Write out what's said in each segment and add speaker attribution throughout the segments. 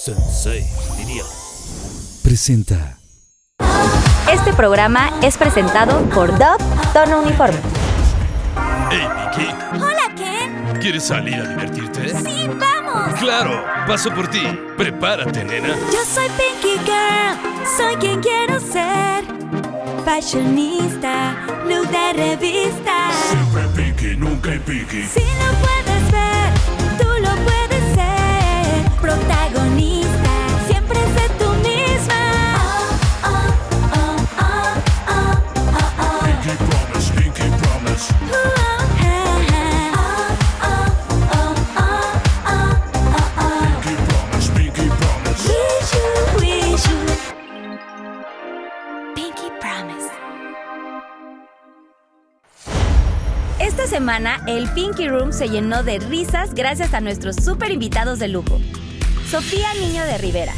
Speaker 1: Sensei, diría. Presenta.
Speaker 2: Este programa es presentado por Dove Tono Uniforme.
Speaker 1: Hey, Vicky,
Speaker 3: Hola, Ken.
Speaker 1: ¿quieres salir a divertirte?
Speaker 3: Sí, vamos.
Speaker 1: Claro, paso por ti. Prepárate, nena.
Speaker 3: Yo soy Pinky Girl. Soy quien quiero ser. Fashionista, look de revista.
Speaker 1: Siempre piqui, nunca piqui.
Speaker 3: Si lo puedes ver, tú lo puedes ser. Protagonista, siempre sé tú misma. Oh, oh, oh, oh, oh, oh, oh.
Speaker 1: Pinky promise, pinky promise.
Speaker 3: Uh, oh, ah, ah. Oh, oh, oh, oh, oh, oh.
Speaker 1: Pinky promise, pinky promise.
Speaker 3: Wish you, wish you. Pinky promise.
Speaker 2: Esta semana el Pinky Room se llenó de risas gracias a nuestros super invitados de lujo. Sofía Niño de Rivera,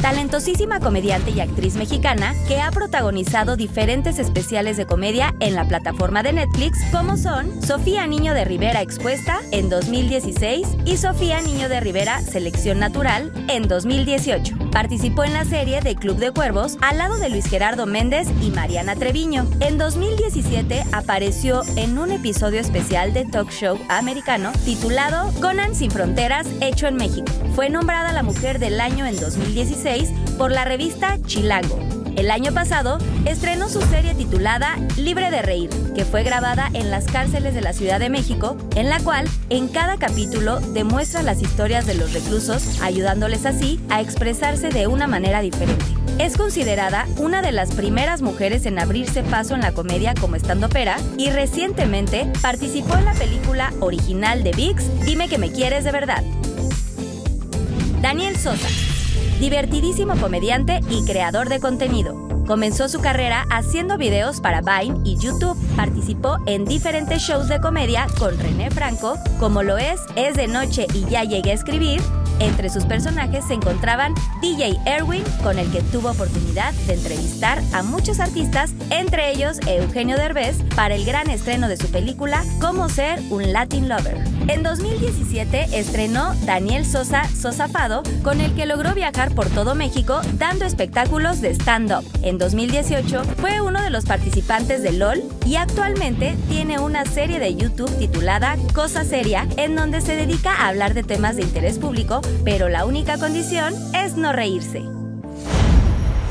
Speaker 2: talentosísima comediante y actriz mexicana que ha protagonizado diferentes especiales de comedia en la plataforma de Netflix como son Sofía Niño de Rivera Expuesta en 2016 y Sofía Niño de Rivera Selección Natural en 2018. Participó en la serie de Club de Cuervos al lado de Luis Gerardo Méndez y Mariana Treviño. En 2017 apareció en un episodio especial de talk show americano titulado Conan sin fronteras hecho en México. Fue nombrada la mujer del año en 2016 por la revista Chilango. El año pasado estrenó su serie titulada Libre de Reír, que fue grabada en las cárceles de la Ciudad de México, en la cual en cada capítulo demuestra las historias de los reclusos, ayudándoles así a expresarse de una manera diferente. Es considerada una de las primeras mujeres en abrirse paso en la comedia como estandopera y recientemente participó en la película original de VIX, Dime que me quieres de verdad. Daniel Sosa, divertidísimo comediante y creador de contenido. Comenzó su carrera haciendo videos para Vine y YouTube. Participó en diferentes shows de comedia con René Franco, como lo es Es de Noche y Ya Llegué a Escribir. Entre sus personajes se encontraban DJ Erwin, con el que tuvo oportunidad de entrevistar a muchos artistas, entre ellos Eugenio Derbez, para el gran estreno de su película Cómo ser un Latin Lover. En 2017 estrenó Daniel Sosa Sosafado, con el que logró viajar por todo México dando espectáculos de stand-up. En 2018 fue uno de los participantes de LOL y actualmente tiene una serie de YouTube titulada Cosa Seria, en donde se dedica a hablar de temas de interés público, pero la única condición es no reírse.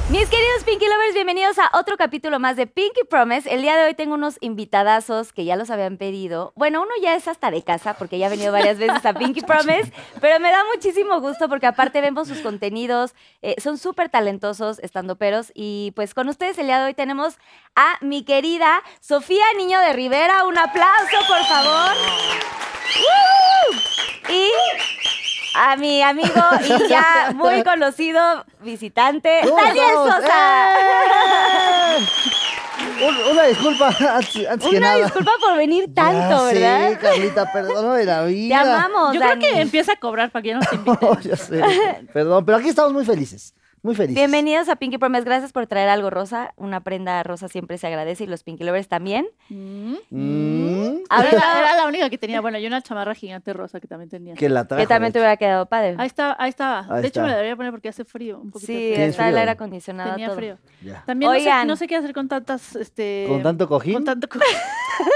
Speaker 2: Mis queridos Pinky Lovers, bienvenidos a otro capítulo más de Pinky Promise. El día de hoy tengo unos invitadazos que ya los habían pedido. Bueno, uno ya es hasta de casa porque ya ha venido varias veces a Pinky Promise, pero me da muchísimo gusto porque aparte vemos sus contenidos, eh, son súper talentosos estando peros y pues con ustedes el día de hoy tenemos a mi querida Sofía Niño de Rivera. Un aplauso, por favor. ¡Woo! Y a mi amigo y ya muy conocido visitante, Daniel
Speaker 4: vamos!
Speaker 2: Sosa.
Speaker 4: ¡Eh! Un- una disculpa antes, antes que
Speaker 2: Una
Speaker 4: nada.
Speaker 2: disculpa por venir
Speaker 4: Ya
Speaker 2: tanto,
Speaker 4: sé,
Speaker 2: ¿verdad?
Speaker 4: Carlita, perdóname la
Speaker 2: Te
Speaker 4: vida.
Speaker 2: amamos,
Speaker 5: Yo creo
Speaker 2: Dani.
Speaker 5: que empieza a cobrar para que ya nos invite.
Speaker 4: No, ya sé, Perdón, pero aquí estamos muy felices. Muy felices.
Speaker 2: Bienvenidos a Pinky Promise. Gracias por traer algo rosa. Una prenda rosa siempre se agradece y los Pinky Lovers también.
Speaker 4: Mm,
Speaker 5: Ahora
Speaker 2: Ahorita
Speaker 5: era, era la única que tenía. Bueno, yo una chamarra gigante rosa que también tenía.
Speaker 4: que la trajo.
Speaker 2: que también te
Speaker 4: de hecho.
Speaker 2: hubiera quedado padre.
Speaker 5: Ahí estaba, ahí estaba.
Speaker 4: Ahí
Speaker 5: de hecho,
Speaker 4: está.
Speaker 5: me la debería poner porque hace frío. Un poquito
Speaker 2: sí,
Speaker 5: de frío.
Speaker 4: Tienes
Speaker 2: está el
Speaker 4: frío.
Speaker 2: aire acondicionado.
Speaker 5: Tenía
Speaker 2: todo.
Speaker 5: frío.
Speaker 4: Ya.
Speaker 5: También no sé-
Speaker 2: Oigan.
Speaker 5: No, sé, qué hacer con tantas, este...
Speaker 4: ¿Con tanto cojín?
Speaker 5: Con tanto cojín.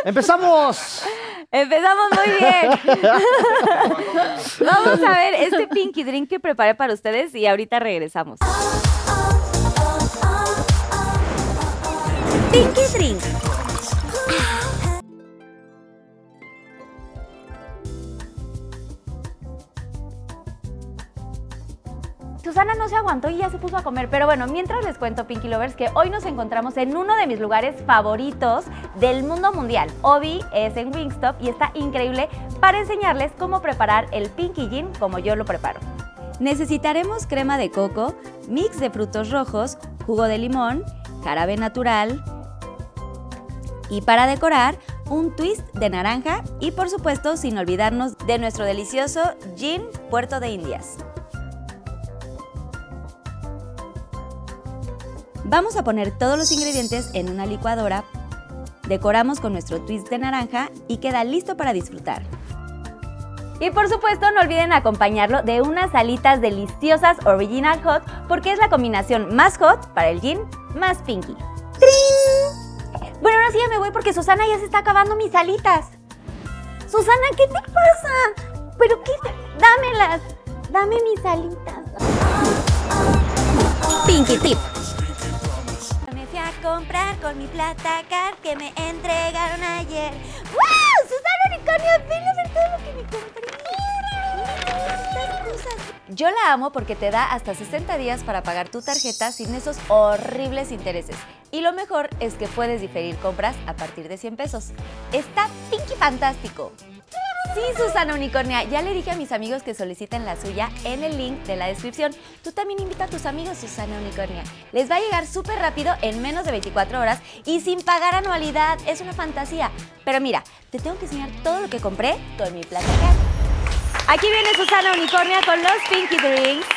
Speaker 4: ¡Empezamos!
Speaker 2: Empezamos muy bien. Vamos a ver este Pinky Drink que preparé para ustedes y ahorita regresamos.
Speaker 3: Oh,
Speaker 2: Pinky Drink. Susana no se aguantó y ya se puso a comer, pero bueno, mientras les cuento, Pinky Lovers, que hoy nos encontramos en uno de mis lugares favoritos del mundo mundial. Obi es en Wingstop y está increíble para enseñarles cómo preparar el Pinky Gin como yo lo preparo. Necesitaremos crema de coco, mix de frutos rojos, jugo de limón, jarabe natural y para decorar un twist de naranja y por supuesto sin olvidarnos de nuestro delicioso gin Puerto de Indias. Vamos a poner todos los ingredientes en una licuadora, decoramos con nuestro twist de naranja y queda listo para disfrutar. Y por supuesto, no olviden acompañarlo de unas alitas deliciosas Original Hot, porque es la combinación más hot para el gin más pinky. Bueno, ahora sí ya me voy porque Susana ya se está acabando mis alitas. Susana, ¿qué te pasa? Pero qué, dámelas. Dame mis alitas. Pinky Tip.
Speaker 6: Me fui a comprar con mi plata car que me entregaron ayer. ¡Wow! Susana Unicornio, ven a ver todo lo que me compré. Mira, estas cosas.
Speaker 2: Yo la amo porque te da hasta 60 días para pagar tu tarjeta sin esos horribles intereses. Y lo mejor es que puedes diferir compras a partir de 100 pesos. Está pinky fantástico. Sí, Susana Unicornia, ya le dije a mis amigos que soliciten la suya en el link de la descripción. Tú también invita a tus amigos, Susana Unicornia. Les va a llegar súper rápido en menos de 24 horas y sin pagar anualidad. Es una fantasía. Pero mira, te tengo que enseñar todo lo que compré con mi plata. Cat. Aquí viene Susana Unicornia con los Pinky Drinks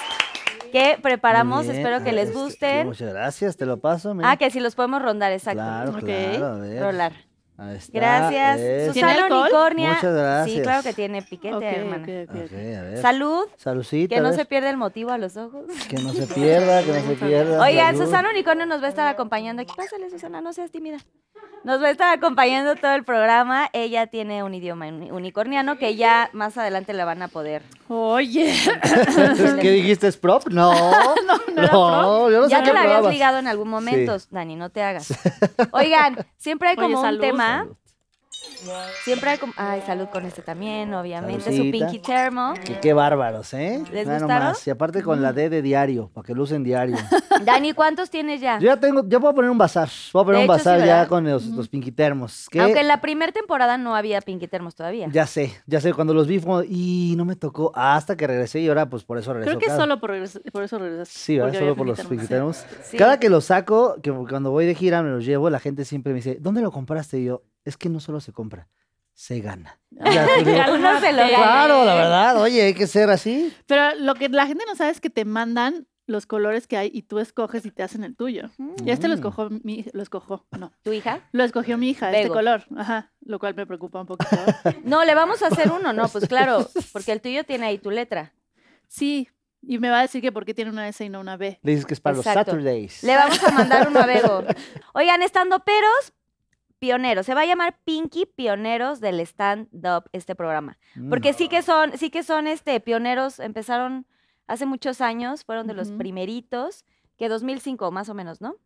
Speaker 2: que preparamos.
Speaker 4: Muy bien.
Speaker 2: Espero que
Speaker 4: Ah,
Speaker 2: les
Speaker 4: este,
Speaker 2: gusten.
Speaker 4: Muchas gracias, te lo paso. mira.
Speaker 2: Ah, que si los podemos rondar, exacto.
Speaker 4: Claro,
Speaker 5: Ok.
Speaker 4: claro, a ver.
Speaker 2: Rolar.
Speaker 4: Ahí está,
Speaker 2: Gracias.
Speaker 4: eso.
Speaker 5: ¿Tiene
Speaker 2: Susana
Speaker 5: alcohol?
Speaker 2: Unicornia.
Speaker 4: Muchas gracias.
Speaker 2: Sí, claro que tiene piquete,
Speaker 5: Ok,
Speaker 2: hermana.
Speaker 5: ok, ok,
Speaker 4: Ok, a
Speaker 5: ok.
Speaker 4: ver.
Speaker 2: Salud.
Speaker 4: Salucita,
Speaker 2: Que no
Speaker 4: ¿ves?
Speaker 2: se pierda el motivo a los ojos.
Speaker 4: Que no se pierda, que no se pierda.
Speaker 2: Oigan,
Speaker 4: salud.
Speaker 2: Susana Unicornio nos va a estar acompañando aquí. Pásale, Susana, no seas tímida. Nos va a estar acompañando todo el programa. Ella tiene un idioma uni- unicorniano que ya más adelante la van a poder.
Speaker 5: Oye,
Speaker 4: ¿Qué dijiste? ¿Es prop? No. no,
Speaker 5: no era prop.
Speaker 4: yo no sé
Speaker 2: ya
Speaker 4: qué
Speaker 2: te la habías
Speaker 4: probabas.
Speaker 2: ligado en algún momento,
Speaker 4: Sí.
Speaker 2: Dani, no te hagas. Oigan, siempre hay
Speaker 5: Oye,
Speaker 2: como un
Speaker 5: salud.
Speaker 2: tema. Siempre hay como. Ay, salud con este también, obviamente. Su
Speaker 4: Saludcita.
Speaker 2: Pinky Thermo.
Speaker 4: Qué, qué bárbaros, ¿eh?
Speaker 2: ¿Les
Speaker 4: Nada
Speaker 2: gustaron?
Speaker 4: más. Y aparte con la D de diario, para que lucen diario.
Speaker 2: Dani, ¿cuántos tienes ya?
Speaker 4: Yo ya tengo, yo puedo poner un bazar. Voy a poner
Speaker 2: De
Speaker 4: un
Speaker 2: hecho, sí,
Speaker 4: bazar
Speaker 2: ¿verdad?
Speaker 4: ya con los, los pinquitermos. que
Speaker 2: Aunque en la primera temporada no había Pinky Thermos todavía.
Speaker 4: Ya sé, ya sé. Cuando los vi, fue como, y no me tocó Ah, hasta que regresé y ahora, pues por eso regresé.
Speaker 5: creo que solo por, regres- por eso regresaste.
Speaker 4: Sí, ¿verdad?
Speaker 5: porque
Speaker 4: Solo
Speaker 5: había
Speaker 4: por los
Speaker 5: fingido,
Speaker 4: pinquitermos.
Speaker 2: Sí.
Speaker 4: Cada que los saco, que cuando voy de gira me los llevo, la gente siempre me dice, ¿dónde lo compraste? Y yo, es que no solo se compra, se gana. Y al
Speaker 5: ¿no?
Speaker 4: final,
Speaker 2: Uno se lo ¿eh?
Speaker 5: Cálmate.
Speaker 4: "Ah, claro, la verdad, oye, hay que ser así.
Speaker 5: Pero lo que la gente no sabe es que te mandan los colores que hay y tú escoges y te hacen el tuyo. Y este lo
Speaker 4: Mm.
Speaker 5: escogió mi, lo escogió, no,
Speaker 2: ¿Tu hija?
Speaker 5: lo escogió mi hija, este
Speaker 2: Bego.
Speaker 5: color, ajá, lo cual me preocupa un poquito.
Speaker 2: No, le vamos a hacer uno, no, pues claro, porque el tuyo tiene ahí tu letra.
Speaker 5: Sí, y me va a decir que por qué tiene una S y no una B.
Speaker 4: Mm. Le dices que es para
Speaker 2: Exacto.
Speaker 4: los Saturdays.
Speaker 2: Le vamos a mandar uno a Bego. Oigan, estando peros, pioneros. Se va a llamar Pinky Pioneros del Stand Up este programa.
Speaker 4: Mm.
Speaker 2: Porque sí que son, sí que son este pioneros, empezaron hace muchos años, fueron de los
Speaker 5: Ujú.
Speaker 2: primeritos, que 2005 más o menos, ¿no?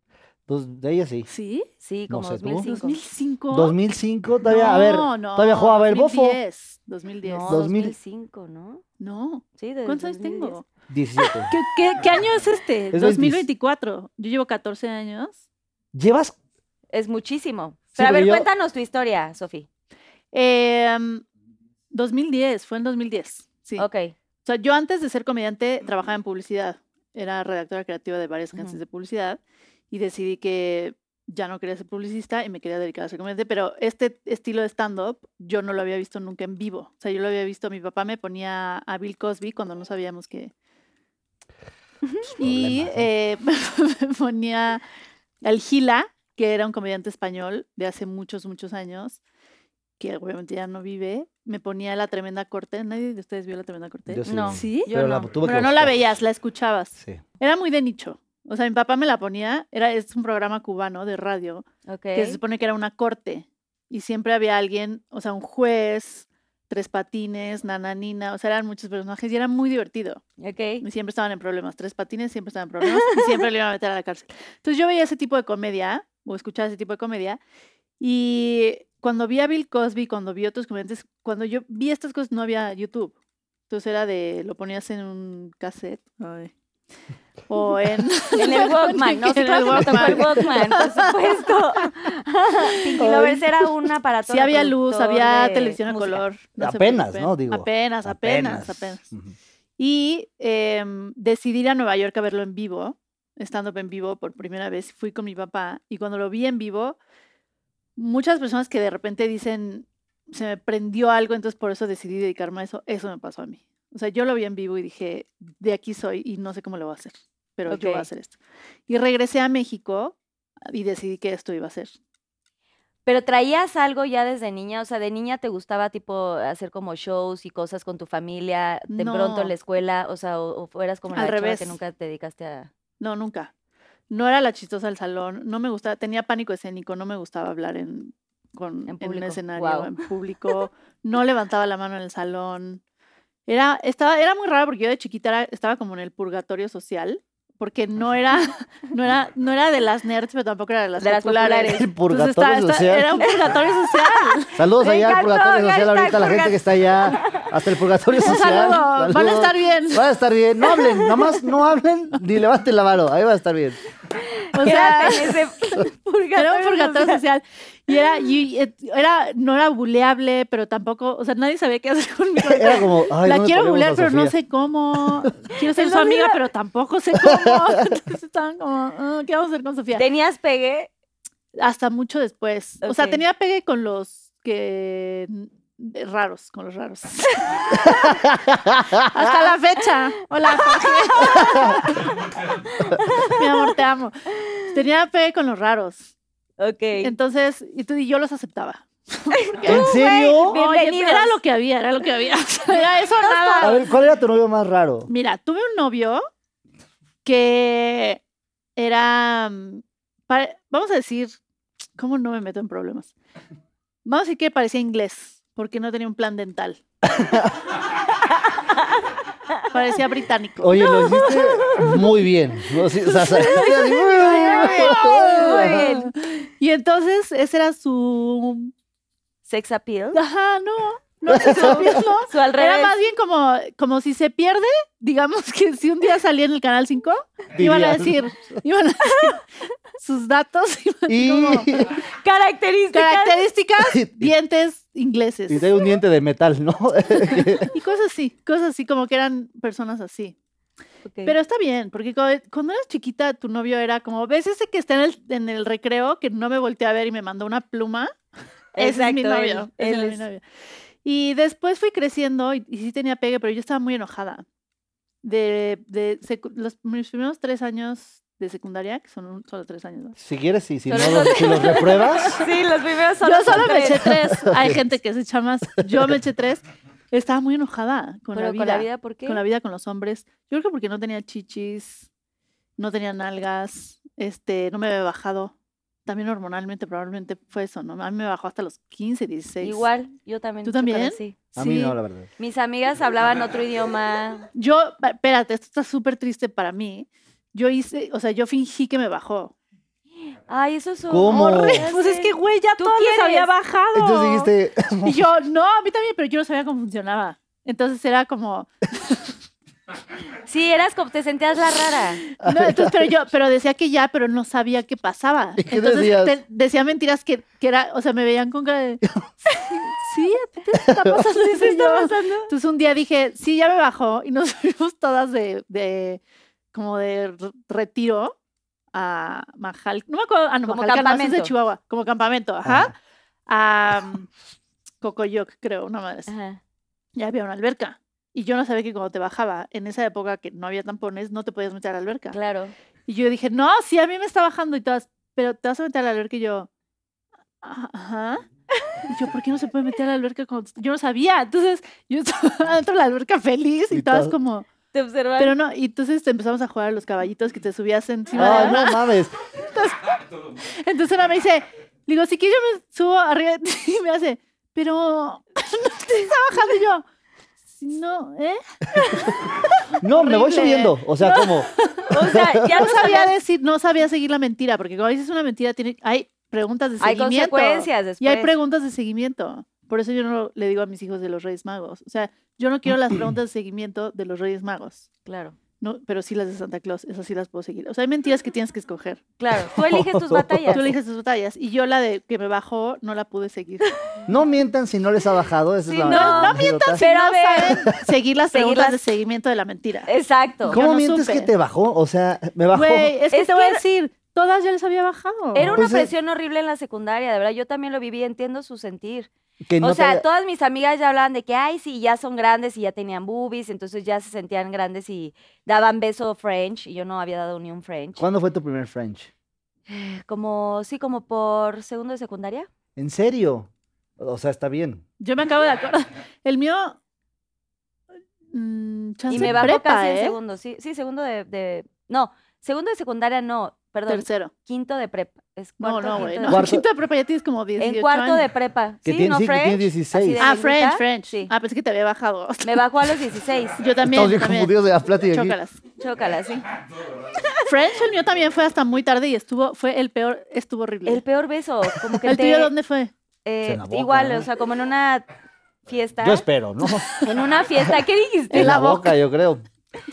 Speaker 4: Pues de ella sí.
Speaker 5: ¿Sí?
Speaker 2: Sí,
Speaker 4: No
Speaker 2: como
Speaker 4: sé, ¿tú?
Speaker 2: 2005.
Speaker 5: 2005.
Speaker 4: 2005, todavía, a ver, todavía jugaba el bofo.
Speaker 5: 2010, 2010.
Speaker 2: No,
Speaker 4: 2000.
Speaker 2: 2005, ¿no?
Speaker 5: No.
Speaker 2: Sí, de
Speaker 5: ¿Cuántos años
Speaker 2: 2010.
Speaker 5: tengo?
Speaker 4: 17.
Speaker 5: ¿Qué, qué, qué año es este?
Speaker 4: Es
Speaker 5: 2024. Yo llevo 14 años.
Speaker 4: Llevas
Speaker 2: Es muchísimo.
Speaker 4: Sí,
Speaker 2: Pero a
Speaker 4: pero
Speaker 2: ver,
Speaker 4: yo-
Speaker 2: cuéntanos tu historia, Sofi.
Speaker 5: Eh, 2010, fue en 2010. Sí.
Speaker 2: Ok.
Speaker 5: O sea, yo antes de ser comediante trabajaba en publicidad. Era redactora creativa de varias
Speaker 2: Ujú.
Speaker 5: agencias de publicidad y decidí que ya no quería ser publicista y me quería dedicar a ser comediante, pero este estilo de stand-up yo no lo había visto nunca en vivo. O sea, yo lo había visto, mi papá me ponía a Bill Cosby cuando no sabíamos que... Y
Speaker 4: problemas,
Speaker 5: eh, me ponía al Gila, que era un comediante español de hace muchos, muchos años, que obviamente ya no vive. Me ponía la tremenda corte. ¿Nadie de ustedes vio la tremenda corte?
Speaker 4: Yo sí.
Speaker 2: No.
Speaker 5: ¿Sí?
Speaker 2: Yo
Speaker 4: pero
Speaker 2: no.
Speaker 4: la tuve que
Speaker 5: Pero no la
Speaker 4: buscar.
Speaker 5: veías, la escuchabas.
Speaker 4: Sí.
Speaker 5: Era muy de nicho. O sea, mi papá me la ponía, era, es un programa cubano de radio,
Speaker 2: Ok.
Speaker 5: que se supone que era una corte. Y siempre había alguien, o sea, un juez, tres patines, nananina, o sea, eran muchos personajes y era muy divertido.
Speaker 2: Ok.
Speaker 5: Y siempre estaban en problemas, tres patines siempre estaban en problemas y siempre le iban a meter a la cárcel. Entonces yo veía ese tipo de comedia, o escuchaba ese tipo de comedia, y cuando vi a Bill Cosby, cuando vi otros comediantes, cuando yo vi estas cosas no había YouTube. Entonces era de, lo ponías en un cassette. ay, O en,
Speaker 2: En el Walkman, ¿no? Sí,
Speaker 5: En
Speaker 2: claro
Speaker 5: el
Speaker 2: que me tocó el
Speaker 5: Walkman.
Speaker 2: Walkman, por supuesto. Pinky
Speaker 5: Ay.
Speaker 2: Lovers era un aparato.
Speaker 5: Sí había luz,
Speaker 2: reproductor
Speaker 5: había
Speaker 2: de
Speaker 5: televisión a
Speaker 2: música.
Speaker 5: color. no se
Speaker 4: Apenas,
Speaker 5: preocupen.
Speaker 4: ¿no? Digo,
Speaker 5: Apenas, apenas, apenas.
Speaker 4: Ujú.
Speaker 5: Y em, decidí ir a Nueva York a verlo en vivo, estando en vivo por primera vez. Fui con mi papá y cuando lo vi en vivo, muchas personas que de repente dicen, se me prendió algo, entonces por eso decidí dedicarme a eso, eso me pasó a mí. O sea, yo lo vi en vivo y dije, de aquí soy y no sé cómo lo voy a hacer, pero yo voy a
Speaker 2: Ok.
Speaker 5: ah, hacer esto. Y regresé a México y decidí que esto iba a ser.
Speaker 2: Pero traías algo ya desde niña, o sea, de niña te gustaba tipo hacer como shows y cosas con tu familia, de pronto
Speaker 5: No.
Speaker 2: en la escuela, o sea, o, o fueras como la
Speaker 5: Al
Speaker 2: chava que
Speaker 5: revés.
Speaker 2: nunca te dedicaste a...
Speaker 5: No, nunca. No era la chistosa del salón, no me gustaba, tenía pánico escénico, no me gustaba hablar en, con,
Speaker 2: En
Speaker 5: en, un
Speaker 2: público,
Speaker 5: escenario,
Speaker 2: guau.
Speaker 5: en público, no levantaba la mano en el salón. Era, estaba, era muy raro porque yo de chiquita era- estaba como en el purgatorio social, porque no era, no era, no era de las nerds, pero tampoco era de las
Speaker 2: De las
Speaker 5: populares.
Speaker 2: populares.
Speaker 4: El
Speaker 5: Entonces,
Speaker 4: purgatorio
Speaker 5: estaba- estaba-
Speaker 4: social.
Speaker 5: Era un purgatorio social.
Speaker 4: Saludos
Speaker 2: Me
Speaker 4: allá al
Speaker 2: encantó,
Speaker 4: purgatorio social.
Speaker 2: hashtag
Speaker 4: Ahorita la gente que está allá, hasta el purgatorio
Speaker 5: Un
Speaker 4: social.
Speaker 5: saludo. Van a
Speaker 4: Saludos.
Speaker 5: estar bien.
Speaker 4: Van a estar bien. No hablen, nomás no hablen ni levanten la mano. Ahí va a estar bien.
Speaker 5: O sea,
Speaker 2: Quédate en ese purgatorio
Speaker 5: era un purgatorio
Speaker 2: social.
Speaker 5: social. Y era, y, eh, era, no era buleable, pero tampoco, o sea, nadie sabía qué hacer conmigo.
Speaker 4: Era como, ay,
Speaker 5: la
Speaker 4: ¿dónde
Speaker 5: quiero
Speaker 4: ponemos
Speaker 5: bulear,
Speaker 4: a
Speaker 5: pero no
Speaker 4: Sofía?
Speaker 5: sé cómo. Quiero ser
Speaker 2: Es
Speaker 5: su
Speaker 2: lo
Speaker 5: amiga,
Speaker 2: mismo.
Speaker 5: pero tampoco sé cómo. Entonces estaban como, "Ah, ¿qué vamos a hacer con Sofía?
Speaker 2: Tenías pegué.
Speaker 5: Hasta mucho después. O sea,
Speaker 2: Ok.
Speaker 5: tenía pegue con los que. de- raros, con los raros. Hasta la fecha. Hola, Jorge. Mi amor, te amo. Tenía pegue con los raros.
Speaker 2: Ok.
Speaker 5: Entonces, y, tú- y yo los aceptaba.
Speaker 4: ¿En serio?
Speaker 5: Oye,
Speaker 2: Bienvenidos.
Speaker 5: era lo que había, era lo que había. Era eso, nada.
Speaker 4: A ver, ¿cuál era tu novio más raro?
Speaker 5: Mira, tuve un novio que era, mm, pare- vamos a decir, ¿cómo no me meto en problemas? Vamos a decir que parecía inglés, porque no tenía un plan dental. parecía británico.
Speaker 4: Oye, lo hiciste muy bien. O sea, o sea, saliste así,
Speaker 2: Muy bien.
Speaker 5: Y entonces ese era su...
Speaker 2: Sex appeal.
Speaker 5: Ajá, no, no era su novio,
Speaker 2: Su al
Speaker 5: Era
Speaker 2: revés.
Speaker 5: más bien como, como si se pierde, digamos que si un día salía en el Canal 5, iban a
Speaker 4: Dirían.
Speaker 5: decir, iban a decir sus datos, iban
Speaker 4: Y,
Speaker 5: como-
Speaker 2: Características.
Speaker 5: características, dientes ingleses
Speaker 4: y trae un diente de metal, ¿no?
Speaker 5: y cosas así, cosas así como que eran personas así.
Speaker 2: Ok.
Speaker 5: Pero está bien, porque cu- cuando eras chiquita tu novio era como, ¿ves ese que está en el, en el recreo que no me volteé a ver y me mandó una pluma? Ese es mi
Speaker 2: Exacto, él-
Speaker 5: novio. ese
Speaker 2: él
Speaker 5: era mi
Speaker 2: es.
Speaker 5: novio. Y después fui creciendo y, y sí tenía pegue, pero yo estaba muy enojada. De, de secu- los, mis primeros tres años de secundaria, que son un- solo tres años, ¿no?
Speaker 4: Si quieres, sí, si no, los- si los repruebas.
Speaker 2: Sí, los primeros son
Speaker 5: Yo
Speaker 2: los
Speaker 5: solo me
Speaker 2: tres.
Speaker 5: eché tres. Hay gente que se echa más. Yo me eché tres. Estaba muy enojada con,
Speaker 2: Pero
Speaker 5: la vida,
Speaker 2: con la vida, ¿por qué?
Speaker 5: con la vida, con los hombres. Yo creo que porque no tenía chichis, no tenía nalgas, este, no me había bajado. También hormonalmente probablemente fue eso, ¿no? A mí me bajó hasta los 15, 16.
Speaker 2: Igual, yo también.
Speaker 5: ¿Tú
Speaker 2: chocolate,
Speaker 5: también?
Speaker 2: sí.
Speaker 4: A mí
Speaker 5: Sí.
Speaker 4: no, la verdad.
Speaker 2: Mis amigas hablaban
Speaker 4: Ah.
Speaker 2: otro idioma.
Speaker 5: Yo, pa- espérate, esto está súper triste para mí. Yo hice, o sea, yo fingí que me bajó.
Speaker 2: Ay, eso es un
Speaker 4: ¿Cómo?
Speaker 2: horrible.
Speaker 5: Pues es que, güey, ya
Speaker 2: ¿Tú
Speaker 5: todas les había
Speaker 2: quieres?
Speaker 5: bajado.
Speaker 4: Entonces dijiste,
Speaker 5: Y yo, no, a mí también, pero yo no sabía cómo funcionaba. Entonces era como,
Speaker 2: Sí, eras como te sentías la rara.
Speaker 5: No, entonces, pero yo, pero decía que ya, pero no sabía qué pasaba.
Speaker 4: ¿Y qué
Speaker 5: entonces
Speaker 4: decías?
Speaker 5: te- decía mentiras que, que era, o sea, me veían con cara de sí, a ti te está pasando eso y yo- Entonces un día dije, sí, ya me bajó, y nos fuimos todas de, de como de r- retiro a Majal, no me acuerdo, ah, no,
Speaker 2: Como
Speaker 5: Majalca no, eso es de
Speaker 2: campamento.
Speaker 5: Chihuahua, como campamento, ajá, a mm, Cocoyoc, creo, una madre. así.
Speaker 2: Ajá.
Speaker 5: Ya había una alberca. Y yo no sabía que cuando te bajaba, en esa época que no había tampones, no te podías meter a la alberca.
Speaker 2: Claro.
Speaker 5: Y yo dije, no, sí, a mí me está bajando y todas, pero te vas a meter a la alberca y yo, "Ah, ajá. Y yo, ¿por qué no se puede meter a la alberca? Cuando... Yo no sabía. Entonces, yo estaba dentro de la alberca feliz y,
Speaker 4: Y
Speaker 5: todas
Speaker 4: todo.
Speaker 5: como,
Speaker 2: Te observan.
Speaker 5: pero no. Y entonces empezamos a jugar a los caballitos que te subías encima.
Speaker 4: ay,
Speaker 5: de la-
Speaker 4: no mames.
Speaker 5: Entonces una me dice, le digo, si quieres yo me subo arriba de ti", y me hace, pero no te está bajando y yo. "Sí, No, ¿eh?
Speaker 4: No, me voy
Speaker 5: Horrible.
Speaker 4: subiendo. O sea, como,
Speaker 2: O sea, ya
Speaker 5: No
Speaker 2: no
Speaker 5: sabía
Speaker 2: sabías.
Speaker 5: decir, no sabía seguir la mentira, porque cuando dices una mentira tiene, hay preguntas de
Speaker 2: Hay
Speaker 5: seguimiento.
Speaker 2: consecuencias después.
Speaker 5: Y hay preguntas de seguimiento. Por eso yo no le digo a mis hijos de los Reyes Magos. O sea, yo no quiero las preguntas de seguimiento de los Reyes Magos.
Speaker 2: Claro.
Speaker 5: No, pero sí las de Santa Claus, esas sí las puedo seguir. O sea, hay mentiras que tienes que escoger.
Speaker 2: Claro. Tú eliges tus batallas.
Speaker 5: Tú eliges tus batallas y yo la de que me bajó no la pude seguir.
Speaker 4: no mientan si no les ha bajado. Esa es
Speaker 2: Sí,
Speaker 4: la
Speaker 2: no,
Speaker 4: verdad.
Speaker 2: Pero
Speaker 5: no
Speaker 2: a ver.
Speaker 5: saben seguir las
Speaker 2: Seguir
Speaker 5: preguntas
Speaker 2: las-
Speaker 5: de seguimiento de la mentira.
Speaker 2: Exacto.
Speaker 4: ¿Cómo
Speaker 5: Yo no
Speaker 4: mientes
Speaker 5: supe.
Speaker 4: que te bajó? O sea, me bajó.
Speaker 5: Güey, es que
Speaker 2: Es
Speaker 5: te voy
Speaker 2: que
Speaker 5: a
Speaker 2: era-
Speaker 5: decir, todas ya les había bajado.
Speaker 2: Era una
Speaker 4: Pues, eh,
Speaker 2: presión horrible en la secundaria, de verdad. Yo también lo viví, entiendo su sentir.
Speaker 4: que no
Speaker 2: o
Speaker 4: te
Speaker 2: sea,
Speaker 4: haya-
Speaker 2: todas mis amigas ya hablaban de que, ay, sí, ya son grandes y ya tenían boobies, entonces ya se sentían grandes y daban beso French, y yo no había dado ni un French.
Speaker 4: ¿Cuándo fue tu primer French?
Speaker 2: Como, sí, como por segundo de secundaria.
Speaker 4: ¿En serio? O sea, está bien.
Speaker 5: Yo me acabo de acordar. El mío. mm,
Speaker 2: Y
Speaker 5: chance
Speaker 2: me bajó
Speaker 5: prepa,
Speaker 2: casi en
Speaker 5: ¿eh?
Speaker 2: segundo, sí, sí, segundo de, de- No, segundo de secundaria no, perdón,
Speaker 5: Tercero.
Speaker 2: quinto de prepa. Es
Speaker 5: No,
Speaker 2: cuarto,
Speaker 5: no, güey.
Speaker 2: quinto
Speaker 5: No.
Speaker 2: de-
Speaker 4: Cuarto-
Speaker 5: Quinto de prepa ya tienes como 18
Speaker 2: En cuarto de
Speaker 5: años.
Speaker 2: prepa.
Speaker 4: Que
Speaker 2: sí,
Speaker 4: tiene-
Speaker 2: no
Speaker 4: sí, que tiene
Speaker 2: French.
Speaker 4: 16.
Speaker 2: así de
Speaker 5: Ah,
Speaker 2: gringuita,
Speaker 5: French, French.
Speaker 2: Sí.
Speaker 5: Ah, pensé que te había bajado.
Speaker 2: Me bajó a los 16.
Speaker 5: Yo también.
Speaker 4: Todos bien
Speaker 5: también.
Speaker 4: confundidos de la plática aquí.
Speaker 5: Chócalas.
Speaker 2: Chócala, sí.
Speaker 5: French, el mío también fue hasta muy tarde y estuvo, fue el peor, estuvo horrible.
Speaker 2: El
Speaker 5: ¿El,
Speaker 2: peor beso, como que te,
Speaker 5: tuyo dónde fue?
Speaker 2: eh,
Speaker 4: En la boca,
Speaker 2: igual,
Speaker 4: ¿no?
Speaker 2: o sea, como en una fiesta.
Speaker 4: Yo espero, ¿no?
Speaker 2: En una fiesta, ¿qué dijiste?
Speaker 4: en la boca, yo creo.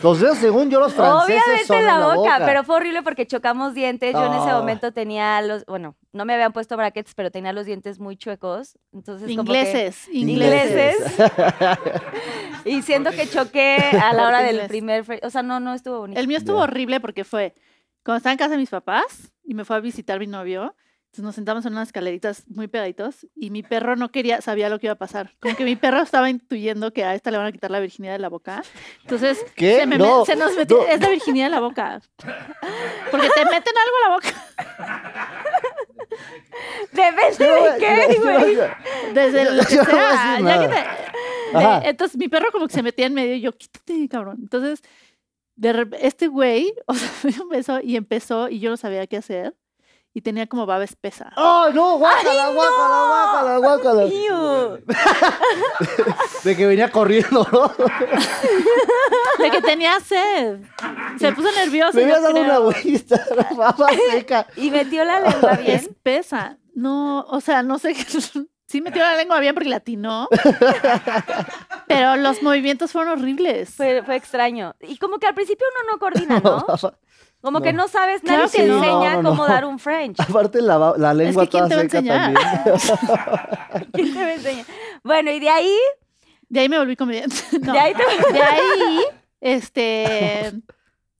Speaker 4: Los dedos, según yo, los franceses
Speaker 2: Obviamente
Speaker 4: son
Speaker 2: en la boca, pero fue horrible porque chocamos dientes. Yo en ese
Speaker 4: Ah.
Speaker 2: momento tenía los, bueno, no me habían puesto brackets, pero tenía los dientes muy chuecos. Entonces, como que-
Speaker 5: Ingleses, ingleses.
Speaker 2: ingleses. y siento que choqué a la hora del
Speaker 5: Ingleses.
Speaker 2: primer, fre- o sea, no, no estuvo bonito.
Speaker 5: El mío estuvo
Speaker 4: Ya.
Speaker 5: horrible porque fue cuando estaba en casa de mis papás y me fue a visitar mi novio. Entonces nos sentamos en unas escaleritas muy pegaditos y mi perro no quería, sabía lo que iba a pasar. Como que mi perro estaba intuyendo que a esta le van a quitar la virginidad de la boca. Entonces
Speaker 4: ¿Qué?
Speaker 5: Se, me
Speaker 4: No,
Speaker 5: met- se nos metió,
Speaker 4: no.
Speaker 5: es la virginidad de la boca. Porque te meten algo a la boca.
Speaker 2: Depende de qué, güey.
Speaker 5: Desde el.
Speaker 4: Yo no voy a
Speaker 5: sea,
Speaker 4: decir
Speaker 5: ya que
Speaker 4: nada.
Speaker 5: te-
Speaker 4: Ajá.
Speaker 5: de- entonces mi perro como que se metía en medio y yo, quítate, cabrón. Entonces, de rep- este güey, o sea, me dio un beso y empezó y yo no sabía qué hacer y tenía como baba espesa.
Speaker 4: ¡Oh, no! ¡Guácala, guácala, guácala, guácala!
Speaker 2: Iu.
Speaker 4: De que venía corriendo, ¿no?
Speaker 5: De que tenía sed. Se puso nervioso.
Speaker 4: Me
Speaker 5: yo
Speaker 4: habías dado una
Speaker 5: creo.
Speaker 4: agüita, la baba seca.
Speaker 2: Y metió la lengua bien.
Speaker 5: Espesa. No, o sea, no sé qué. Sí metió la lengua bien porque latinó. pero los movimientos fueron horribles.
Speaker 2: Fue, fue extraño. Y como que al principio uno no coordina, ¿no? Como que
Speaker 4: No.
Speaker 2: no sabes, nadie
Speaker 5: Claro
Speaker 2: te
Speaker 5: que no.
Speaker 2: enseña
Speaker 4: No, no,
Speaker 2: cómo
Speaker 4: no.
Speaker 2: dar un French.
Speaker 4: Aparte la, ba- la lengua toda
Speaker 5: ¿quién te va a
Speaker 4: seca
Speaker 5: enseñar?
Speaker 4: también.
Speaker 2: ¿Quién te enseña? Bueno, y de ahí,
Speaker 5: De ahí me volví comediante. No.
Speaker 2: de ahí te-
Speaker 5: De ahí, este.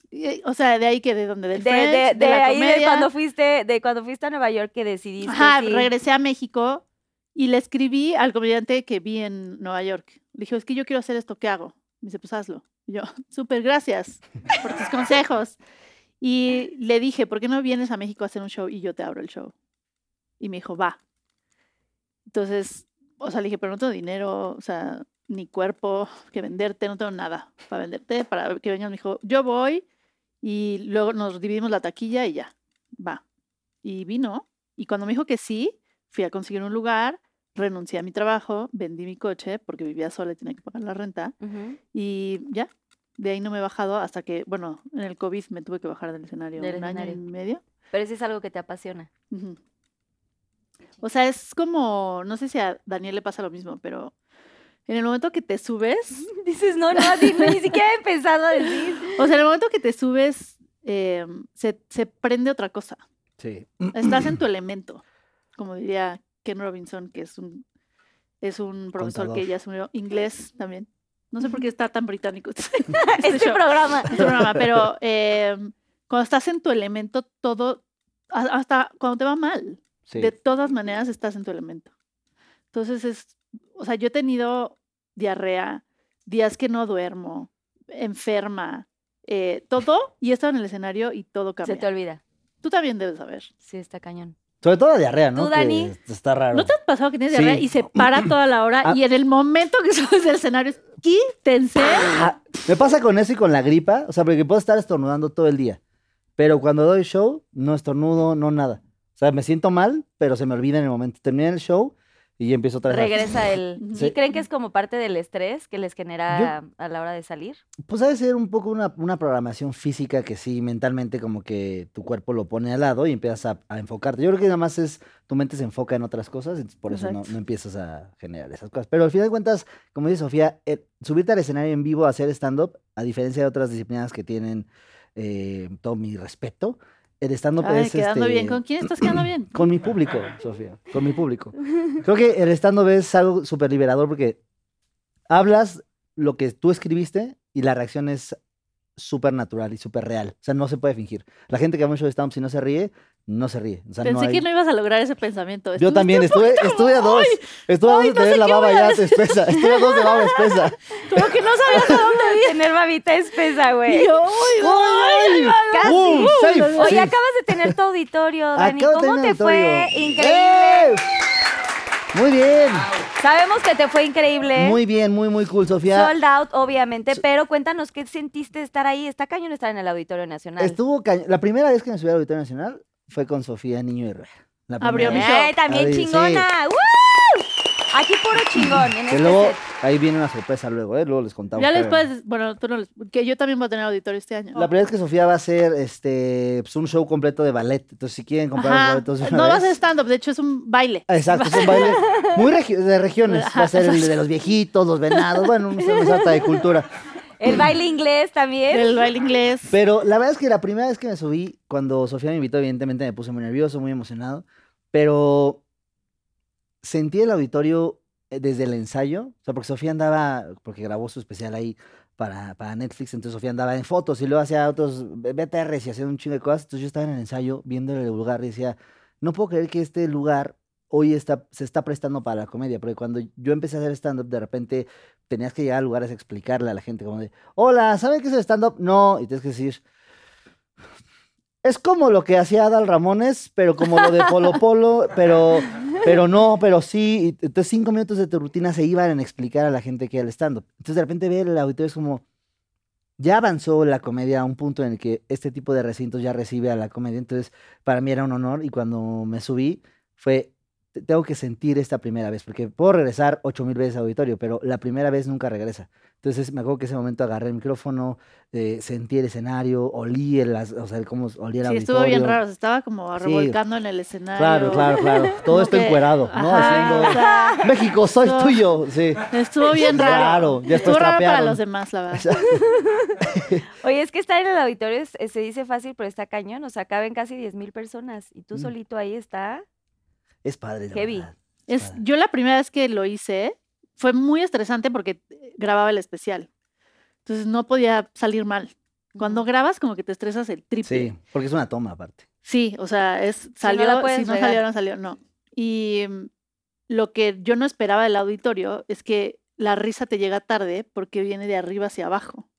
Speaker 5: y- O sea, de ahí que de donde del
Speaker 2: de,
Speaker 5: French,
Speaker 2: de- de
Speaker 5: la
Speaker 2: ahí de
Speaker 5: comedia.
Speaker 2: cuando fuiste, de cuando fuiste a Nueva York que decidiste.
Speaker 5: Ajá,
Speaker 2: sí.
Speaker 5: regresé a México y le escribí al comediante que vi en Nueva York. Le dije, es que yo quiero hacer esto, ¿qué hago? Me dice, pues hazlo. Y yo, súper gracias por tus consejos. Y le dije, ¿por qué no vienes a México a hacer un show y yo te abro el show? Y me dijo, va. Entonces, o sea, le dije, pero no tengo dinero, o sea, ni cuerpo que venderte, no tengo nada para venderte, para que vengas. Me dijo, yo voy y luego nos dividimos la taquilla y ya, va. Y vino y cuando me dijo que sí, fui a conseguir un lugar, renuncié a mi trabajo, vendí mi coche porque vivía sola y tenía que pagar la renta.
Speaker 2: Ujú.
Speaker 5: Y ya, de ahí no me he bajado hasta que, bueno, en el COVID me tuve que bajar del escenario
Speaker 2: Del
Speaker 5: un año y
Speaker 2: escenario.
Speaker 5: medio.
Speaker 2: Pero eso es algo que te apasiona.
Speaker 5: Ujú. O sea, es como, no sé si a Daniel le pasa lo mismo, pero en el momento que te subes,
Speaker 2: Dices, no, no, así, ni siquiera he pensado a decir.
Speaker 5: o sea, en el momento que te subes, eh, se, se prende otra cosa.
Speaker 4: Sí.
Speaker 5: Estás en tu elemento, como diría Ken Robinson, que es un, es un profesor
Speaker 4: Contador.
Speaker 5: que ya asumió inglés también. No sé por qué está tan británico este,
Speaker 2: Este
Speaker 5: show,
Speaker 2: programa.
Speaker 5: este programa, pero eh, cuando estás en tu elemento, todo, a- hasta cuando te va mal,
Speaker 4: sí.
Speaker 5: de todas maneras estás en tu elemento. Entonces es, o sea, yo he tenido diarrea, días que no duermo, enferma, eh, todo, y he estado en el escenario y todo
Speaker 2: Se
Speaker 5: cambia.
Speaker 2: te olvida.
Speaker 5: Tú también debes saber.
Speaker 2: Sí, está cañón.
Speaker 4: Sobre todo la diarrea, ¿no?
Speaker 2: Tú,
Speaker 4: Que
Speaker 2: Dani.
Speaker 4: está raro.
Speaker 5: ¿No te has pasado que tienes
Speaker 4: Sí.
Speaker 5: diarrea y se para toda la hora
Speaker 4: Ah.
Speaker 5: y en el momento que subes del escenario es quítense?
Speaker 4: Ah, me pasa con eso y con la gripa. O sea, porque puedo estar estornudando todo el día. Pero cuando doy show, no estornudo, no nada. O sea, me siento mal, pero se me olvida en el momento. Terminé el show y empiezo otra vez. a-
Speaker 2: Regresa el.
Speaker 4: Sí.
Speaker 2: ¿Y creen que es como parte del estrés que les genera a la hora de salir?
Speaker 4: Pues ha de ser un poco una, una programación física que sí, mentalmente como que tu cuerpo lo pone al lado y empiezas a, a enfocarte. Yo creo que nada más es, tu mente se enfoca en otras cosas, entonces por eso no,
Speaker 5: Exacto.
Speaker 4: no empiezas a generar esas cosas. Pero al final de cuentas, como dice Sofía, eh, subirte al escenario en vivo a hacer stand-up, a diferencia de otras disciplinas que tienen eh, todo mi respeto, el stand-up
Speaker 5: Ay,
Speaker 4: es...
Speaker 5: quedando
Speaker 4: este,
Speaker 5: bien. ¿Con quién estás quedando bien?
Speaker 4: con mi público, Sofía, con mi público. Creo que el stand-up es algo súper liberador porque hablas lo que tú escribiste y la reacción es súper natural y súper real. O sea, no se puede fingir. La gente que va a un show de stand-up, si no se ríe, no se ríe. O sea, no
Speaker 5: Pensé
Speaker 4: hay-
Speaker 5: que no ibas a lograr ese pensamiento.
Speaker 4: Yo
Speaker 5: Estuviste
Speaker 4: también
Speaker 5: un
Speaker 4: estuve,
Speaker 5: poquito-
Speaker 4: estuve a dos.
Speaker 5: ¡Ay!
Speaker 4: Estuve a
Speaker 5: ay,
Speaker 4: dos de
Speaker 5: no sé
Speaker 4: tener la
Speaker 5: qué
Speaker 4: baba
Speaker 5: voy a
Speaker 4: ya
Speaker 5: decir.
Speaker 4: espesa. Estuve a dos de baba espesa.
Speaker 5: Como que no sabías a dónde
Speaker 2: Tener babita espesa, güey.
Speaker 5: ir. Ay, ay, ay, ay.
Speaker 2: Casi.
Speaker 4: ¡Boom! Uh, ¡Safe!
Speaker 2: Oye,
Speaker 4: Sí.
Speaker 2: acabas de tener tu auditorio, Dani.
Speaker 4: Acabo de
Speaker 2: ¿Cómo
Speaker 4: tener
Speaker 2: te fue?
Speaker 4: auditorio.
Speaker 2: Increíble.
Speaker 4: ¡Eh! Muy bien.
Speaker 2: Sabemos que te fue increíble.
Speaker 4: Muy bien, muy, muy cool, Sofía.
Speaker 2: Sold out, obviamente, pero cuéntanos qué sentiste de estar ahí. Está cañón estar en el Auditorio Nacional.
Speaker 4: Estuvo cañ- La primera vez que me subí al Auditorio Nacional fue con Sofía Niño Herrera. La
Speaker 5: Abrió
Speaker 4: primera
Speaker 5: mi
Speaker 4: vez.
Speaker 2: ¡Ay, también
Speaker 4: Ahí, sí.
Speaker 2: chingona! ¡Woo! Aquí puro chingón. En
Speaker 4: Que
Speaker 2: este
Speaker 4: luego,
Speaker 2: set.
Speaker 4: ahí viene una sorpresa luego, ¿eh? Luego les contamos.
Speaker 5: Ya les
Speaker 4: pero-
Speaker 5: puedes, bueno, tú no les- que yo también voy a tener auditorio este año.
Speaker 4: La primera vez que Sofía va a hacer este, pues, un show completo de ballet. Entonces, si quieren comprar los
Speaker 5: Ajá.
Speaker 4: boletos de una
Speaker 5: No va a
Speaker 4: vez-
Speaker 5: ser stand-up, de hecho es un baile.
Speaker 4: Exacto, es un baile muy regi- de regiones. Va a ser el de los viejitos, los venados, bueno, una sarta de cultura.
Speaker 2: El baile inglés también.
Speaker 5: El baile inglés.
Speaker 4: Pero la verdad es que la primera vez que me subí, cuando Sofía me invitó, evidentemente me puse muy nervioso, muy emocionado, pero sentí el auditorio eh, desde el ensayo, o sea, porque Sofía andaba, porque grabó su especial ahí para, para Netflix, entonces Sofía andaba en fotos y luego hacía otros B- BTRs y hacía un chingo de cosas, entonces yo estaba en el ensayo viendo el lugar y decía, no puedo creer que este lugar hoy está, se está prestando para la comedia, porque cuando yo empecé a hacer stand-up, de repente tenías que llegar a lugares a explicarle a la gente, como de, hola, ¿saben qué es el stand-up? No, y tienes que decir, es como lo que hacía Adal Ramones, pero como lo de Polo Polo, pero, pero no, pero sí. Y Entonces cinco minutos de tu rutina se iban en explicar a la gente que era el stand-up. Entonces de repente ver el auditorio es como, ya avanzó la comedia a un punto en el que este tipo de recintos ya recibe a la comedia. Entonces para mí era un honor y cuando me subí fue, "Te- tengo que sentir esta primera vez, porque puedo regresar ocho mil veces al auditorio, pero la primera vez nunca regresa. Entonces me acuerdo que ese momento agarré el micrófono, eh, sentí el escenario, olí el, as- o sea, el cómo olía el
Speaker 5: Sí,
Speaker 4: auditorio.
Speaker 5: estuvo bien raro, se estaba como
Speaker 4: Sí.
Speaker 5: revolcando en el escenario.
Speaker 4: Claro, claro, claro. Todo
Speaker 5: Como
Speaker 4: esto
Speaker 5: que-
Speaker 4: encuerado, ¿no?
Speaker 5: Ajá,
Speaker 4: Haciendo...
Speaker 5: o sea,
Speaker 4: México, soy
Speaker 5: No.
Speaker 4: tuyo. Sí.
Speaker 5: estuvo bien raro.
Speaker 4: Claro, ya
Speaker 5: estuvo
Speaker 4: después
Speaker 5: raro para
Speaker 4: trapearon.
Speaker 5: los demás, la verdad.
Speaker 2: Oye, es que estar en el auditorio es- eh, se dice fácil, pero está cañón. O sea, caben casi 10 mil personas y tú
Speaker 4: Mm.
Speaker 2: solito ahí está.
Speaker 4: Es padre. la
Speaker 2: Heavy.
Speaker 4: verdad.
Speaker 5: Es,
Speaker 2: Ah.
Speaker 4: padre.
Speaker 5: yo la primera vez que lo hice fue muy estresante porque eh, grababa el especial. Entonces no podía salir mal. Cuando grabas como que te estresas el triple.
Speaker 4: Sí, porque es una toma aparte.
Speaker 5: Sí, o sea, es
Speaker 2: no la
Speaker 5: salió, si
Speaker 2: puedes
Speaker 5: no
Speaker 2: regar.
Speaker 5: salió, no salió, no. Y mm, lo que yo no esperaba del auditorio es que la risa te llega tarde porque viene de arriba hacia abajo.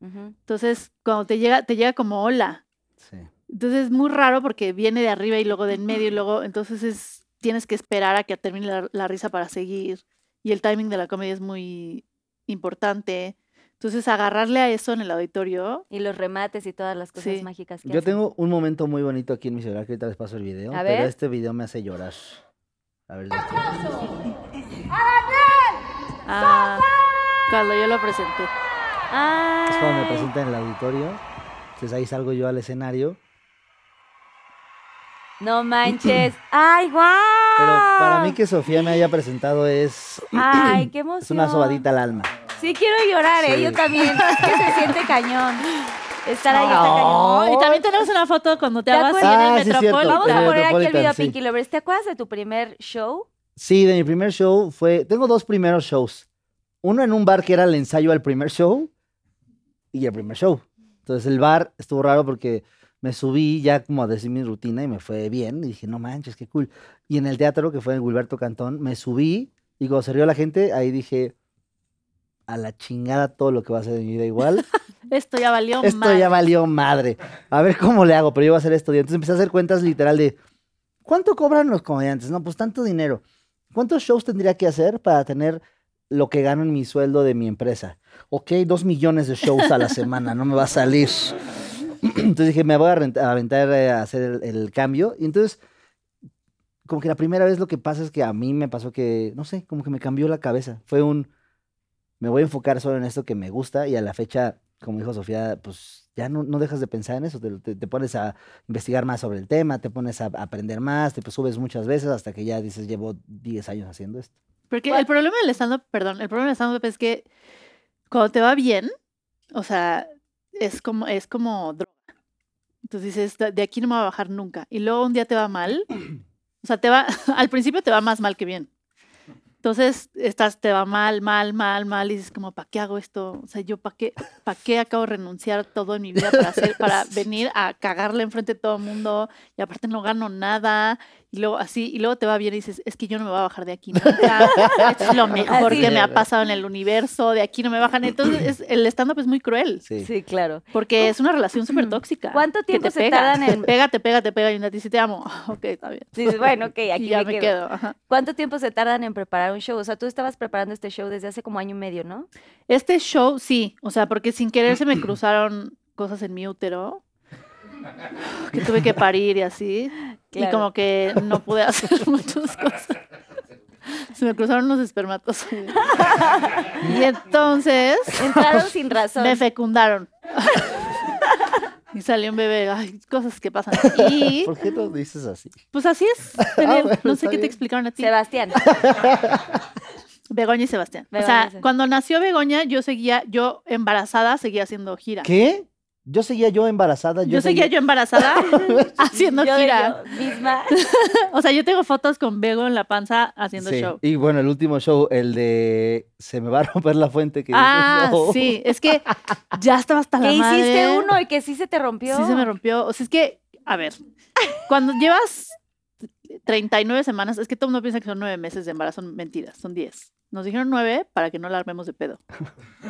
Speaker 2: Ujú.
Speaker 5: Entonces, cuando te llega, te llega como ola.
Speaker 4: Sí.
Speaker 5: Entonces es muy raro porque viene de arriba y luego de en medio y luego, entonces es, tienes que esperar a que termine la, la risa para seguir. Y el timing de la comedia es muy importante. Entonces, agarrarle a eso en el auditorio.
Speaker 2: Y los remates y todas las cosas
Speaker 5: Sí.
Speaker 2: mágicas que
Speaker 4: Yo
Speaker 2: hacen.
Speaker 4: tengo un momento muy bonito aquí en mi celular que ahorita les paso el video.
Speaker 2: A
Speaker 4: Pero
Speaker 2: ver.
Speaker 4: este video me hace llorar. A ver, lo estoy-
Speaker 5: ah, cuando yo lo presenté.
Speaker 2: Ah,
Speaker 4: es cuando me presentan en el auditorio. Entonces ahí salgo yo al escenario.
Speaker 2: no manches. ¡Ay, guau!
Speaker 4: Pero para mí que Sofía me haya presentado es,
Speaker 2: ¡Ay, qué emoción!
Speaker 4: es una sobadita al alma.
Speaker 2: Sí, quiero llorar, ¿eh?
Speaker 4: Sí.
Speaker 2: Yo también. Es que se siente cañón. Estar ahí está
Speaker 4: No.
Speaker 2: cañón.
Speaker 5: Y también tenemos una foto cuando te
Speaker 2: ¿Te
Speaker 5: hagas
Speaker 2: acuerdas?
Speaker 5: en
Speaker 4: Ah,
Speaker 5: el
Speaker 4: sí, es cierto.
Speaker 5: Metropolitan.
Speaker 2: Vamos
Speaker 4: En
Speaker 2: a poner aquí
Speaker 4: el
Speaker 2: el video
Speaker 4: Metropolitan,
Speaker 2: a
Speaker 4: sí.
Speaker 2: Pinky Lovers. ¿Te acuerdas de tu primer show?
Speaker 4: Sí, de mi primer show fue. Tengo dos primeros shows. Uno en un bar que era el ensayo al primer show y el primer show. Entonces el bar estuvo raro porque me subí ya como a decir mi rutina y me fue bien. Y dije, no manches, qué cool. Y en el teatro, que fue en Gilberto Cantón, me subí y cuando se rió la gente, ahí dije, a la chingada todo lo que va a ser de mi vida igual.
Speaker 5: Esto ya valió
Speaker 4: Pues, Esto
Speaker 5: madre.
Speaker 4: ya valió madre. A ver cómo le hago, pero yo voy a hacer esto. Y entonces empecé a hacer cuentas literal de ¿cuánto cobran los comediantes? No, pues tanto dinero. ¿Cuántos shows tendría que hacer para tener lo que gano en mi sueldo de mi empresa? Ok, dos millones de shows a la semana, no me va a salir. Entonces dije, me voy a rent- a aventar eh, a hacer el, el cambio. Y entonces, como que la primera vez lo que pasa es que a mí me pasó que, no sé, como que me cambió la cabeza. Fue un, me voy a enfocar solo en esto que me gusta y a la fecha, como dijo Sofía, pues ya no, no dejas de pensar en eso, te, te- te pones a investigar más sobre el tema, te pones a aprender más, te pues, subes muchas veces hasta que ya dices, llevo 10 años haciendo esto.
Speaker 5: Porque el problema del stand-up, perdón, el problema del stand-up es que cuando te va bien, o sea, es como, es como droga. Entonces dices, "De- de aquí no me voy a bajar nunca. Y luego un día te va mal. O sea, te va, al principio te va más mal que bien. Entonces, estás, te va mal, mal, mal, mal, y dices como, ¿para qué hago esto? O sea, yo para qué, para qué acabo de renunciar todo en mi vida para hacer, para venir a cagarle enfrente de todo el mundo, y aparte no gano nada, y luego así, y luego te va bien y dices, es que yo no me voy a bajar de aquí nunca, esto es lo mejor
Speaker 2: Así
Speaker 5: que me
Speaker 4: es.
Speaker 5: ha pasado en el universo, de aquí no me bajan. Entonces, es- el stand-up es muy cruel,
Speaker 4: Sí.
Speaker 2: Sí, claro.
Speaker 5: porque es una relación súper tóxica.
Speaker 2: ¿Cuánto
Speaker 5: que
Speaker 2: tiempo
Speaker 5: te
Speaker 2: se
Speaker 5: pega.
Speaker 2: tardan en-
Speaker 5: Te pega, te pega, te pega, y una te dice, te amo. Ok, está bien.
Speaker 2: Dices, bueno, ok, aquí
Speaker 5: y ya
Speaker 2: me quedo.
Speaker 5: ajá.
Speaker 2: ¿Cuánto tiempo se tardan en preparar un show? O sea, tú estabas preparando este show desde hace como año y medio, ¿no?
Speaker 5: Este show sí, o sea, porque sin querer se me cruzaron cosas en mi útero que tuve que parir y así. Y
Speaker 2: Claro.
Speaker 5: como que no pude hacer muchas cosas. Se me cruzaron los espermatozoides. Y entonces
Speaker 2: Entraron sin razón.
Speaker 5: me fecundaron. Y salió un bebé. Ay, cosas que pasan. Y
Speaker 4: ¿Por qué lo dices así?
Speaker 5: pues así es. Daniel.
Speaker 4: bueno,
Speaker 5: no
Speaker 4: está
Speaker 5: sé qué te
Speaker 4: bien.
Speaker 5: explicaron a ti.
Speaker 2: Sebastián.
Speaker 5: Begoña y Sebastián. o
Speaker 2: Begoña y
Speaker 5: sea,
Speaker 2: Sebastián.
Speaker 5: cuando nació Begoña, yo seguía, yo embarazada, seguía haciendo gira.
Speaker 4: ¿Qué? Yo seguía yo embarazada.
Speaker 5: Yo seguía yo embarazada haciendo
Speaker 2: yo,
Speaker 5: gira.
Speaker 2: yo misma.
Speaker 5: O sea, yo tengo fotos con Bego en la panza haciendo
Speaker 4: Sí,
Speaker 5: show.
Speaker 4: Y bueno, el último show, el de Se me va a romper la fuente. Que
Speaker 5: Ah,
Speaker 4: dices, no.
Speaker 5: sí, es que ya estaba hasta la
Speaker 2: Que
Speaker 5: madre.
Speaker 2: hiciste uno y que sí se te rompió.
Speaker 5: Sí se me rompió. O sea, es que, a ver, cuando llevas 39 semanas, es que todo el mundo piensa que son 9 meses de embarazo, son mentiras, son 10. Nos dijeron 9 para que no la armemos de pedo.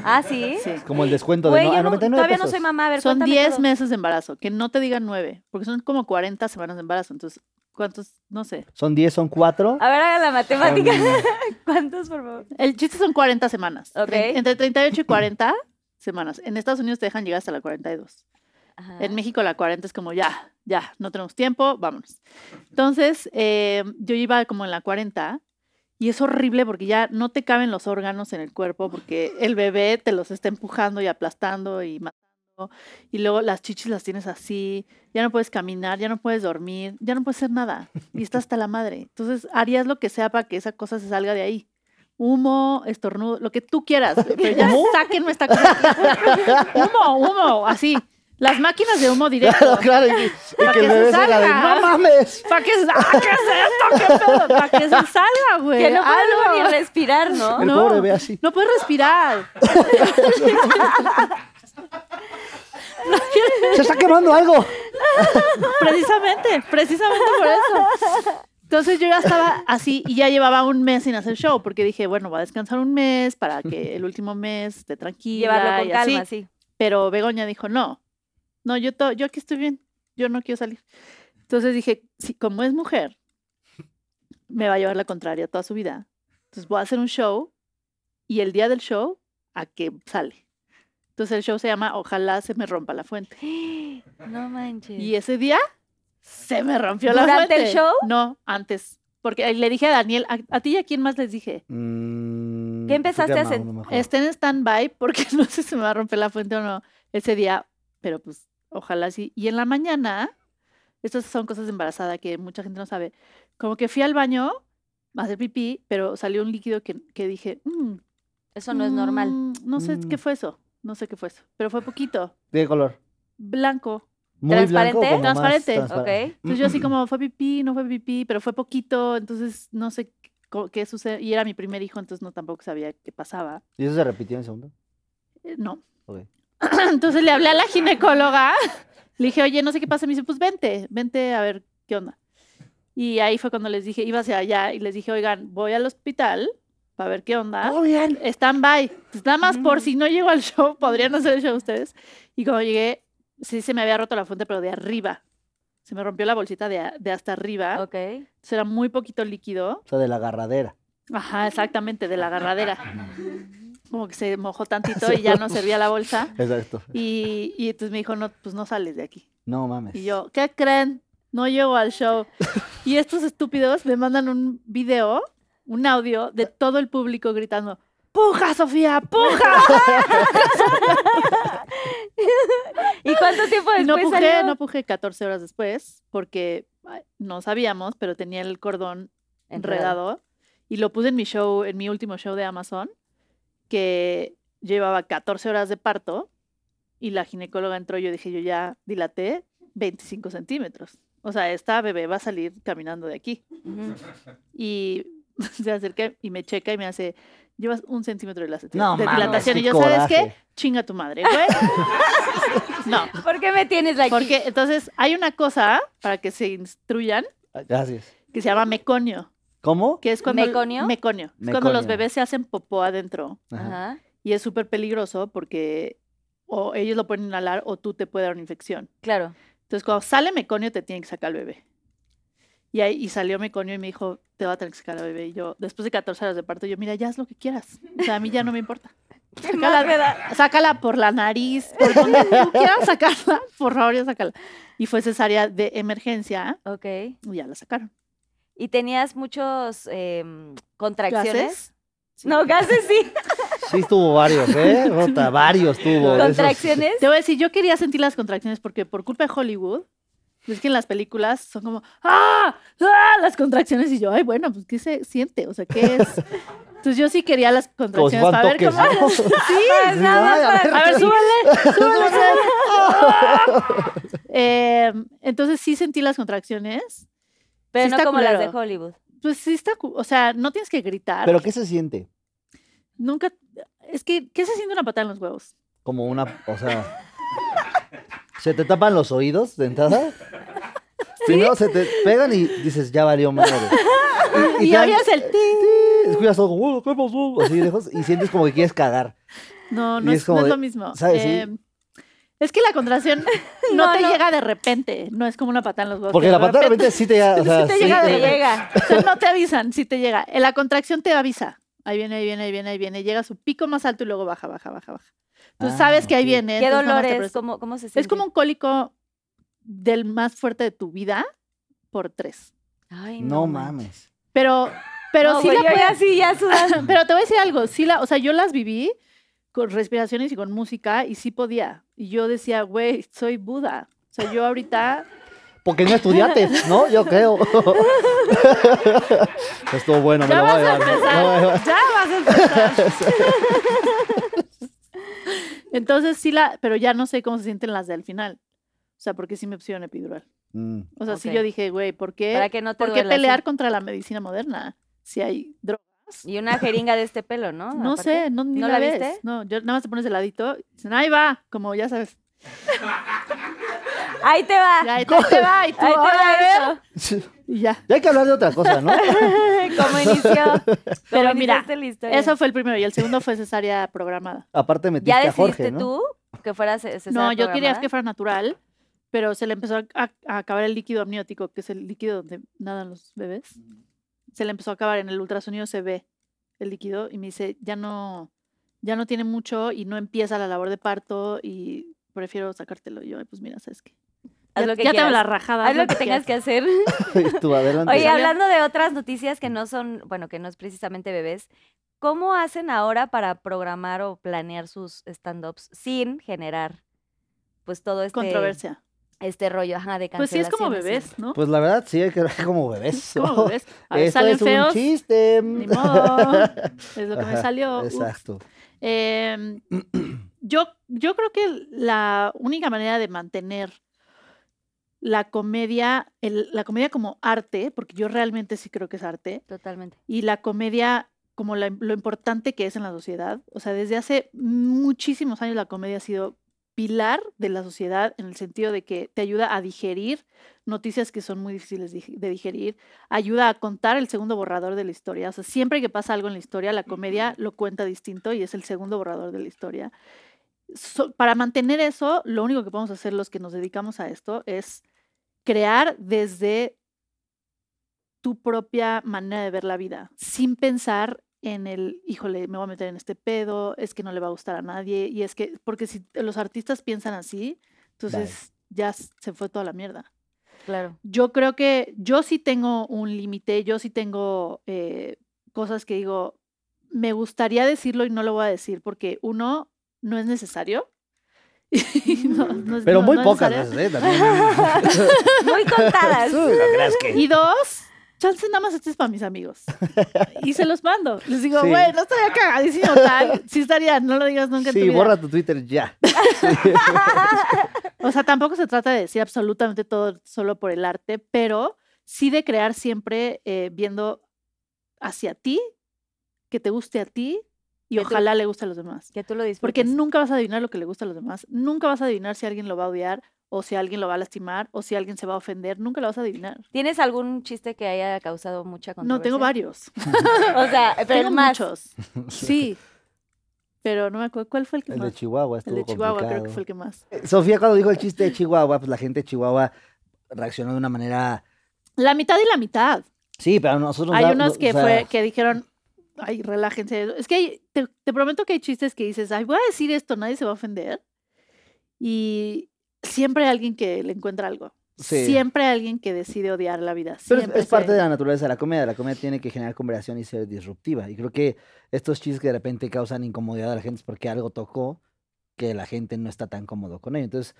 Speaker 2: Ah, sí.
Speaker 5: Sí.
Speaker 4: Como el descuento de
Speaker 2: Güey,
Speaker 4: no,
Speaker 2: yo
Speaker 4: a
Speaker 2: no-
Speaker 4: 99
Speaker 2: todavía no
Speaker 4: pesos.
Speaker 2: soy mamá, a ver,
Speaker 5: Son
Speaker 2: cuéntame
Speaker 5: 10
Speaker 2: todo.
Speaker 5: meses de embarazo, que no te digan 9, porque son como 40 semanas de embarazo. Entonces, ¿cuántos? No sé.
Speaker 4: Son 10, son 4.
Speaker 2: A ver, haga la matemática. ¿Cuántos, por favor?
Speaker 5: El chiste son 40 semanas.
Speaker 2: Ok.
Speaker 5: Tre- Entre 38 y 40 semanas. En Estados Unidos te dejan llegar hasta la 42.
Speaker 2: Ajá.
Speaker 5: En México la 40 es como ya, ya, no tenemos tiempo, vámonos. Entonces, eh, yo iba como en la 40 y es horrible porque ya no te caben los órganos en el cuerpo porque el bebé te los está empujando y aplastando y matando. Y luego las chichis las tienes así, ya no puedes caminar, ya no puedes dormir, ya no puedes hacer nada. Y está hasta la madre. Entonces, harías lo que sea para que esa cosa se salga de ahí. Humo, estornudo, lo que tú quieras, pero ya sáquenme esta cosa. humo, humo, así. Las máquinas de humo directo.
Speaker 4: Claro, claro. Y, y
Speaker 5: Para
Speaker 4: que
Speaker 5: que
Speaker 4: el
Speaker 5: se
Speaker 4: bebé se la de,
Speaker 5: salga.
Speaker 4: no mames.
Speaker 5: ¿Para qué, sa- ah, qué es esto? ¿Qué pedo? Para que se salga, güey.
Speaker 2: Que no puedo
Speaker 5: algo.
Speaker 2: luego ni respirar, ¿no?
Speaker 4: El
Speaker 5: No.
Speaker 4: pobre bebé así.
Speaker 5: No puedes respirar.
Speaker 4: Se está quemando algo.
Speaker 5: Precisamente, precisamente por eso. Entonces yo ya estaba así y ya llevaba un mes sin hacer show porque dije, bueno, voy a descansar un mes para que el último mes esté tranquila
Speaker 2: Llevarlo con
Speaker 5: y así.
Speaker 2: calma, sí.
Speaker 5: Pero Begoña dijo, no, no, yo, to- yo aquí estoy bien, yo no quiero salir. Entonces dije, si como es mujer, me va a llevar la contraria toda su vida. Entonces voy a hacer un show y el día del show, ¿a qué sale? Entonces el show se llama Ojalá se me rompa la fuente.
Speaker 2: No manches.
Speaker 5: Y ese día se me rompió la fuente.
Speaker 2: ¿Durante el show?
Speaker 5: No, antes. Porque le dije a Daniel, a, a ti y a quién más les dije,
Speaker 4: Mm,
Speaker 2: ¿Qué empezaste
Speaker 4: creo que
Speaker 2: a hacer?
Speaker 4: Mau, lo mejor.
Speaker 5: estén en stand-by porque no sé si se me va a romper la fuente o no ese día, pero pues ojalá sí. Y en la mañana, estas son cosas de embarazada que mucha gente no sabe, como que fui al baño a hacer pipí, pero salió un líquido que, que dije, "Mm,
Speaker 2: Eso no es normal.
Speaker 5: mm, No sé qué
Speaker 4: Mm.
Speaker 5: fue eso, no sé qué fue eso, pero fue poquito,
Speaker 4: ¿De qué color?
Speaker 5: blanco.
Speaker 4: Muy blanco. o
Speaker 2: ¿Transparente?
Speaker 4: como más
Speaker 5: Transparente.
Speaker 4: transparente?
Speaker 2: Ok.
Speaker 5: Entonces yo así como, fue pipí, no fue pipí, pero fue poquito, entonces no sé qué- co- qué sucede. Y era mi primer hijo, entonces no tampoco sabía qué pasaba.
Speaker 4: ¿Y eso se repitió en segundo?
Speaker 5: Eh, No.
Speaker 4: Ok.
Speaker 5: Entonces le hablé a la ginecóloga. Le dije, oye, no sé qué pasa. Me dice, pues vente, vente a ver qué onda. Y ahí fue cuando les dije, iba hacia allá y les dije, oigan, voy al hospital para ver qué onda.
Speaker 4: Oh.
Speaker 5: Stand by. Pues nada más por si no llego al show, podrían hacer el show ustedes. Y cuando llegué, sí se me había roto la fuente, pero de arriba. Se me rompió la bolsita de, a- de hasta arriba.
Speaker 2: Ok.
Speaker 5: Entonces, era muy poquito líquido.
Speaker 4: O sea, de la agarradera.
Speaker 5: Ajá, exactamente, de la agarradera. Como que se mojó tantito y ya no servía la bolsa.
Speaker 4: Exacto.
Speaker 5: Y, y entonces me dijo, no, pues no sales de aquí.
Speaker 4: No mames.
Speaker 5: Y yo, ¿qué creen? No llego al show. Y estos estúpidos me mandan un video, un audio de todo el público gritando, ¡puja, Sofía, puja!
Speaker 2: ¿Y cuánto tiempo
Speaker 5: Y
Speaker 2: después
Speaker 5: no pujé,
Speaker 2: salió?
Speaker 5: no pujé 14 horas después, porque ay, no sabíamos, pero tenía el cordón
Speaker 2: Enredado.
Speaker 5: enredado. Y lo puse en mi show, en mi último show de Amazon, que yo llevaba 14 horas de parto y la ginecóloga entró y yo dije, yo ya dilaté 25 centímetros. O sea, esta bebé va a salir caminando de aquí.
Speaker 2: Ujú.
Speaker 5: Y se acerca y me checa y me hace, llevas un centímetro de, la de
Speaker 4: No mames,
Speaker 5: dilatación.
Speaker 4: qué
Speaker 5: Y yo, ¿sabes qué?
Speaker 4: coraje.
Speaker 5: Chinga tu madre, güey. no,
Speaker 2: ¿Por qué me tienes aquí?
Speaker 5: porque entonces hay una cosa para que se instruyan
Speaker 4: Gracias.
Speaker 5: que se llama meconio,
Speaker 4: ¿Cómo?
Speaker 5: que es cuando...
Speaker 2: ¿Meconio?
Speaker 5: Meconio. Es cuando los
Speaker 4: Meconio.
Speaker 5: bebés se hacen popó adentro.
Speaker 4: Ajá.
Speaker 2: Ajá.
Speaker 5: Y es súper peligroso porque o ellos lo pueden inhalar o tú te puede dar una infección.
Speaker 2: Claro.
Speaker 5: Entonces, cuando sale meconio, te tienen que sacar al bebé. Y, ahí, y salió meconio y me dijo, te va a tener que sacar al bebé. Y yo, después de 14 horas de parto, yo, mira, ya haz lo que quieras. O sea, a mí ya no me importa.
Speaker 2: mal me
Speaker 5: Sácala, sácala por la nariz, por donde tú quieras sacarla, por favor, ya sácala. Y fue cesárea de emergencia
Speaker 2: Ok.
Speaker 5: y ya la sacaron.
Speaker 2: ¿Y tenías muchos em, contracciones?
Speaker 5: ¿Gases?
Speaker 2: No, gases sí.
Speaker 4: Sí tuvo varios, ¿eh? Jota, varios tuvo. de esos-
Speaker 2: ¿Contracciones?
Speaker 5: Te voy a decir, yo quería sentir las contracciones porque por culpa de Hollywood, es que en las películas son como, ¡ah! ¡ah! Las contracciones y yo, ay, bueno, pues ¿qué se siente? O sea, ¿qué es? Entonces yo sí quería las
Speaker 4: Como si
Speaker 5: contracciones
Speaker 4: fueran
Speaker 5: para ver
Speaker 4: toques.
Speaker 5: cómo...
Speaker 4: ¿no?
Speaker 2: Pues nada más
Speaker 4: Ay, a
Speaker 2: para-
Speaker 4: ver.
Speaker 5: A ver, súbele, súbele. súbele. Eh, entonces sí sentí las contracciones.
Speaker 2: Pero
Speaker 5: Sí
Speaker 2: no
Speaker 5: está
Speaker 2: como las de
Speaker 5: culero.
Speaker 2: Hollywood.
Speaker 5: Pues sí está, cu- o sea, no tienes que gritar.
Speaker 4: ¿Pero qué se siente?
Speaker 5: Nunca, es que, ¿qué se siente una patada en los huevos?
Speaker 4: Como una, o sea... ¿Se te tapan los oídos de entrada? Primero se te pegan y dices, ya valió madre.
Speaker 5: Y
Speaker 4: te dan-
Speaker 5: oyes el ti.
Speaker 4: Escuchas todo, "Wow, ¿qué pasó?", así de lejos, y sientes como que quieres cagar.
Speaker 5: No,
Speaker 4: Y
Speaker 5: no
Speaker 4: es
Speaker 5: es,
Speaker 4: como
Speaker 5: no es
Speaker 4: de,
Speaker 5: lo mismo.
Speaker 4: ¿sabes? Sí.
Speaker 5: Eh, es que la contracción no,
Speaker 2: No,
Speaker 5: te
Speaker 2: no.
Speaker 5: llega de repente, no es como una patada en los huevos.
Speaker 4: Porque
Speaker 5: que
Speaker 4: la patada de repente sí te llega, o
Speaker 5: Ah, Sí
Speaker 4: sea,
Speaker 5: te
Speaker 4: sí
Speaker 5: llega
Speaker 4: te-
Speaker 5: de
Speaker 2: Te llega.
Speaker 5: O sea, no te avisan si te llega. Eh, La contracción te avisa. Ahí viene, ahí viene, ahí viene, ahí viene. Llega a su pico más alto y luego baja, baja, baja, baja. Tú
Speaker 4: Ah,
Speaker 5: sabes que ahí
Speaker 4: ok.
Speaker 5: viene.
Speaker 2: ¿Qué
Speaker 5: entonces nada más te
Speaker 2: dolores?
Speaker 5: prestas-
Speaker 2: ¿Cómo, cómo se siente?
Speaker 5: Es como un cólico del más fuerte de tu vida por tres.
Speaker 2: Ay, no,
Speaker 4: No
Speaker 2: manches.
Speaker 4: mames.
Speaker 5: Pero, pero
Speaker 2: No,
Speaker 5: sí
Speaker 2: güey,
Speaker 5: la
Speaker 2: yo
Speaker 5: puedes-
Speaker 2: ya sí, ya sudando.
Speaker 5: Pero te voy a decir algo, sí la, o sea, yo las viví con respiraciones y con música y sí podía. Y yo decía, güey, soy Buda. O sea, yo ahorita,
Speaker 4: Porque no estudiaste, ¿no? Yo creo. Estuvo bueno, me
Speaker 5: Ya
Speaker 4: lo voy a
Speaker 5: vas a
Speaker 4: llevar.
Speaker 5: empezar.
Speaker 4: No, no, no.
Speaker 5: ya vas a empezar. Entonces sí la, pero ya no sé cómo se sienten las de al final. O sea, porque sí me pusieron epidural.
Speaker 4: Mm.
Speaker 5: O sea, sí
Speaker 2: Ok.
Speaker 5: yo dije, güey, ¿por
Speaker 2: Para
Speaker 5: qué,
Speaker 2: que no te
Speaker 5: ¿Eh? ¿por qué
Speaker 2: duela, sí.
Speaker 5: pelear contra la medicina moderna si hay drogas?
Speaker 2: Y una jeringa de este pelo, ¿no?
Speaker 5: No
Speaker 2: Aparte.
Speaker 5: sé, no, ni
Speaker 2: ¿No
Speaker 5: la,
Speaker 2: la
Speaker 5: ves.
Speaker 2: viste?
Speaker 5: No, yo nada más te pones de ladito y dicen, ahí va, como ya sabes.
Speaker 2: Ahí te va.
Speaker 5: Ya, ahí te, ahí te va, y tú,
Speaker 2: Ahí te
Speaker 5: "Órale, a
Speaker 2: va
Speaker 5: ver".
Speaker 2: eso.
Speaker 5: Y ya.
Speaker 4: Ya hay que hablar de otra cosa, ¿no?
Speaker 2: Como inició.
Speaker 5: Pero
Speaker 2: cómo
Speaker 5: mira,
Speaker 2: iniciaste la historia.
Speaker 5: Eso fue el primero. Y el segundo fue cesárea programada.
Speaker 4: Aparte metiste
Speaker 2: ¿Ya
Speaker 4: a Jorge,
Speaker 2: decidiste
Speaker 4: ¿no?
Speaker 2: tú que fuera ce- cesárea
Speaker 5: no, yo quería
Speaker 2: programada?
Speaker 5: que fuera natural, pero se le empezó a, a- a acabar el líquido amniótico, que es el líquido donde nadan los bebés. Se le empezó a acabar. En el ultrasonido se ve el líquido y me dice, ya no, ya no tiene mucho y no empieza la labor de parto y prefiero sacártelo. Y yo, "Ay, pues mira, ¿sabes qué?
Speaker 2: Haz
Speaker 5: ya
Speaker 2: lo que
Speaker 5: ya te hago
Speaker 2: quieras.
Speaker 5: la rajada.
Speaker 2: Haz lo que tengas
Speaker 5: quieras".
Speaker 2: que hacer.
Speaker 4: Y tú, adelante.
Speaker 2: Oye,
Speaker 5: Salió-
Speaker 2: hablando de otras noticias que no son, bueno, que no es precisamente bebés, ¿cómo hacen ahora para programar o planear sus stand-ups sin generar, pues todo este,
Speaker 5: Controversia.
Speaker 2: este rollo ajá, de cancelación?
Speaker 5: Pues sí, es como bebés, ¿no?
Speaker 4: Pues la verdad, sí, hay que hablar como bebés.
Speaker 5: como bebés. A ver,
Speaker 4: Esto
Speaker 5: salen
Speaker 4: Pues es un
Speaker 5: feos.
Speaker 4: chiste.
Speaker 5: Ni modo. Es lo que me
Speaker 4: Ajá,
Speaker 5: salió. uf.
Speaker 4: Exacto.
Speaker 5: Em, yo, yo creo que la única manera de mantener la comedia, el- la comedia como arte, porque yo realmente sí creo que es arte,
Speaker 2: Totalmente.
Speaker 5: y la comedia como la- lo importante que es en la sociedad. O sea, desde hace muchísimos años la comedia ha sido pilar de la sociedad en el sentido de que te ayuda a digerir noticias que son muy difíciles dig- de digerir, ayuda a contar el segundo borrador de la historia. O sea, siempre que pasa algo en la historia, la comedia lo cuenta distinto y es el segundo borrador de la historia. So- para mantener eso, lo único que podemos hacer los que nos dedicamos a esto es crear desde tu propia manera de ver la vida, sin pensar en el, híjole, me voy a meter en este pedo, es que no le va a gustar a nadie, y es que, porque si los artistas piensan así, entonces ya s- se fue toda la mierda.
Speaker 2: Claro.
Speaker 5: Yo creo que yo sí tengo un límite, yo sí tengo eh, cosas que digo, me gustaría decirlo y no lo voy a decir, porque uno, no es necesario. y no- no es-
Speaker 4: Pero
Speaker 5: no-
Speaker 4: muy
Speaker 5: no es
Speaker 4: pocas
Speaker 5: necesario.
Speaker 4: veces, ¿eh?
Speaker 2: Muy
Speaker 4: También.
Speaker 2: contadas.
Speaker 4: Sí, no creas que-
Speaker 5: Y dos, chance nada más este es para mis amigos. Y se los mando. Les digo,
Speaker 4: Sí.
Speaker 5: güey, no estaría cagadísimo tal. Sí estaría, no lo digas nunca en
Speaker 4: Sí,
Speaker 5: tu vida".
Speaker 4: borra tu Twitter ya.
Speaker 5: O sea, tampoco se trata de decir absolutamente todo solo por el arte, pero sí de crear siempre eh, viendo hacia ti, que te guste a ti y
Speaker 2: Que tú-
Speaker 5: ojalá le guste a los demás.
Speaker 2: Que tú lo
Speaker 5: Porque
Speaker 2: disfrutes.
Speaker 5: nunca vas a adivinar lo que le gusta a los demás. Nunca vas a adivinar si alguien lo va a odiar o si alguien lo va a lastimar o si alguien se va a ofender. Nunca lo vas a adivinar.
Speaker 2: ¿Tienes algún chiste que haya causado mucha controversia?
Speaker 5: No, tengo
Speaker 4: Eh,
Speaker 5: varios.
Speaker 2: O sea, pero
Speaker 5: tengo
Speaker 2: más.
Speaker 5: muchos. Sí. Pero no me acuerdo. ¿Cuál fue el que
Speaker 4: El
Speaker 5: más?
Speaker 4: de Chihuahua
Speaker 5: el
Speaker 4: estuvo
Speaker 5: de Chihuahua creo que
Speaker 4: complicado.
Speaker 5: fue el que más.
Speaker 4: Sofía, cuando dijo el chiste de Chihuahua, pues la gente de Chihuahua reaccionó de una manera.
Speaker 5: La mitad y la mitad.
Speaker 4: Sí, pero a nosotros. nos
Speaker 5: Hay
Speaker 4: da-
Speaker 5: unos
Speaker 4: o
Speaker 5: que,
Speaker 4: sea,
Speaker 5: fue, que dijeron, ay, relájense. Es que hay- te, te prometo que hay chistes que dices, ay, voy a decir esto, nadie se va a ofender. Y siempre hay alguien que le encuentra algo.
Speaker 4: Sí.
Speaker 5: Siempre hay alguien que decide odiar la vida.
Speaker 4: Pero es,
Speaker 5: siempre
Speaker 4: es parte
Speaker 5: se-
Speaker 4: de la naturaleza de la comedia. La comedia tiene que generar conversación y ser disruptiva. Y creo que estos chistes que de repente causan incomodidad a la gente es porque algo tocó que la gente no está tan cómodo con ello. Entonces,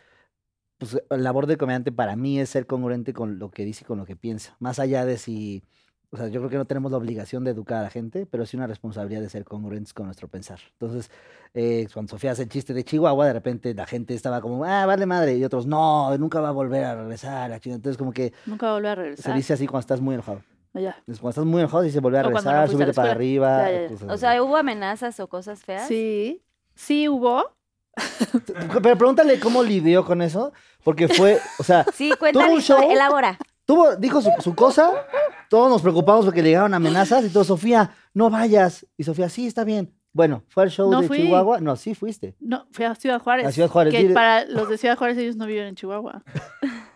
Speaker 4: pues la labor de comediante para mí es ser congruente con lo que dice y con lo que piensa. Más allá de si. O sea, yo creo que no tenemos la obligación de educar a la gente, pero sí una responsabilidad de ser congruentes con nuestro pensar. Entonces, eh, cuando Sofía hace el chiste de Chihuahua, de repente la gente estaba como, ah, vale madre, y otros, no, nunca va a volver a regresar a China. Entonces, como que
Speaker 5: Nunca va a volver a
Speaker 4: se
Speaker 5: regresar.
Speaker 4: dice así cuando estás muy enojado.
Speaker 5: Ah, ya.
Speaker 4: Entonces, cuando estás muy enojado, dices volver a
Speaker 5: O cuando no
Speaker 4: regresar,
Speaker 5: fuiste a la
Speaker 4: subirte para arriba.
Speaker 5: Ya, ya, ya.
Speaker 4: cosas
Speaker 2: O
Speaker 4: así.
Speaker 2: sea, ¿hubo amenazas o cosas feas?
Speaker 5: Sí, sí hubo.
Speaker 4: pero pregúntale cómo lidió con eso, porque fue, o sea,
Speaker 2: Sí, cuéntale,
Speaker 4: un show?
Speaker 2: elabora.
Speaker 4: tuvo, dijo su, su cosa, todos nos preocupamos porque le llegaron amenazas y todo, Sofía, no vayas. Y Sofía, sí, está bien. Bueno, fue al show
Speaker 5: No
Speaker 4: de
Speaker 5: fui.
Speaker 4: Chihuahua. No, sí fuiste.
Speaker 5: No, fui a Ciudad Juárez.
Speaker 4: A Ciudad Juárez,
Speaker 5: Que
Speaker 4: dile.
Speaker 5: para los de Ciudad Juárez ellos no viven en Chihuahua.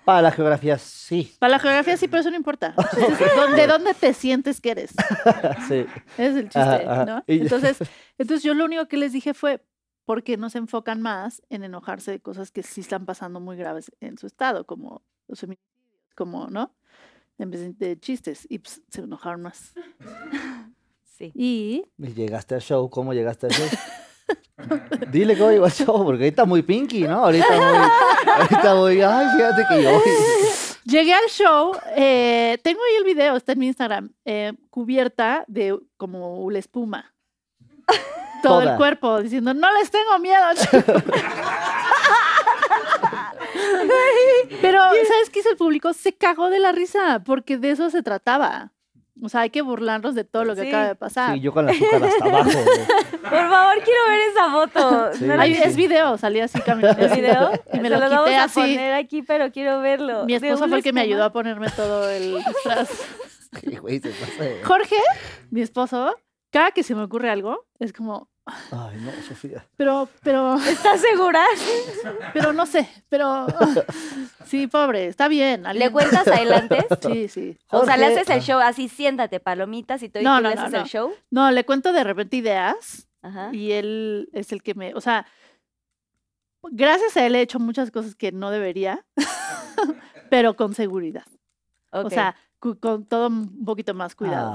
Speaker 4: Para la geografía, sí.
Speaker 5: Para la geografía sí, pero eso no importa. El chiste es ¿dónde- ¿De dónde te sientes que eres?
Speaker 4: sí.
Speaker 5: Ese Es el chiste,
Speaker 4: Ajá, ajá.
Speaker 5: ¿no?
Speaker 4: Y-
Speaker 5: Entonces, entonces yo lo único que les dije fue, ¿por qué no se enfocan más en enojarse de cosas que sí están pasando muy graves en su estado, como los feminicidios, como, ¿no? En vez de, de chistes. Y pues, se enojaron más.
Speaker 2: Sí.
Speaker 5: Y
Speaker 4: Y Llegaste al show, ¿cómo llegaste al show? Dile cómo llegó al show, porque ahorita muy pinky, ¿no? Ahorita muy, ahorita muy, ay, fíjate que yo.
Speaker 5: Llegué al show, eh, tengo ahí el video, está en mi Instagram, eh, cubierta de como la espuma. Todo
Speaker 4: Toda.
Speaker 5: el cuerpo diciendo, no les tengo miedo. chicos". Pero, ¿sabes qué hizo el público? Se cagó de la risa, porque de eso se trataba. O sea, hay que burlarnos de todo lo que
Speaker 2: Sí.
Speaker 5: acaba de
Speaker 2: Ah.
Speaker 5: pasar.
Speaker 4: Sí, yo con la azúcar hasta abajo. güey.
Speaker 2: Por favor, quiero ver esa foto.
Speaker 4: Sí.
Speaker 2: No la
Speaker 5: Ay,
Speaker 4: Ahí
Speaker 2: vi-
Speaker 5: es video, salí así caminando.
Speaker 2: ¿El video?
Speaker 5: Y me
Speaker 2: Se
Speaker 5: lo
Speaker 2: los vamos
Speaker 5: quité
Speaker 2: a
Speaker 5: así.
Speaker 2: poner aquí, pero quiero verlo.
Speaker 5: Mi
Speaker 2: De
Speaker 5: esposo
Speaker 2: una
Speaker 5: fue el que me
Speaker 2: espuma.
Speaker 5: ayudó a ponerme todo el disfraz.
Speaker 4: Sí, güey, se pasa de-
Speaker 5: Jorge, mi esposo, cada que se me ocurre algo, es como,
Speaker 4: Ay, no, Sofía.
Speaker 5: pero, pero,
Speaker 2: ¿Estás segura?
Speaker 5: pero no sé, pero ah, sí, pobre, está bien.
Speaker 2: ¿Le
Speaker 5: alguien-
Speaker 2: cuentas a él antes?
Speaker 5: Sí, sí.
Speaker 2: O sea, le
Speaker 4: Jorge- Ah,
Speaker 2: haces el show así, siéntate, palomitas y todo, y
Speaker 5: No,
Speaker 2: tú
Speaker 5: no,
Speaker 2: le
Speaker 5: no,
Speaker 2: haces
Speaker 5: no.
Speaker 2: el show.
Speaker 5: No, le cuento de repente ideas
Speaker 2: Ajá.
Speaker 5: y él es el que me, o sea, gracias a él he hecho muchas cosas que no debería, pero con seguridad.
Speaker 2: Ok.
Speaker 5: O sea, cu- con todo un poquito más cuidado.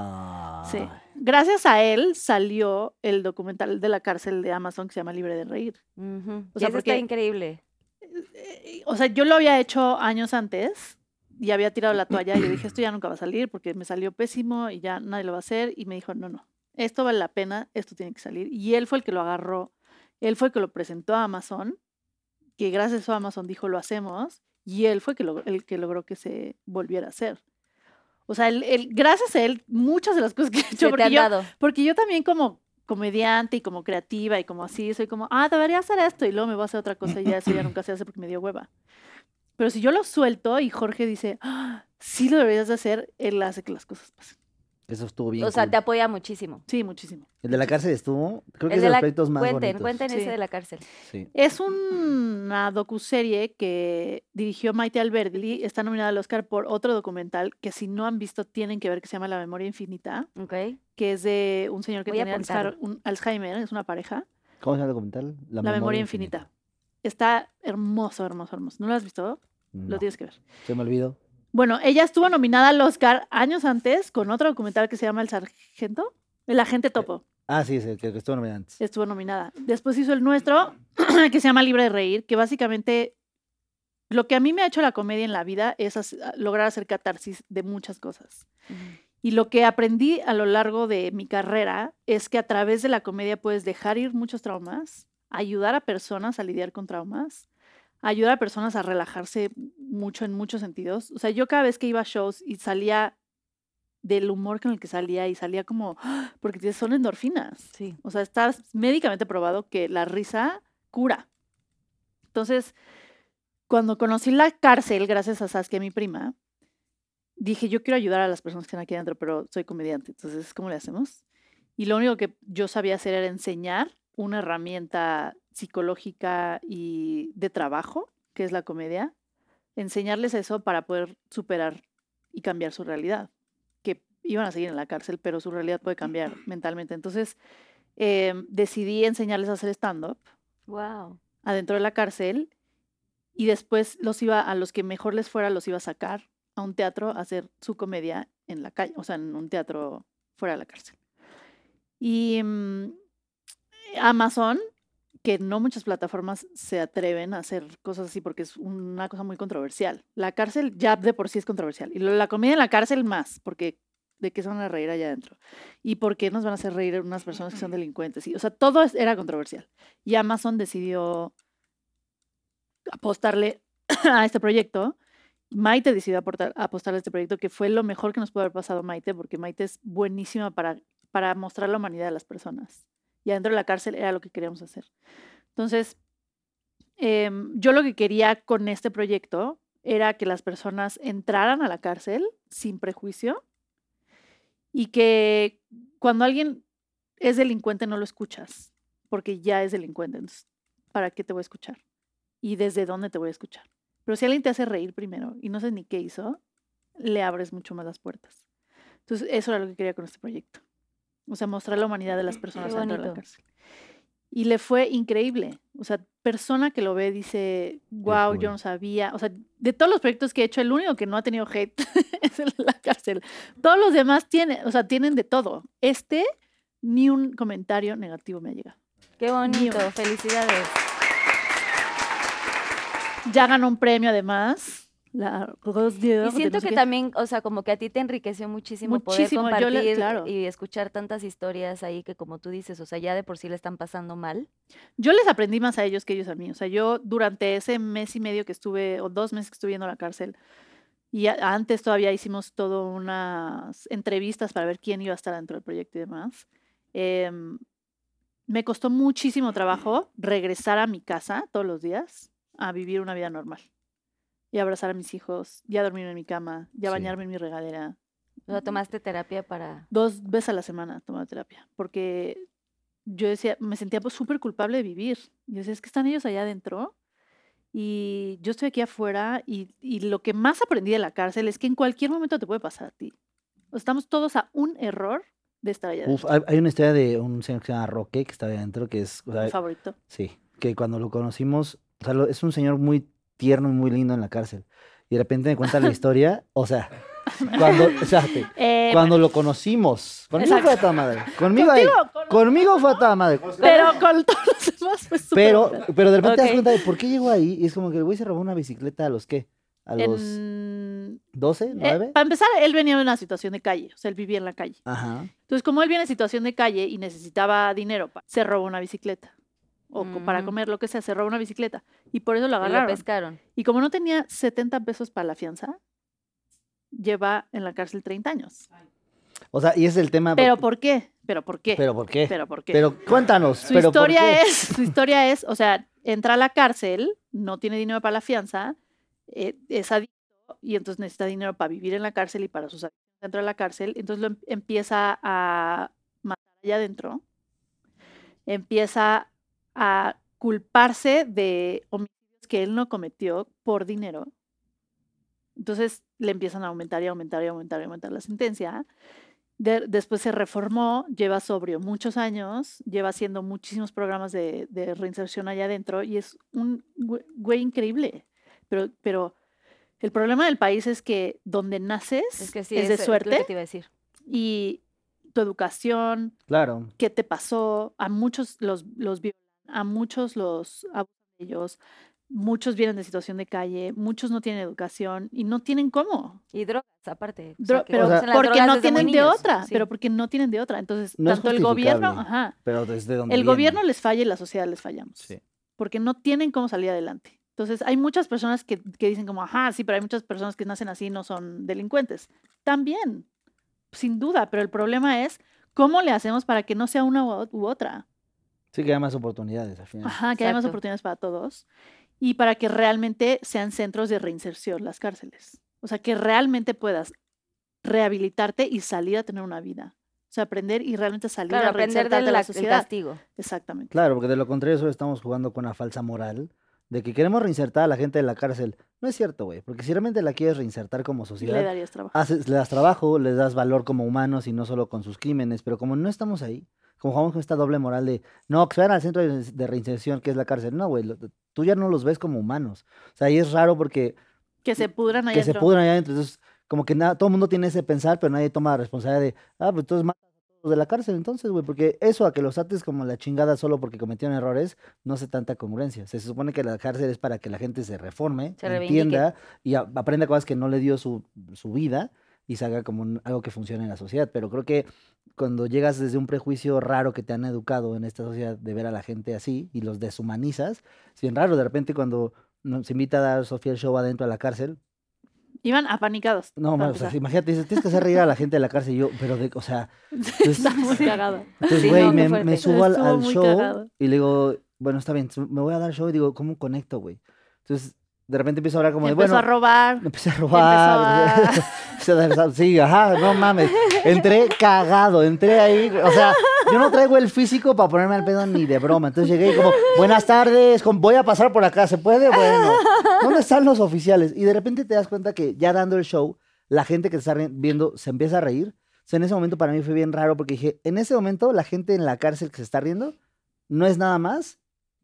Speaker 5: Sí.
Speaker 2: Ah.
Speaker 4: Ay.
Speaker 5: Gracias a él salió el documental de la cárcel de Amazon que se llama Libre de Reír.
Speaker 2: Ujú.
Speaker 5: o sea,
Speaker 2: Eso está
Speaker 5: porque-
Speaker 2: increíble.
Speaker 5: eh, o sea, yo lo había hecho años antes y había tirado la toalla y yo dije, esto ya nunca va a salir porque me salió pésimo y ya nadie lo va a hacer. Y me dijo, no, no, esto vale la pena, esto tiene que salir. Y él fue el que lo agarró, él fue el que lo presentó a Amazon, que gracias a eso Amazon dijo, lo hacemos, y él fue que log- el que logró que se volviera a hacer. O sea, él- él- gracias a él, muchas de las cosas que he hecho,
Speaker 2: Se te
Speaker 5: porque
Speaker 2: han
Speaker 5: yo,
Speaker 2: dado.
Speaker 5: porque yo también como comediante y como creativa y como así, soy como, ah, debería hacer esto y luego me voy a hacer otra cosa y ya eso ya nunca se hace porque me dio hueva. Pero si yo lo suelto y Jorge dice, "Ah, sí lo deberías de hacer, él hace que las cosas pasen.
Speaker 4: Eso estuvo bien.
Speaker 2: O sea,
Speaker 4: cool.
Speaker 2: te apoya muchísimo.
Speaker 5: Sí, muchísimo.
Speaker 4: El de la cárcel estuvo, creo que
Speaker 2: El
Speaker 4: es
Speaker 2: de
Speaker 4: de los
Speaker 2: la-
Speaker 4: proyectos más
Speaker 2: cuenten,
Speaker 4: bonitos.
Speaker 2: cuenten
Speaker 5: Sí.
Speaker 2: ese de la cárcel.
Speaker 4: Sí.
Speaker 5: Es una docuserie que dirigió Maite Alberdi, está nominada al Oscar por otro documental que si no han visto tienen que ver, que se llama La Memoria Infinita,
Speaker 2: Ok.
Speaker 5: que es de un señor que
Speaker 2: Voy a
Speaker 5: tiene
Speaker 2: apuntarlo.
Speaker 5: Alzheimer, un Alzheimer, es una pareja,
Speaker 4: ¿Cómo se llama el documental?
Speaker 5: La, Memoria Infinita. Está hermoso, hermoso, hermoso. ¿No lo has visto?
Speaker 4: No,
Speaker 5: Lo tienes que ver.
Speaker 4: Se me olvidó.
Speaker 5: Bueno, ella estuvo nominada al Oscar años antes con otro documental que se llama El Sargento. El Agente Topo
Speaker 4: Ah, sí, sí, que, que estuvo nominado antes.
Speaker 5: estuvo nominada. Después hizo el nuestro, que se llama Libre de Reír, que básicamente lo que a mí me ha hecho la comedia en la vida es hace- lograr hacer catarsis de muchas cosas. Y lo que aprendí a lo largo de mi carrera es que a través de la comedia puedes dejar ir muchos traumas, ayudar a personas a lidiar con traumas, ayudar a personas a relajarse mucho en muchos sentidos. O sea, yo cada vez que iba a shows y salía del humor con el que salía y salía como, ¡ah! porque te- son endorfinas.
Speaker 2: Sí.
Speaker 5: O sea, está médicamente probado que la risa cura. Entonces, cuando conocí la cárcel, gracias a Saskia, mi prima, dije, yo quiero ayudar a las personas que están aquí adentro, pero soy comediante. Entonces, ¿cómo le hacemos? Y lo único que yo sabía hacer era enseñar una herramienta psicológica y de trabajo, que es la comedia, enseñarles eso para poder superar y cambiar su realidad, que iban a seguir en la cárcel, pero su realidad puede cambiar mentalmente. Entonces, em, decidí enseñarles a hacer stand-up
Speaker 2: Wow.
Speaker 5: adentro de la cárcel y después los iba a los que mejor les fuera los iba a sacar a un teatro a hacer su comedia en la calle, o sea, en un teatro fuera de la cárcel. Y mm, Amazon, que no muchas plataformas se atreven a hacer cosas así porque es una cosa muy controversial. La cárcel ya de por sí es controversial y lo- la comedia en la cárcel más, porque de qué se van a reír allá adentro y por qué nos van a hacer reír unas personas que son delincuentes. Y, o sea, todo es- era controversial. Y Amazon decidió apostarle a este proyecto. Maite decidió aportar, apostarle a este proyecto, que fue lo mejor que nos pudo haber pasado Maite, porque Maite es buenísima para, para mostrar la humanidad de las personas. Y adentro de la cárcel era lo que queríamos hacer. Entonces, em, yo lo que quería con este proyecto era que las personas entraran a la cárcel sin prejuicio y que cuando alguien es delincuente no lo escuchas, porque ya es delincuente. Entonces, ¿para qué te voy a escuchar? y desde dónde te voy a escuchar. Pero si alguien te hace reír primero y no sé ni qué hizo, le abres mucho más las puertas. Entonces, eso era lo que quería con este proyecto. O sea, mostrar la humanidad de las personas dentro de la
Speaker 2: bonito.
Speaker 5: cárcel. Y le fue increíble. O sea, persona que lo ve dice, wow,
Speaker 4: cool.
Speaker 5: yo no sabía. O sea, de todos los proyectos que he hecho, el único que no ha tenido hate es el de la cárcel. Todos los demás tienen, o sea, tienen de todo. Este, ni un comentario negativo me ha llegado.
Speaker 2: Qué bonito. Felicidades.
Speaker 5: Ya ganó un premio además. La Rose d'Or
Speaker 2: Y
Speaker 5: de
Speaker 2: siento
Speaker 5: no sé
Speaker 2: que
Speaker 5: qué.
Speaker 2: también, o sea, como que a ti te enriqueció muchísimo,
Speaker 5: Muchísimo,
Speaker 2: poder
Speaker 5: yo le-
Speaker 2: compartir
Speaker 5: claro.
Speaker 2: y escuchar tantas historias ahí que como tú dices, o sea, ya de por sí le están pasando mal.
Speaker 5: Yo les aprendí más a ellos que ellos a mí. O sea, yo durante ese mes y medio que estuve, o dos meses que estuve yendo a la cárcel, y a- antes todavía hicimos todo unas entrevistas para ver quién iba a estar dentro del proyecto y demás. em, me costó muchísimo trabajo regresar a mi casa todos los días a vivir una vida normal. Y abrazar a mis hijos, ya dormir en mi cama, ya
Speaker 4: Sí.
Speaker 5: bañarme en mi regadera,
Speaker 2: O sea, tomaste terapia para...
Speaker 5: dos veces a la semana tomaba terapia, porque yo decía, me sentía pues, súper culpable de vivir. Yo decía, es que están ellos allá adentro y yo estoy aquí afuera y, y lo que más aprendí de la cárcel es que en cualquier momento te puede pasar a ti. O sea, Estamos todos a un error de estar allá
Speaker 4: Uf,
Speaker 5: adentro.
Speaker 4: hay, hay una historia de un señor que se llama Roque, que está ahí adentro, que es, o sea,
Speaker 5: Mi favorito.
Speaker 4: sí, que cuando lo conocimos, o sea, lo- es un señor muy tierno y muy lindo en la cárcel. Y de repente me cuenta la historia, o sea, cuando, o sea, te-
Speaker 5: Eh,
Speaker 4: cuando lo conocimos, conmigo fue a toda madre, conmigo ahí,
Speaker 5: bueno, con-
Speaker 4: conmigo fue a toda madre.
Speaker 5: pero con todos los demás fue súper
Speaker 4: Pero,
Speaker 5: culpable.
Speaker 4: pero de repente te das
Speaker 2: Ok.
Speaker 4: cuenta de por qué llegó ahí y es como que el güey se robó una bicicleta a los qué, a los
Speaker 5: En-
Speaker 4: 12,
Speaker 5: eh,
Speaker 4: 9.
Speaker 5: para empezar, él venía de una situación de calle, o sea, él vivía en la calle.
Speaker 4: Ajá.
Speaker 5: Entonces, como él viene en situación de calle y necesitaba dinero, pa- se robó una bicicleta. O co- para
Speaker 2: Mm.
Speaker 5: comer, lo que sea, se robó una bicicleta. Y por eso lo
Speaker 2: y Lo
Speaker 5: agarraron.
Speaker 2: pescaron.
Speaker 5: Y como no tenía 70 pesos para la fianza, lleva en la cárcel 30 años.
Speaker 4: O sea, y ese es el tema.
Speaker 5: ¿Pero por qué? ¿Pero por qué?
Speaker 4: pero ¿por qué? Pero,
Speaker 5: ¿Pero por qué?
Speaker 4: cuéntanos.
Speaker 5: su
Speaker 4: pero ¿por
Speaker 5: historia
Speaker 4: qué?
Speaker 5: es, su historia es, o sea, entra a la cárcel, no tiene dinero para la fianza, eh, es adicto y entonces necesita dinero para vivir en la cárcel y para sus adicciones dentro de la cárcel, entonces lo em- empieza a matar allá adentro, empieza a culparse de homicidios que él no cometió por dinero. Entonces le empiezan a aumentar y aumentar y aumentar y aumentar la sentencia. De- después se reformó, lleva sobrio muchos años, lleva haciendo muchísimos programas de, de reinserción allá adentro y es un güe- güey increíble. Pero, pero el problema del país es que donde naces
Speaker 2: Es
Speaker 5: es,
Speaker 2: que sí,
Speaker 5: de
Speaker 2: es, eh, Lo que
Speaker 5: suerte
Speaker 2: te iba a decir.
Speaker 5: y tu educación,
Speaker 4: Claro.
Speaker 5: qué te pasó, a muchos los, los violan, a muchos los abusan de ellos, muchos vienen de situación de calle, muchos no tienen educación y no tienen cómo.
Speaker 2: Y drogas, aparte. o
Speaker 5: Dro-
Speaker 2: sea, que
Speaker 5: pero
Speaker 2: usan las
Speaker 5: porque
Speaker 2: drogas
Speaker 5: no
Speaker 2: desde muy
Speaker 5: tienen de
Speaker 2: niños,
Speaker 5: otra,
Speaker 2: sí.
Speaker 5: pero porque no tienen de otra. Entonces,
Speaker 4: No es
Speaker 5: tanto el gobierno,
Speaker 4: justificable.
Speaker 5: ajá,
Speaker 4: Pero desde donde.
Speaker 5: el
Speaker 4: viene.
Speaker 5: gobierno les falla y la sociedad les fallamos.
Speaker 4: Sí.
Speaker 5: Porque no tienen cómo salir adelante. Entonces, hay muchas personas que, que dicen como, ajá, sí, pero hay muchas personas que nacen así y no son delincuentes. También. sin duda, pero el problema es cómo le hacemos para que no sea una u u otra.
Speaker 4: Sí que hay más oportunidades al final.
Speaker 5: Ajá, que haya más
Speaker 2: Exacto.
Speaker 5: oportunidades para todos y para que realmente sean centros de reinserción las cárceles. O sea, que realmente puedas rehabilitarte y salir a tener una vida. O sea, aprender y realmente salir
Speaker 2: Claro,
Speaker 5: a
Speaker 2: aprender
Speaker 5: reinsertarte
Speaker 2: del
Speaker 5: a la
Speaker 2: ac- el
Speaker 5: sociedad.
Speaker 2: castigo.
Speaker 5: Exactamente.
Speaker 4: Claro, porque de lo contrario solo estamos jugando con la falsa moral de que queremos reinsertar a la gente de la cárcel. No es cierto, güey, porque si realmente la quieres reinsertar como
Speaker 5: Y le
Speaker 4: sociedad,
Speaker 5: darías trabajo.
Speaker 4: haces, le das trabajo, les das valor como humanos y no solo con sus crímenes, pero como no estamos ahí, como jugamos con esta doble moral de, no, que se vayan al centro de de reinserción que es la cárcel, no, güey, lo- tú ya no los ves como humanos. O sea, ahí es raro porque
Speaker 5: Que se pudran ahí
Speaker 4: Ah, que se
Speaker 5: adentro.
Speaker 4: pudran allá adentro. Entonces, como que nada, todo el mundo tiene ese pensar, pero nadie toma la responsabilidad de, ah, pues entonces matas a todos de la cárcel, entonces, güey, porque eso a que los trates como la chingada solo porque cometieron errores, no hace tanta congruencia. Se supone que la cárcel es para que la gente se reforme,
Speaker 2: Se reivindique.
Speaker 4: entienda y a- aprenda cosas que no le dio su, su vida y se haga como un- algo que funcione en la sociedad. Pero creo que cuando llegas desde un prejuicio raro que te han educado en esta sociedad de ver a la gente así y los deshumanizas, es bien raro. De repente cuando nos invita a dar Sofía el show adentro a la cárcel,
Speaker 5: Iban apanicados.
Speaker 4: no,
Speaker 5: para
Speaker 4: ma, o sea,
Speaker 5: empezar.
Speaker 4: imagínate, dices, tienes que hacer reír a la gente de la cárcel. Y yo, pero, de, o sea, pues,
Speaker 5: Está muy cagado.
Speaker 4: pues,
Speaker 2: Sí,
Speaker 4: güey,
Speaker 2: no, qué
Speaker 4: me,
Speaker 2: fuerte.
Speaker 4: me subo al,
Speaker 5: Estuvo
Speaker 4: al
Speaker 5: muy
Speaker 4: show
Speaker 5: cagado.
Speaker 4: y le digo, bueno, está bien, su- me voy a dar show y digo, ¿cómo conecto, güey? Entonces, de repente empiezo a hablar como de,
Speaker 5: Empezó
Speaker 4: bueno,
Speaker 5: a robar.
Speaker 4: me empecé a robar. empecé a dar- sí, ajá, no mames. Entré cagado, entré ahí. O sea, yo no traigo el físico para ponerme al pedo ni de broma. Entonces llegué y como, buenas tardes, con- voy a pasar por acá, ¿se puede? Bueno, ¿dónde están los oficiales? Y de repente te das cuenta que ya dando el show, la gente que te está ri- viendo se empieza a reír. O sea, en ese momento para mí fue bien raro porque dije, en ese momento la gente en la cárcel que se está riendo no es nada más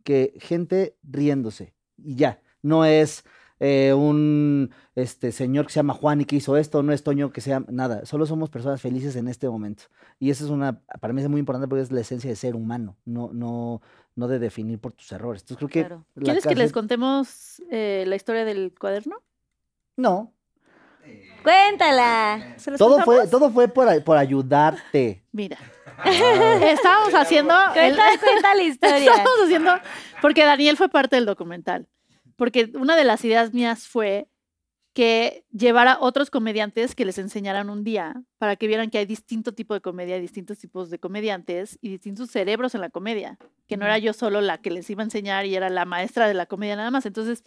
Speaker 4: que gente riéndose. Y ya, no es eh, un este, señor que se llama Juan y que hizo esto, no es Toño que sea nada. Solo somos personas felices en este momento. Y eso es una, para mí es muy importante porque es la esencia de ser humano, no, no, no de definir por tus errores. Entonces creo que...
Speaker 2: Claro.
Speaker 4: la
Speaker 5: ¿Quieres que les
Speaker 4: cárcel-
Speaker 5: contemos eh, la historia del cuaderno?
Speaker 4: No,
Speaker 2: Cuéntala. ¿Se los
Speaker 4: todo
Speaker 2: contamos?
Speaker 4: fue, todo fue por, a- por ayudarte.
Speaker 5: Mira.
Speaker 4: Ah.
Speaker 5: Estábamos haciendo. el-
Speaker 2: Cuenta, cuenta la historia.
Speaker 5: Estamos haciendo. Porque Daniel fue parte del documental. Porque una de las ideas mías fue que llevara otros comediantes que les enseñaran un día para que vieran que hay distinto tipo de comedia, distintos tipos de comediantes y distintos cerebros en la comedia. Que no era yo solo la que les iba a enseñar y era la maestra de la comedia nada más. Entonces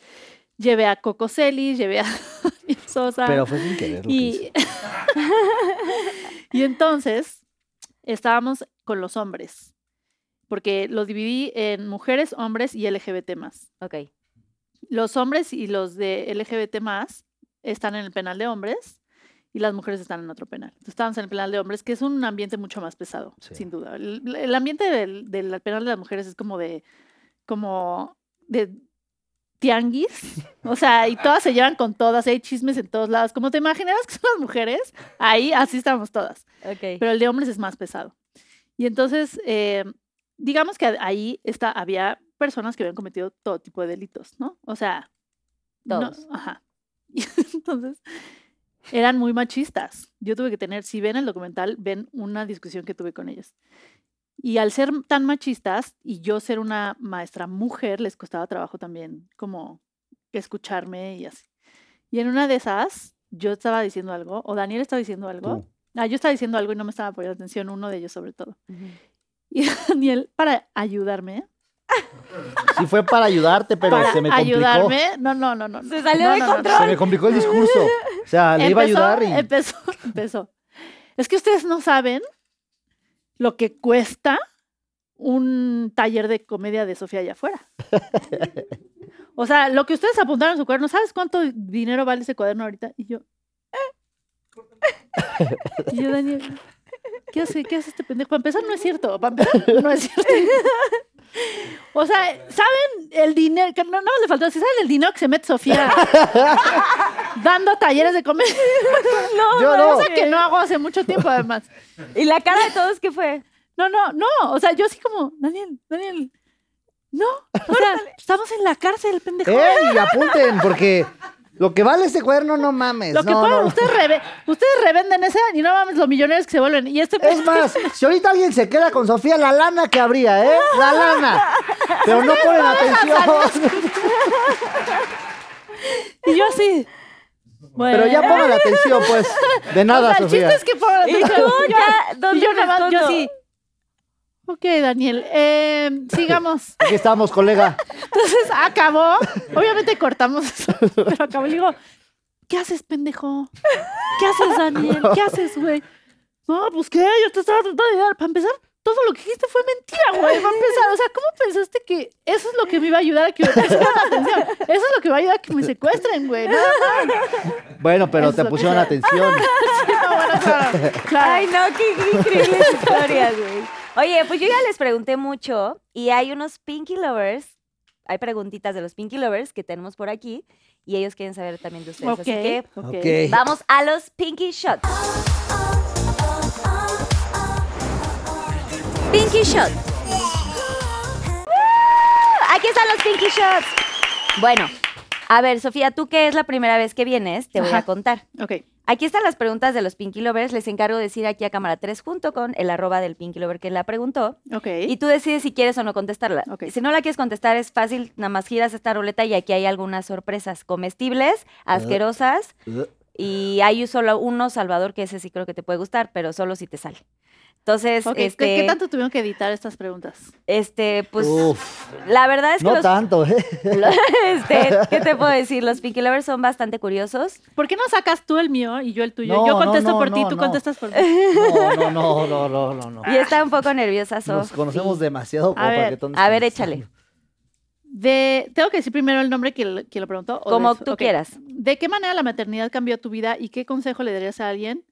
Speaker 5: llevé a Coco Celis, llevé a Daniel Sosa.
Speaker 4: Pero fue sin querer lo que hice.
Speaker 5: Ah. Y, y entonces estábamos con los hombres, porque lo dividí en mujeres, hombres y LGBT más.
Speaker 2: Ok.
Speaker 5: Los hombres y los de LGBT más están en el penal de hombres y las mujeres están en otro penal. Entonces, estábamos en el penal de hombres, que es un ambiente mucho más pesado,
Speaker 4: Sí.
Speaker 5: sin duda. El, el ambiente del, del penal de las mujeres es como de, como de tianguis, o sea, y todas se llevan con todas, hay chismes en todos lados. Como te imaginabas que son las mujeres, ahí así estábamos todas
Speaker 2: Ok.
Speaker 5: pero el de hombres es más pesado. Y entonces, eh, digamos que ahí está, había personas que habían cometido todo tipo de delitos, ¿no? O sea, no-
Speaker 2: Todos.
Speaker 5: ajá. Y entonces, eran muy machistas. Yo tuve que tener, si ven el documental, ven una discusión que tuve con ellos. Y al ser tan machistas y yo ser una maestra mujer, les costaba trabajo también como escucharme y así. Y en una de esas, yo estaba diciendo algo, o Daniel estaba diciendo algo,
Speaker 4: Tú.
Speaker 5: Ah, yo estaba diciendo algo y no me estaba poniendo atención, uno de ellos sobre todo.
Speaker 2: Ujú.
Speaker 5: Y Daniel, para ayudarme, ¿eh?
Speaker 4: Sí fue para ayudarte, pero
Speaker 5: para
Speaker 4: se me complicó.
Speaker 5: ayudarme, no, no, no, no.
Speaker 2: Se
Speaker 5: no,
Speaker 2: salió
Speaker 5: no,
Speaker 2: de
Speaker 5: no, no, no.
Speaker 2: control.
Speaker 4: Se me complicó el discurso. O sea, le iba a ayudar y...
Speaker 5: Empezó, empezó. Es que ustedes no saben lo que cuesta un taller de comedia de Sofía allá afuera. O sea, lo que ustedes apuntaron en su cuaderno, ¿sabes cuánto dinero vale ese cuaderno ahorita? Y yo. "Eh". Y yo, Daniel, ¿qué hace, ¿qué hace este pendejo? Para empezar, no es cierto. Para empezar, no es cierto. O sea, ¿saben el dinero? que No, nada más le faltó decir, ¿saben el dinero que se mete Sofía dando talleres de comedia?
Speaker 2: No,
Speaker 4: Yo no.
Speaker 5: Cosa que no hago hace mucho tiempo, además.
Speaker 2: ¿Y la cara de todos qué fue?
Speaker 5: No, no, no. O sea, yo así como, Daniel, Daniel. No, o sea, estamos en la cárcel, pendejo.
Speaker 4: ¡Ey! ¡Eh! Apunten, porque lo que vale ese cuerno, no mames.
Speaker 5: Lo que
Speaker 4: no,
Speaker 5: pueden,
Speaker 4: no.
Speaker 5: ustedes, reve- ustedes revenden ese y no mames los millonarios que se vuelven. Y este
Speaker 4: Es más, si ahorita alguien se queda con Sofía, la lana que habría, ¿eh? La lana. Pero no ponen atención.
Speaker 5: Y yo así,
Speaker 4: Pero ya pongan atención, pues. De nada,
Speaker 5: o sea, el
Speaker 4: Sofía.
Speaker 5: chiste es que pongan
Speaker 2: Y
Speaker 5: atención.
Speaker 2: tú ya, ¿dónde
Speaker 5: Y yo nada más, yo
Speaker 2: respondo?
Speaker 5: sí. Ok, Daniel. eh, sigamos.
Speaker 4: Aquí estamos, colega.
Speaker 5: Entonces acabó. Obviamente cortamos eso, pero acabó. Y le digo, ¿qué haces, pendejo? ¿Qué haces, Daniel? ¿Qué haces, güey? No, pues qué, yo te estaba tratando de ayudar. Para empezar, todo lo que dijiste fue mentira, güey. Para empezar, o sea, ¿cómo pensaste que eso es lo que me iba a ayudar a que me pusieran atención? Eso es lo que va a ayudar a que me secuestren, güey. No,
Speaker 4: Bueno, pero
Speaker 5: Eso,
Speaker 4: te pusieron atención.
Speaker 5: no, bueno, claro. claro.
Speaker 2: Ay, no, qué, qué increíbles historias, güey. Oye, pues yo ya les pregunté mucho y hay unos Pinky Lovers, hay preguntitas de los Pinky Lovers que tenemos por aquí y ellos quieren saber también de ustedes.
Speaker 5: Ok,
Speaker 2: Así que
Speaker 5: ok.
Speaker 4: Ok.
Speaker 2: vamos a los Pinky Shots.
Speaker 7: Pinky Shot.
Speaker 2: Aquí están los Pinky Shots. Bueno, a ver, Sofía, tú que es la primera vez que vienes, te voy a
Speaker 5: Ajá.
Speaker 2: contar.
Speaker 5: Ok.
Speaker 2: Aquí están las preguntas de los Pinky Lovers. Les encargo de decir aquí a cámara 3 junto con el arroba del Pinky Lover que la preguntó.
Speaker 5: Ok.
Speaker 2: Y tú decides si quieres o no contestarla.
Speaker 5: Ok.
Speaker 2: Si no la quieres contestar, es fácil. Nada más giras esta ruleta y aquí hay algunas sorpresas comestibles,
Speaker 4: Ah.
Speaker 2: asquerosas. Y hay solo uno, Salvador, que ese sí creo que te puede gustar, pero solo si te sale. Entonces,
Speaker 5: Ok, ¿qué-
Speaker 2: este,
Speaker 5: ¿Qué, tanto tuvieron que editar estas preguntas?
Speaker 2: este, pues,
Speaker 4: Uf,
Speaker 2: la verdad es que
Speaker 4: no
Speaker 2: los,
Speaker 4: tanto, ¿eh?
Speaker 2: este, ¿qué te puedo decir? Los Pinky Lovers son bastante curiosos.
Speaker 5: ¿Por qué no sacas tú el mío y yo el tuyo?
Speaker 4: No,
Speaker 5: yo
Speaker 4: no,
Speaker 5: contesto
Speaker 4: no,
Speaker 5: por ti,
Speaker 4: no,
Speaker 5: tú
Speaker 4: no.
Speaker 5: contestas por mí.
Speaker 4: No, no, no, no, no, no. no.
Speaker 2: Y está un poco nerviosa,
Speaker 4: Ah. Nos
Speaker 2: Sof.
Speaker 4: conocemos demasiado como
Speaker 5: A
Speaker 4: para
Speaker 5: ver,
Speaker 4: que todos
Speaker 2: a ver,
Speaker 4: nos-
Speaker 2: échale.
Speaker 5: De, tengo que decir primero el nombre que, lo- que lo preguntó. ¿o
Speaker 2: Como
Speaker 5: des-
Speaker 2: tú
Speaker 5: ok.
Speaker 2: quieras.
Speaker 5: ¿De qué manera la maternidad cambió tu vida y qué consejo le darías a alguien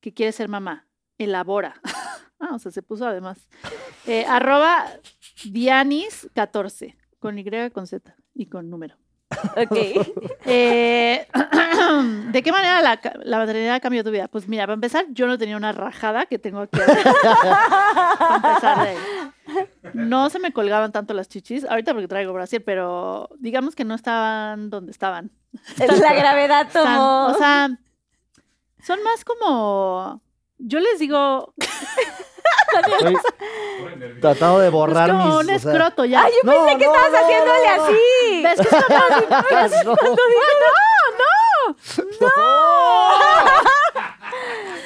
Speaker 5: que quiere ser mamá? Elabora. ah, o sea, se puso además. Eh, arroba Dianis14, con Y, con Z y con número.
Speaker 2: Ok.
Speaker 5: Eh, ¿De qué manera la, ca- la maternidad cambió tu vida? Pues mira, para empezar, yo no tenía una rajada que tengo aquí. para empezar de ahí. No se me colgaban tanto las chichis, ahorita porque traigo Brasil, pero digamos que no estaban donde estaban.
Speaker 2: la gravedad
Speaker 5: Están-
Speaker 2: tomó.
Speaker 5: o sea, son más como... Yo les digo, es
Speaker 4: Estoy tratando de borrar mis...
Speaker 5: como un
Speaker 4: o sea-
Speaker 5: escroto ya.
Speaker 2: Ay, yo
Speaker 4: No,
Speaker 2: pensé que
Speaker 4: no,
Speaker 2: estabas
Speaker 4: no,
Speaker 2: haciéndole
Speaker 4: no, no.
Speaker 2: así.
Speaker 5: ¿Ves que son más-
Speaker 4: No,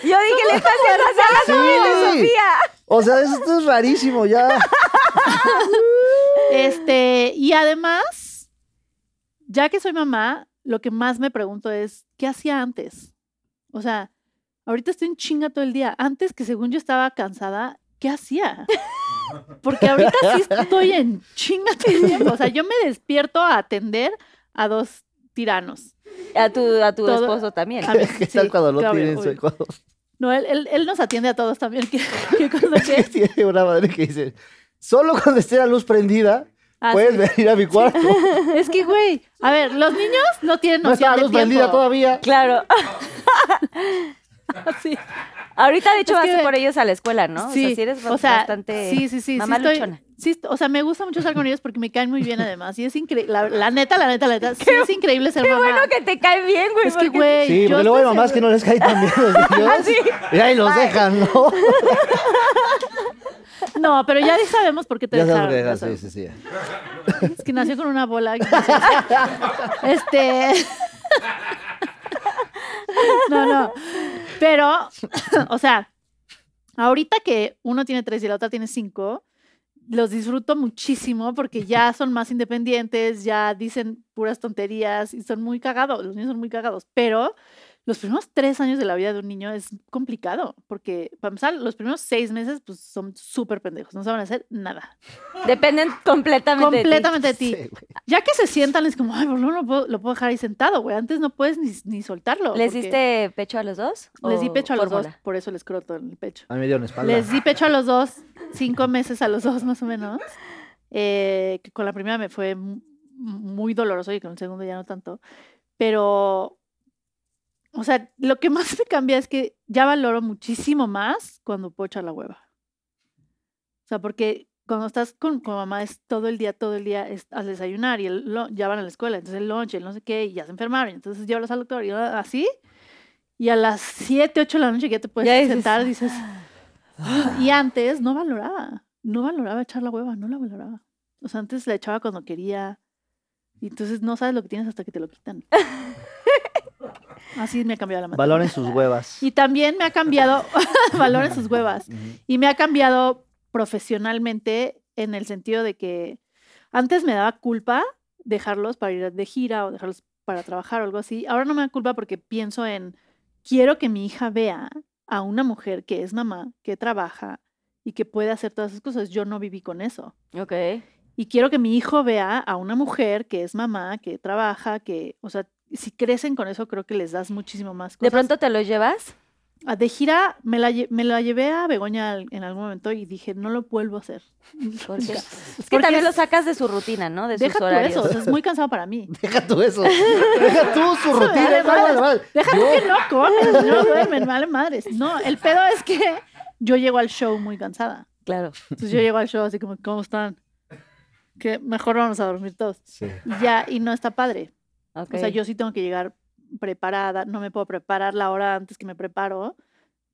Speaker 2: Yo dije, le estás haciendo así a la
Speaker 4: Sí.
Speaker 2: Sofía.
Speaker 4: O sea, esto es rarísimo ya.
Speaker 5: Este, y además, ya que soy mamá, lo que más me pregunto es, ¿qué hacía antes? O sea, ahorita estoy en chinga todo el día. Antes que según yo estaba cansada, ¿qué hacía? Porque ahorita sí estoy en chinga todo el tiempo. O sea, yo me despierto a atender a dos tiranos.
Speaker 2: A tu, a tu
Speaker 5: Todo-
Speaker 2: esposo también.
Speaker 5: A mí-
Speaker 4: ¿Qué
Speaker 5: sí,
Speaker 4: tal cuando lo
Speaker 5: claro,
Speaker 4: tienen en
Speaker 5: obvio.
Speaker 4: su Ecuador?
Speaker 5: No, él, él- él nos atiende a todos también. que- que cuando que-
Speaker 4: Tiene una madre que dice, solo cuando esté la luz prendida,
Speaker 5: Ah,
Speaker 4: puedes
Speaker 5: sí.
Speaker 4: venir a mi cuarto.
Speaker 5: Es que, güey, a ver, los niños no tienen
Speaker 4: No está
Speaker 5: noción
Speaker 4: la
Speaker 5: de
Speaker 4: luz prendida
Speaker 5: tiempo.
Speaker 4: todavía.
Speaker 2: Claro.
Speaker 5: Sí.
Speaker 2: Ahorita, de hecho,
Speaker 5: Es
Speaker 2: vas
Speaker 5: que-
Speaker 2: por ellos a la escuela, ¿no? O sea, sí eres
Speaker 5: o sea,
Speaker 2: bastante
Speaker 5: sí, sí, sí, sí
Speaker 2: mamá
Speaker 5: estoy-
Speaker 2: luchona.
Speaker 5: sí est- o sea, me gusta mucho estar con ellos porque me caen muy bien además. Y es increíble, la, la neta, la neta, la neta, sí es increíble ser
Speaker 2: Qué
Speaker 5: mamá.
Speaker 2: bueno que te cae bien, güey.
Speaker 5: es que,
Speaker 2: porque-
Speaker 5: güey,
Speaker 4: Sí,
Speaker 5: yo
Speaker 4: porque luego hay
Speaker 5: estoy Ah,
Speaker 4: mamás que no les cae tan bien a los niños. Y ahí los dejan, ¿no?
Speaker 5: segura- No, pero ya sabemos por qué te
Speaker 4: Ya sabes,
Speaker 5: dejaron. ya
Speaker 4: dejan, sí,
Speaker 5: sabes.
Speaker 4: sí, sí.
Speaker 5: Es que nació con una bola. que no sé. este. no, no. Pero, o sea, ahorita que uno tiene tres y la otra tiene cinco, los disfruto muchísimo porque ya son más independientes, ya dicen puras tonterías y son muy cagados. Los niños son muy cagados. Pero los primeros tres años de la vida de un niño es complicado porque, para empezar, los primeros seis meses pues, son súper pendejos, no saben hacer nada.
Speaker 2: Dependen completamente. de ti.
Speaker 5: Completamente de ti.
Speaker 4: Sí, güey.
Speaker 5: Ya que se sientan, es como, ay, boludo, no puedo, lo puedo dejar ahí sentado, güey. Antes no puedes ni, ni soltarlo.
Speaker 2: ¿Les
Speaker 5: porque-
Speaker 2: diste pecho a los dos?
Speaker 5: Les di
Speaker 2: ¿O
Speaker 5: pecho a los dos,
Speaker 2: fórmula?
Speaker 5: por eso les croto en el pecho.
Speaker 4: A mí me dieron espalda.
Speaker 5: Les di pecho a los dos, cinco meses a los dos, más o menos. Eh, que con la primera me fue mu- muy doloroso y con el segundo ya no tanto. Pero, o sea, lo que más me cambia es que ya valoro muchísimo más cuando puedo echar la hueva. O sea, porque cuando estás con, con mamá es todo el día, todo el día es al desayunar y el lo- ya van a la escuela, entonces el lunch, el no sé qué, y ya se enfermaron, y entonces llévalos al doctor y ah, así. Y a las 7, 8 de la noche que ya te puedes
Speaker 2: Ya dices,
Speaker 5: sentar, dices. "Ah". Y antes no valoraba, no valoraba echar la hueva, no la valoraba. O sea, antes la echaba cuando quería. Y entonces no sabes lo que tienes hasta que te lo quitan. Así me ha cambiado la materia.
Speaker 4: Valoren sus huevas.
Speaker 5: Y también me ha cambiado, valor en sus huevas.
Speaker 4: Ujú.
Speaker 5: Y me ha cambiado profesionalmente en el sentido de que antes me daba culpa dejarlos para ir de gira o dejarlos para trabajar o algo así. Ahora no me da culpa porque pienso en, quiero que mi hija vea a una mujer que es mamá, que trabaja y que puede hacer todas esas cosas. Yo no viví con eso.
Speaker 2: Ok.
Speaker 5: Y quiero que mi hijo vea a una mujer que es mamá, que trabaja, que, o sea, si crecen con eso, creo que les das muchísimo más
Speaker 2: ¿De
Speaker 5: cosas.
Speaker 2: pronto te los llevas?
Speaker 5: Ah, De gira me la, lle- me la llevé a Begoña al- en algún momento y dije, no lo vuelvo a hacer.
Speaker 2: ¿Por qué? Es que
Speaker 5: Porque
Speaker 2: también
Speaker 5: es-
Speaker 2: lo sacas de su rutina, ¿no? De
Speaker 5: Deja
Speaker 2: sus
Speaker 5: tú
Speaker 2: horarios.
Speaker 5: eso, o sea, es muy cansado para mí.
Speaker 4: Deja tú eso. Deja tú su rutina.
Speaker 5: vale,
Speaker 4: es algo normal.
Speaker 5: Deja tú que no comen, no duermen, vale madres. No, el pedo es que yo llego al show muy cansada.
Speaker 2: Claro.
Speaker 5: Entonces yo llego al show así como, ¿cómo están? Que mejor vamos a dormir todos.
Speaker 4: Sí.
Speaker 5: Y ya, y no está padre.
Speaker 2: Ok.
Speaker 5: O sea, yo sí tengo que llegar preparada, no me puedo preparar la hora antes que me preparo,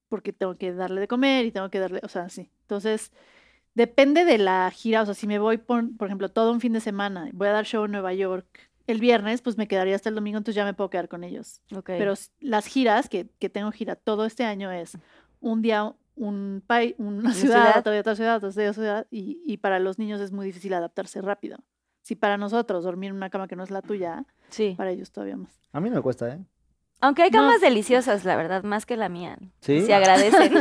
Speaker 5: porque tengo que darle de comer y tengo que darle, o sea, sí. Entonces, depende de la gira, o sea, si me voy, por, por ejemplo, todo un fin de semana, voy a dar show en Nueva York el viernes, pues me quedaría hasta el domingo, entonces ya me puedo quedar con ellos.
Speaker 2: Ok.
Speaker 5: Pero s- las giras, que, que tengo gira todo este año, es un día un país, una ciudad,
Speaker 2: ciudad.
Speaker 5: otro día otra ciudad, otro día otra ciudad, y, y para los niños es muy difícil adaptarse rápido. Si para nosotros dormir en una cama que no es la tuya,
Speaker 2: sí.
Speaker 5: para ellos todavía más.
Speaker 4: A mí no me cuesta, ¿eh?
Speaker 2: Aunque hay
Speaker 5: No.
Speaker 2: camas deliciosas, la verdad, más que la mía.
Speaker 4: Sí.
Speaker 2: Se agradecen.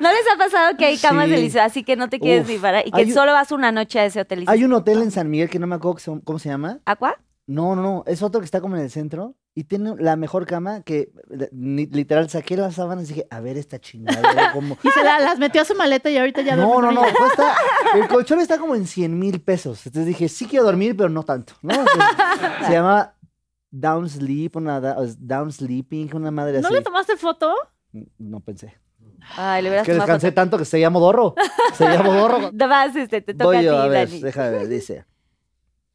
Speaker 2: ¿No les ha pasado que hay camas
Speaker 4: Sí.
Speaker 2: deliciosas, así que no te quieres
Speaker 4: Uf.
Speaker 2: ni parar y que
Speaker 4: Hay un-
Speaker 2: solo vas una noche a ese hotel? y dices,
Speaker 4: Hay un hotel en San Miguel que no me acuerdo que se- cómo se llama.
Speaker 2: ¿Aqua?
Speaker 4: No, no, no. Es otro que está como en el centro y tiene la mejor cama que de- ni- literal saqué las sábanas y dije, a ver esta chingada. Como...
Speaker 5: Y se la- las metió a su maleta y ahorita ya
Speaker 4: No,
Speaker 5: duerme
Speaker 4: no,
Speaker 5: con
Speaker 4: no.
Speaker 5: ella.
Speaker 4: Cuesta, el colchón está como en 100 mil pesos. Entonces dije, sí quiero dormir, pero no tanto. ¿no? O sea, se llama Down Sleep, una da- o es Down Sleeping, una madre
Speaker 5: ¿No
Speaker 4: así.
Speaker 5: le tomaste foto?
Speaker 4: No pensé.
Speaker 2: Ay, le
Speaker 4: Es
Speaker 2: hubieras
Speaker 4: que
Speaker 2: tomado
Speaker 4: descansé tanto que se llama Dorro. Se llama Dorro.
Speaker 2: foto. Vas, este, te toca a
Speaker 4: Voy
Speaker 2: ti,
Speaker 4: yo, a ver,
Speaker 2: Dani.
Speaker 4: déjame ver, dice.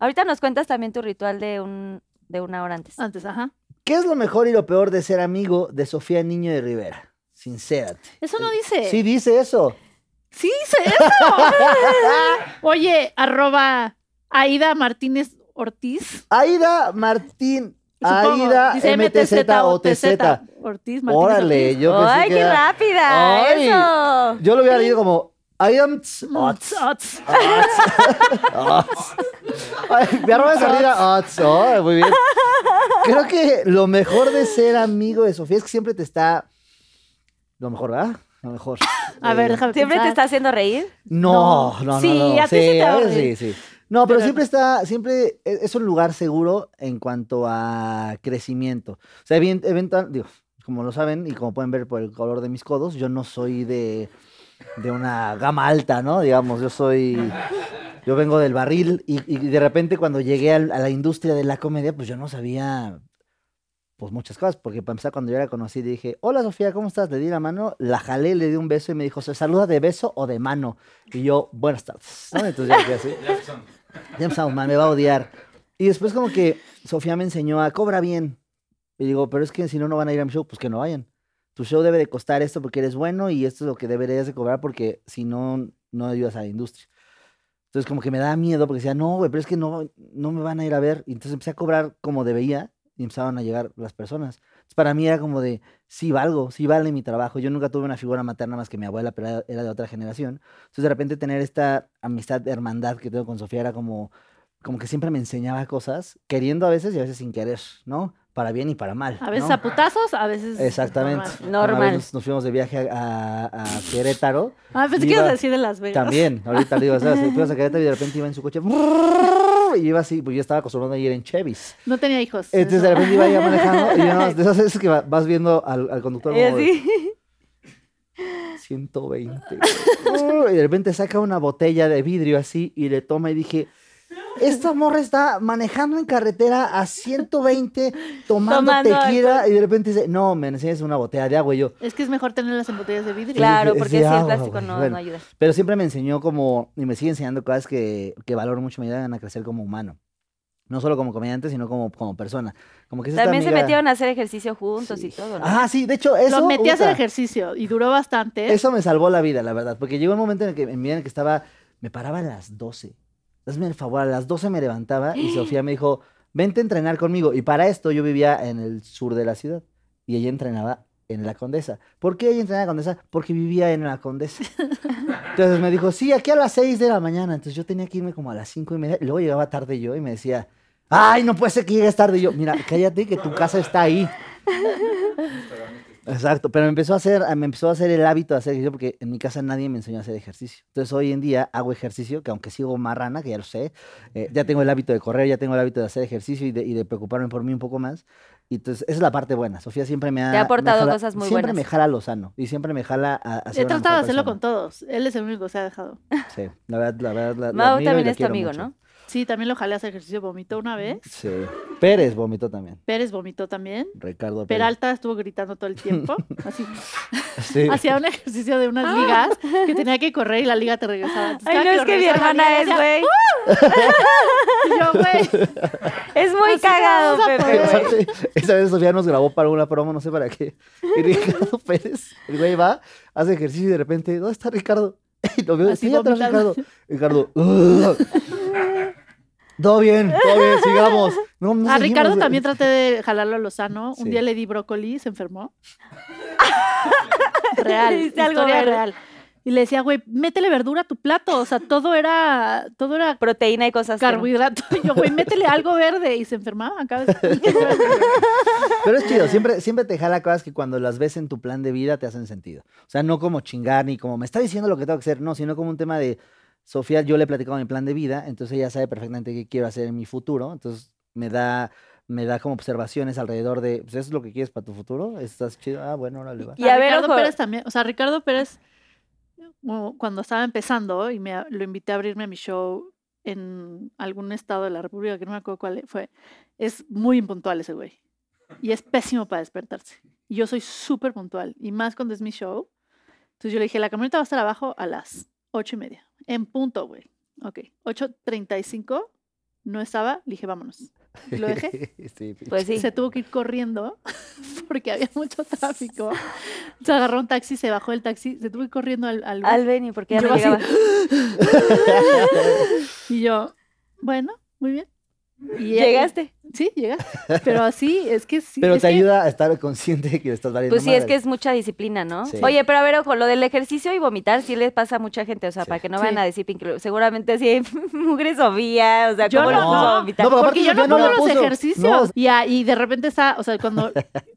Speaker 2: Ahorita nos cuentas también tu ritual de un de una hora
Speaker 4: Ah,
Speaker 2: antes.
Speaker 5: Antes, ajá.
Speaker 4: ¿Qué es lo mejor y lo peor de ser amigo de Sofía Niño de Rivera? Sincérate.
Speaker 5: Eso no dice.
Speaker 4: Sí dice eso.
Speaker 5: Sí dice eso. Oye, arroba Aida Martínez Ortiz.
Speaker 4: Aida Martín.
Speaker 5: supongo.
Speaker 4: Aida
Speaker 5: Dice
Speaker 4: MTZ o TZ.
Speaker 5: Ortiz, Martínez
Speaker 4: Órale, yo pensé
Speaker 2: ¡Ay,
Speaker 4: que
Speaker 2: qué
Speaker 4: era-
Speaker 2: rápida!
Speaker 4: Ay.
Speaker 2: ¡Eso!
Speaker 4: Yo lo hubiera leído como I am ts-
Speaker 5: Ortiz.
Speaker 4: ots,
Speaker 5: Mm, ots.
Speaker 4: ots. Ay, Me arroba salida ots. Oh, muy bien. Creo que lo mejor de ser amigo de Sofía es que siempre te está. Lo mejor, ¿verdad? Lo mejor.
Speaker 5: A ver,
Speaker 4: Eh,
Speaker 5: déjame
Speaker 2: ¿Siempre te está
Speaker 5: pensar.
Speaker 2: haciendo reír?
Speaker 4: No, no, no.
Speaker 5: Sí,
Speaker 4: no.
Speaker 5: a ti sí te
Speaker 4: a veces
Speaker 5: abre.
Speaker 4: sí, sí. No, pero
Speaker 5: Pero-
Speaker 4: siempre está, siempre e- es un lugar seguro en cuanto a crecimiento. O sea, event- eventual, digo, como lo saben y como pueden ver por el color de mis codos, yo no soy de, de una gama alta, ¿no? Digamos, yo soy, yo vengo del barril y, y de repente cuando llegué al- a la industria de la comedia, pues yo no sabía pues muchas cosas, porque para empezar cuando yo la conocí le dije, hola Sofía, ¿cómo estás? Le di la mano, la jalé, le di un beso y me dijo, ¿se saluda de beso o de mano? Y yo, buenas tardes. ¿no? Entonces yo me quedé así. James Outman me va a odiar. Y después como que Sofía me enseñó a cobra bien. Y digo, pero es que si no, no van a ir a mi show, pues que no vayan. Tu show debe de costar esto porque eres bueno y esto es lo que deberías de cobrar porque si no, no ayudas a la industria. Entonces como que me daba miedo porque decía, no, güey, pero es que no, no me van a ir a ver. Y entonces empecé a cobrar como debía y empezaban a llegar las personas. Entonces, para mí era como de, sí valgo, sí vale mi trabajo. Yo nunca tuve una figura materna más que mi abuela, pero era- era de otra generación. Entonces, de repente, tener esta amistad, hermandad que tengo con Sofía era como, como que siempre me enseñaba cosas, queriendo a veces y a veces sin querer, ¿no? Para bien y para mal.
Speaker 5: A veces
Speaker 4: ¿no?
Speaker 5: a putazos, a veces.
Speaker 4: Exactamente.
Speaker 5: normal.
Speaker 4: Una vez
Speaker 2: Normal.
Speaker 4: Nos, nos fuimos de viaje a, a- a Querétaro.
Speaker 5: Ah, pensé que
Speaker 4: Iba-
Speaker 5: ibas a decir de Las Vegas.
Speaker 4: También, ahorita le digo, o sea, se- fuimos a Querétaro y de repente iba en su coche. Y iba así, pues yo estaba acostumbrado a ir en Chevys.
Speaker 5: No tenía hijos.
Speaker 4: Entonces de
Speaker 5: eso.
Speaker 4: repente iba ya manejando y yo nada más de esas veces que va- vas viendo al, al conductor
Speaker 2: Y
Speaker 4: como de,
Speaker 2: así.
Speaker 4: 120. güey. y de repente saca una botella de vidrio así y le toma y dije, esta morra está manejando en carretera a 120, tomando,
Speaker 2: Tomando
Speaker 4: tequila. Y de repente dice, no, me enseñas una botella de agua. Y yo,
Speaker 5: Es que es mejor tenerlas en botellas de vidrio.
Speaker 2: Claro,
Speaker 4: es de
Speaker 2: porque si el
Speaker 4: agua,
Speaker 2: plástico
Speaker 4: güey,
Speaker 2: no,
Speaker 4: bueno.
Speaker 2: no ayuda.
Speaker 4: pero siempre me enseñó como, y me sigue enseñando cosas que, que valoro mucho, me ayudan a crecer como humano. No solo como comediante, sino como, como persona. Como que es esta
Speaker 2: También se
Speaker 4: amiga-
Speaker 2: metieron a hacer ejercicio juntos y todo, ¿no?
Speaker 4: Ah, sí, de hecho, eso.
Speaker 5: Los metí a hacer
Speaker 4: puta.
Speaker 5: ejercicio y duró bastante.
Speaker 4: Eso me salvó la vida, la verdad, porque llegó un momento en el que en mi vida en el que estaba, me paraba a las 12. Hazme el favor, a las 12 me levantaba y Sofía me dijo, vente a entrenar conmigo. Y para esto yo vivía en el sur de la ciudad y ella entrenaba en la Condesa. ¿Por qué ella entrenaba en la Condesa? Porque vivía en la Condesa. Entonces me dijo, sí, aquí a las 6 de la mañana. Entonces yo tenía que irme como a las 5 y media. Y luego llegaba tarde yo y me decía, ay, no puede ser que llegues tarde. Y yo, mira, cállate que tu casa está ahí. Exacto, pero me empezó a hacer, me empezó a hacer el hábito de hacer ejercicio porque en mi casa nadie me enseñó a hacer ejercicio. Entonces hoy en día hago ejercicio, que aunque sigo marrana, que ya lo sé, eh, ya tengo el hábito de correr, ya tengo el hábito de hacer ejercicio y de, y de preocuparme por mí un poco más. Y entonces esa es la parte buena. Sofía siempre me ha...
Speaker 2: Te ha aportado
Speaker 4: me jala-
Speaker 2: cosas muy
Speaker 4: Siempre
Speaker 2: buenas.
Speaker 4: me jala lo sano y siempre me jala a, a ser
Speaker 5: He
Speaker 4: una
Speaker 5: tratado de
Speaker 4: mejor
Speaker 5: hacerlo con
Speaker 4: persona.
Speaker 5: todos. Él es el único que se ha dejado.
Speaker 4: Sí, la verdad, la verdad. La, la
Speaker 2: Mau
Speaker 4: admiro y
Speaker 2: también
Speaker 4: la
Speaker 2: es tu
Speaker 4: quiero
Speaker 2: amigo,
Speaker 4: mucho.
Speaker 2: ¿no?
Speaker 5: Sí, también lo jalé a hacer ejercicio, vomitó una vez.
Speaker 4: Sí. Pérez vomitó también.
Speaker 5: Pérez vomitó también.
Speaker 4: Ricardo Pérez.
Speaker 5: Peralta estuvo gritando todo el tiempo. Así.
Speaker 4: Sí.
Speaker 5: Hacía un ejercicio de unas ligas que tenía que correr y la liga te regresaba. Entonces,
Speaker 2: Ah. Ay,
Speaker 5: cada
Speaker 2: no es que mi
Speaker 5: regresaba
Speaker 2: hermana
Speaker 5: la
Speaker 2: es,
Speaker 5: liga,
Speaker 2: güey.
Speaker 5: decía, Yo, güey.
Speaker 2: Es muy
Speaker 5: "Ah, Así
Speaker 2: cagado,
Speaker 5: vamos a
Speaker 2: Pepe,
Speaker 5: poder.
Speaker 2: güey.
Speaker 4: Aparte, esa vez Sofía nos grabó para una promo, no sé para qué. Y Ricardo Pérez, el güey va, hace ejercicio y de repente, ¿dónde está Ricardo? Y lo veo,
Speaker 5: Así
Speaker 4: sí, atrás
Speaker 5: vomitando.
Speaker 4: Ricardo. Ricardo, "Ugh". todo bien, todo bien, sigamos. No, no
Speaker 5: A
Speaker 4: seguimos, eh,
Speaker 5: Ricardo
Speaker 4: güey.
Speaker 5: también traté de jalarlo a lo sano.
Speaker 4: Sí.
Speaker 5: Un día le di brócoli, se enfermó. real,
Speaker 2: Le diste algo
Speaker 5: historia
Speaker 2: verde.
Speaker 5: real. Y le decía, güey, métele verdura a tu plato. O sea, todo era, todo era
Speaker 2: Proteína y cosas. que no.
Speaker 5: carbohidrato. Y yo, güey, métele algo verde. Y se enfermaba cada vez.
Speaker 4: Pero es chido, siempre, siempre te jala cosas que cuando las ves en tu plan de vida te hacen sentido. O sea, no como chingar ni como me está diciendo lo que tengo que hacer, no, sino como un tema de Sofía, yo le he platicado mi plan de vida, entonces ella sabe perfectamente qué quiero hacer en mi futuro, entonces me da, me da como observaciones alrededor de, pues eso es lo que quieres para tu futuro, estás chido, ah, bueno, órale, va.
Speaker 2: Y a ver,
Speaker 5: Ricardo
Speaker 2: ojo.
Speaker 5: Pérez también. O sea, Ricardo Pérez, u- cuando estaba empezando y me, a- lo invité a abrirme a mi show en algún estado de la República, que no me acuerdo cuál fue, es muy impuntual ese güey. Y es pésimo para despertarse. Y yo soy súper puntual. Y más cuando es mi show. Entonces yo le dije, la camioneta va a estar abajo a las ocho y media. En punto, güey. Ok. 8.35 no estaba. Le dije, vámonos. Y lo dejé.
Speaker 4: Sí, sí.
Speaker 2: Pues sí.
Speaker 5: Se tuvo que ir corriendo porque había mucho tráfico. Se agarró un taxi, se bajó del taxi, se tuvo que ir corriendo al, al bus.
Speaker 2: Al Beni, porque ya
Speaker 5: Yo
Speaker 2: no
Speaker 5: así-
Speaker 2: llegaba.
Speaker 5: Y yo, bueno, muy bien. Y él-
Speaker 2: Llegaste.
Speaker 5: Sí, llegaste. Pero así es que sí.
Speaker 4: Pero
Speaker 5: es
Speaker 4: te
Speaker 5: que-
Speaker 4: ayuda a estar consciente de que estás valiendo
Speaker 2: Pues sí, es
Speaker 4: madre.
Speaker 2: que es mucha disciplina, ¿no?
Speaker 4: Sí.
Speaker 2: Oye, pero a ver, ojo, lo del ejercicio y vomitar sí les pasa a mucha gente, o sea,
Speaker 4: Sí.
Speaker 2: para que no
Speaker 5: Sí.
Speaker 2: vayan a decir, "Pinky", seguramente sí, mugre Sofía, o sea,
Speaker 5: Yo
Speaker 2: ¿cómo
Speaker 5: no,
Speaker 2: lo vamos a
Speaker 5: no.
Speaker 2: vomitar?
Speaker 4: No, pero aparte
Speaker 5: Porque yo no
Speaker 4: Sofía no
Speaker 5: pongo
Speaker 4: la
Speaker 5: los
Speaker 4: puso.
Speaker 5: ejercicios.
Speaker 4: No.
Speaker 5: Y, a- y de repente está, o sea, cuando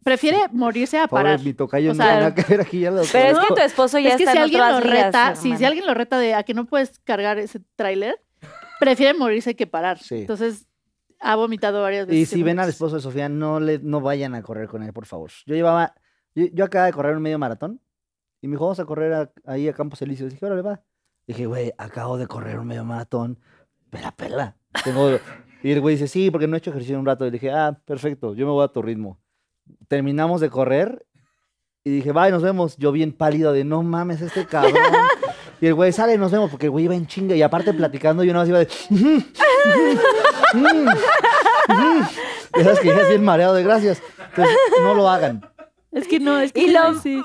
Speaker 5: prefiere morirse a
Speaker 4: Pobre,
Speaker 5: parar.
Speaker 4: mi tocayo
Speaker 5: O
Speaker 4: no
Speaker 5: sea,
Speaker 4: tiene nada que ver aquí ya lo
Speaker 2: Pero es que
Speaker 4: acabo.
Speaker 2: tu esposo ya
Speaker 5: es que
Speaker 2: está
Speaker 5: si
Speaker 2: en
Speaker 5: alguien
Speaker 2: otras
Speaker 5: lo
Speaker 2: ligas,
Speaker 5: reta, sí, si
Speaker 2: hermana.
Speaker 5: alguien lo reta de a que no puedes cargar ese tráiler, prefiere morirse que parar.
Speaker 4: Sí.
Speaker 5: Entonces, ha vomitado varias veces.
Speaker 4: Y si
Speaker 5: en
Speaker 4: ven al
Speaker 5: Uber.
Speaker 4: esposo de Sofía, no, le, no vayan a correr con él, por favor. Yo llevaba, yo, yo acababa de correr un medio maratón y me dijo, vamos a correr a- ahí a Campos Elíseos. Dije, órale, va. Dije, güey, acabo de correr un medio maratón. Pela, pela. Tengo... Y el güey dice, sí, porque no he hecho ejercicio en un rato. Y le dije, ah, perfecto, yo me voy a tu ritmo. Terminamos de correr y dije, bye, nos vemos. Yo bien pálido de, no mames, este cabrón. Y el güey sale, nos vemos, porque el güey iba en chinga. Y aparte platicando, yo nada más iba de... Mm, mm. Y sabes que ya es bien mareado de gracias. Entonces, no lo hagan.
Speaker 5: Es que no, es que
Speaker 2: Y lo...
Speaker 5: ay, sí.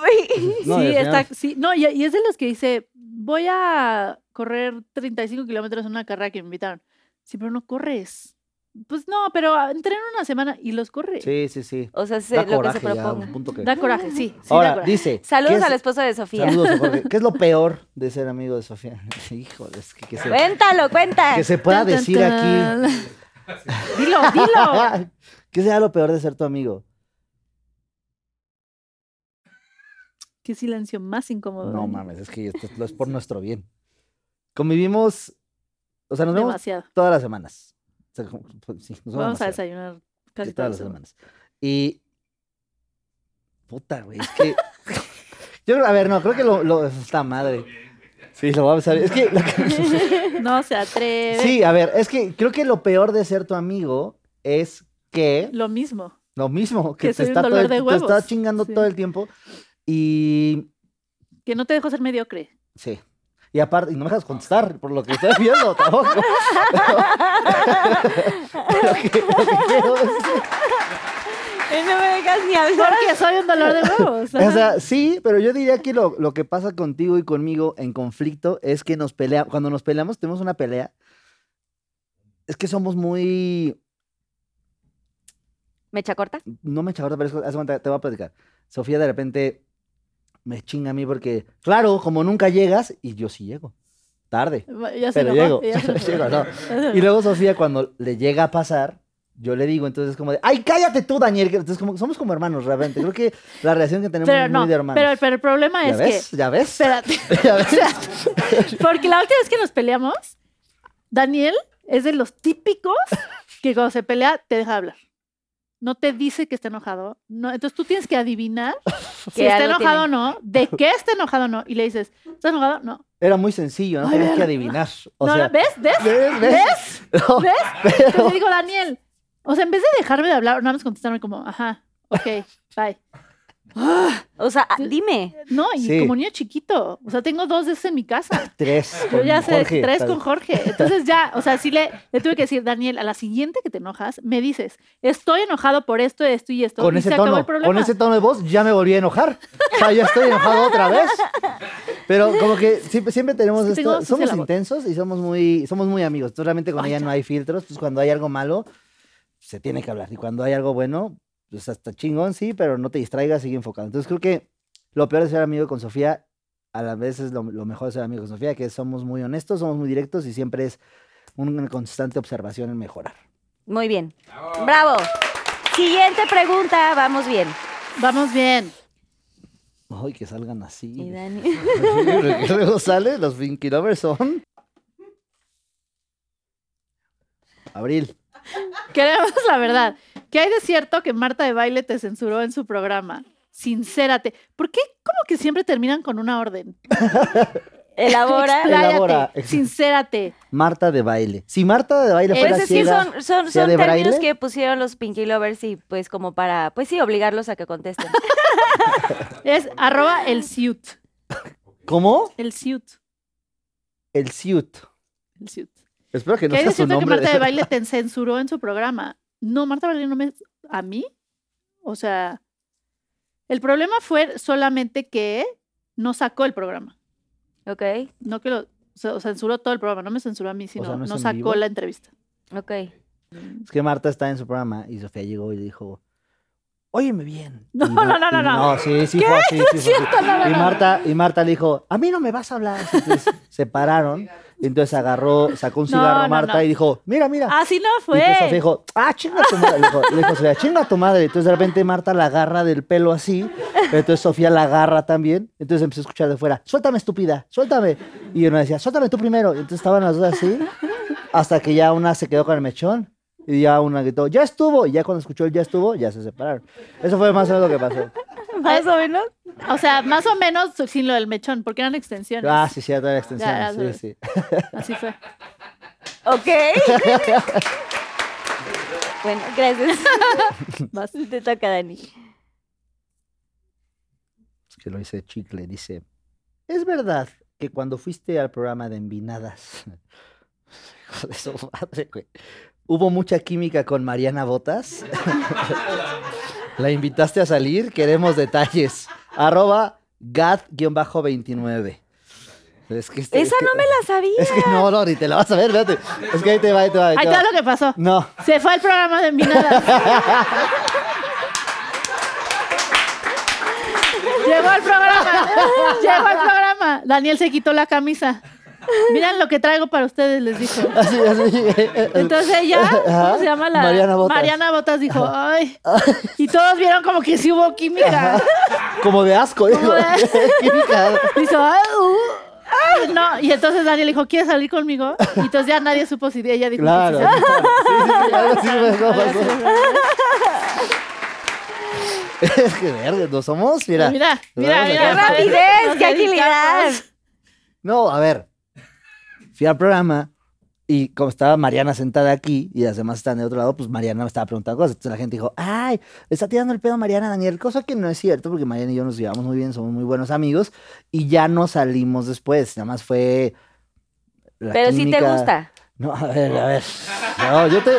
Speaker 4: No, y
Speaker 5: sí,
Speaker 4: al
Speaker 5: está,
Speaker 4: final-
Speaker 5: sí, no, y, y es de los que dice, voy a correr 35 kilómetros en una carrera que me invitaron. Sí, pero no corres. Pues no, pero ah, entrena una semana y los corre.
Speaker 4: Sí, sí, sí.
Speaker 2: O sea, se-
Speaker 4: Da
Speaker 2: lo que se
Speaker 4: coraje ya,
Speaker 2: proponga.
Speaker 4: un punto que...
Speaker 5: Da coraje, sí. sí da
Speaker 4: Ahora,
Speaker 5: coraje.
Speaker 4: dice...
Speaker 2: Saludos
Speaker 4: ¿qué es-
Speaker 2: al esposo de Sofía.
Speaker 4: Saludos, Jorge. ¿Qué es lo peor de ser amigo de Sofía? Híjole, es que, que se,
Speaker 2: Cuéntalo, cuenta.
Speaker 4: que se pueda
Speaker 5: Tan, tan,
Speaker 4: decir aquí...
Speaker 5: tan. Dilo, dilo.
Speaker 4: ¿Qué será lo peor de ser tu amigo?
Speaker 5: Qué silencio más incómodo.
Speaker 4: No
Speaker 5: Dani.
Speaker 4: mames, es que esto es por nuestro bien. Convivimos... O sea, nos vemos
Speaker 5: Demasiado.
Speaker 4: todas las semanas. O sea, como- pues, sí, nos vemos
Speaker 5: Vamos a
Speaker 4: demasiado.
Speaker 5: desayunar casi
Speaker 4: de todas las
Speaker 5: todas las
Speaker 4: semanas. Y. Puta, güey, es que. Yo, creo- a ver, no, creo que lo. lo está madre. Sí, lo vamos a ver. Es que. lo que-
Speaker 5: semanas. No se atreve.
Speaker 4: sí, a ver, es que creo que lo peor de ser tu amigo es que.
Speaker 5: Lo mismo.
Speaker 4: Lo mismo, que, te,
Speaker 5: Que soy un
Speaker 4: está todo
Speaker 5: dolor
Speaker 4: el-
Speaker 5: de
Speaker 4: te está
Speaker 5: huevos.
Speaker 4: chingando
Speaker 5: Sí.
Speaker 4: todo el tiempo. Y.
Speaker 5: Que no te dejo ser mediocre.
Speaker 4: Sí. Y aparte, y no me dejas contestar por lo que estoy viendo tampoco. Lo que- lo que quiero es-
Speaker 2: Él no me dejas ni hablar.
Speaker 5: Porque soy un dolor de huevos.
Speaker 4: O
Speaker 5: ajá.
Speaker 4: sea, sí, pero yo diría que lo, lo que pasa contigo y conmigo en conflicto es que nos pelea, cuando nos peleamos, tenemos una pelea, es que somos muy
Speaker 2: ¿Mecha corta?
Speaker 4: no me chavarta, pero es que, haz de cuenta, te voy a platicar. Sofía de repente me chinga a mí porque, claro, como nunca llegas, y yo sí llego. Tarde.
Speaker 5: Ya se
Speaker 4: Pero llego.
Speaker 5: enojó, ya se enojó.
Speaker 4: Llego, no. Y luego Sofía, cuando le llega a pasar, yo le digo, entonces es como de, ¡ay, cállate tú, Daniel! Entonces, como, somos como hermanos, realmente. Creo que la relación que tenemos
Speaker 5: Pero
Speaker 4: es
Speaker 5: no,
Speaker 4: muy de hermanos.
Speaker 5: pero, pero el problema
Speaker 4: ¿Ya
Speaker 5: es
Speaker 4: ves?
Speaker 5: que...
Speaker 4: ¿Ya ves?
Speaker 5: Espérate.
Speaker 4: ¿Ya ves?
Speaker 5: Porque la última vez que nos peleamos, Daniel es de los típicos que cuando se pelea te deja hablar. No te dice que está enojado. No, entonces tú tienes que adivinar si
Speaker 2: Que
Speaker 5: está
Speaker 2: algo
Speaker 5: enojado o
Speaker 2: tiene.
Speaker 5: no, de qué está enojado o no. Y le dices, ¿estás enojado? No.
Speaker 4: Era muy sencillo, no
Speaker 5: Ay,
Speaker 4: tenías que
Speaker 5: ¿verdad?
Speaker 4: adivinar. O
Speaker 5: no,
Speaker 4: sea,
Speaker 5: no, ¿Ves? ¿Ves?
Speaker 4: ¿Ves?
Speaker 5: ¿Ves?
Speaker 4: No,
Speaker 5: ¿Ves?
Speaker 4: pero-
Speaker 5: Entonces le digo, Daniel, o sea, en vez de dejarme de hablar, no nos contestaron como, ajá, ok, bye.
Speaker 2: O sea, ah, dime.
Speaker 5: No, y
Speaker 4: Sí.
Speaker 5: como niño chiquito, o sea, tengo dos de esos en mi casa.
Speaker 4: tres.
Speaker 5: Yo
Speaker 4: con
Speaker 5: ya sé,
Speaker 4: Jorge,
Speaker 5: tres
Speaker 4: tal-
Speaker 5: con Jorge. Entonces ya, o sea, sí le, le tuve que decir, Daniel, a la siguiente que te enojas, me dices, estoy enojado por esto, esto y esto.
Speaker 4: Con
Speaker 5: y
Speaker 4: ese
Speaker 5: se acabó
Speaker 4: tono,
Speaker 5: el problema.
Speaker 4: con ese tono de voz ya me volví a enojar. O sea, ya estoy enojado otra vez. Pero como que siempre, siempre tenemos
Speaker 5: Es que
Speaker 4: esto,
Speaker 5: tengo sucia
Speaker 4: somos
Speaker 5: la voz.
Speaker 4: intensos y somos muy, somos muy amigos. Entonces realmente con ella no hay filtros, pues cuando hay algo malo se tiene que hablar y cuando hay algo bueno, pues hasta chingón sí, pero no te distraigas, sigue enfocado. Entonces creo que lo peor de ser amigo con Sofía a la vez es lo, lo mejor de ser amigo con Sofía, que somos muy honestos, somos muy directos y siempre es una constante observación en mejorar.
Speaker 2: Muy bien. Bravo. Siguiente pregunta, vamos bien.
Speaker 5: Vamos bien.
Speaker 4: Ay, que salgan así.
Speaker 2: Y
Speaker 4: de-
Speaker 2: Dani-
Speaker 4: Porque luego sale, los Vinky Lovers son. Abril.
Speaker 5: Queremos la verdad. ¿Qué hay de cierto que Marta de Baile te censuró en su programa? Sincérate. ¿Por qué como que siempre terminan con una orden?
Speaker 2: Elabora.
Speaker 5: Expláyate,
Speaker 4: Elabora.
Speaker 5: Sincérate.
Speaker 4: Marta de baile. Si Marta de baile fuera
Speaker 2: Pues es que
Speaker 4: ciega,
Speaker 2: son, son,
Speaker 4: sea
Speaker 2: son
Speaker 4: de
Speaker 2: términos
Speaker 4: braille.
Speaker 2: que pusieron los Pinky Lovers y pues como para, pues sí, obligarlos a que contesten.
Speaker 5: Es arroba el siut.
Speaker 4: ¿Cómo?
Speaker 5: El siut.
Speaker 4: El Ciut.
Speaker 5: El siut.
Speaker 4: Espero que no
Speaker 5: ¿Qué hay
Speaker 4: sea
Speaker 5: de
Speaker 4: su
Speaker 5: cierto que
Speaker 4: nombre.
Speaker 5: Marta de Baile te censuró en su programa? No, Marta de Baile no me... ¿A mí? O sea, el problema fue solamente que no sacó el programa.
Speaker 2: Ok,
Speaker 5: No que lo... o sea, censuró todo el programa. No me censuró a mí, sino
Speaker 4: sea, ¿no
Speaker 5: no,
Speaker 4: es en vivo?
Speaker 5: sacó la entrevista.
Speaker 2: ok.
Speaker 4: Es que Marta está en su programa y Sofía llegó y dijo, óyeme bien.
Speaker 5: No,
Speaker 4: Y Mar-
Speaker 5: no, no, no,
Speaker 4: y
Speaker 5: no.
Speaker 4: No, sí, sí fue así. sí fue así.
Speaker 5: no, no,
Speaker 4: y,
Speaker 5: no.
Speaker 4: Marta, y Marta le dijo, a mí no me vas a hablar. Entonces se pararon. Y entonces agarró, sacó un
Speaker 5: No,
Speaker 4: cigarro
Speaker 5: no,
Speaker 4: Marta
Speaker 5: no.
Speaker 4: y dijo, mira, mira.
Speaker 2: Ah,
Speaker 5: Así no
Speaker 4: Y entonces
Speaker 5: fue.
Speaker 4: Sofía dijo, ah, chinga tu madre. Le dijo, le dijo Sofía, chinga tu madre. Entonces de repente Marta la agarra del pelo así. Entonces Sofía la agarra también. Entonces empezó a escuchar de fuera, suéltame, estúpida, suéltame. Y uno decía, suéltame tú primero. Y entonces estaban las dos así. Hasta que ya una se quedó con el mechón. Y ya una gritó, ya estuvo. Y ya cuando escuchó el ya estuvo, ya se separaron. Eso fue más o menos lo que pasó.
Speaker 2: Más o menos.
Speaker 5: O sea, más o menos sin lo del mechón, porque eran extensiones.
Speaker 4: Ah, sí, sí, ya toda la
Speaker 5: Ya, ya,
Speaker 4: extensión. Sí, sí.
Speaker 5: Así fue.
Speaker 2: Ok. bueno, gracias. Vas. Te toca, Dani.
Speaker 4: Es que lo hice chicle. Dice, es verdad que cuando fuiste al programa de Envinadas, hijo de su madre, güey, hubo mucha química con Mariana Botas. La invitaste a salir, queremos detalles. Arroba gat-29. Es que este-
Speaker 2: Esa
Speaker 4: es que-
Speaker 2: no me la sabía.
Speaker 4: Es que no, no, ni te la vas a ver, espérate. Es que ahí te va, ahí te va. ahí
Speaker 5: Ahí
Speaker 4: te
Speaker 5: está
Speaker 4: va.
Speaker 5: lo que pasó.
Speaker 4: No.
Speaker 5: Se fue al programa de Envinadas. Llegó al programa. Llegó al programa. Daniel se quitó la camisa. Miren lo que traigo para ustedes, les dijo.
Speaker 4: Así, así.
Speaker 5: Entonces ella, ¿cómo
Speaker 4: Ajá,
Speaker 5: se llama la?
Speaker 4: Mariana Botas.
Speaker 5: Mariana Botas dijo, ay. Y todos vieron como que sí hubo química.
Speaker 4: Como de asco, digo.
Speaker 5: de-
Speaker 4: Química.
Speaker 5: Hizo, "Ah, uh, ah", no. Y entonces Daniel dijo, ¿quieres salir conmigo? Y entonces ya nadie supo si ella dijo, que
Speaker 4: Claro.
Speaker 5: sí.
Speaker 4: claro. Sí, sí, sí, algo así me- no pasó. Es que verga, no somos, mira.
Speaker 5: Mira,
Speaker 4: Nos
Speaker 5: mira,
Speaker 4: vamos
Speaker 5: mira.
Speaker 4: acá.
Speaker 5: Nos
Speaker 2: rapidez, qué agilidad.
Speaker 5: dedicamos.
Speaker 4: No, a ver. Fui al programa y como estaba Mariana sentada aquí y las demás están de otro lado, pues Mariana me estaba preguntando cosas. Entonces la gente dijo, ay, le está tirando el pedo a Mariana Daniel, cosa que no es cierto porque Mariana y yo nos llevamos muy bien, somos muy buenos amigos y ya no salimos después. Nada más fue... la
Speaker 2: Pero sí te
Speaker 4: química.
Speaker 2: gusta.
Speaker 4: No, a ver, a ver. No, yo te...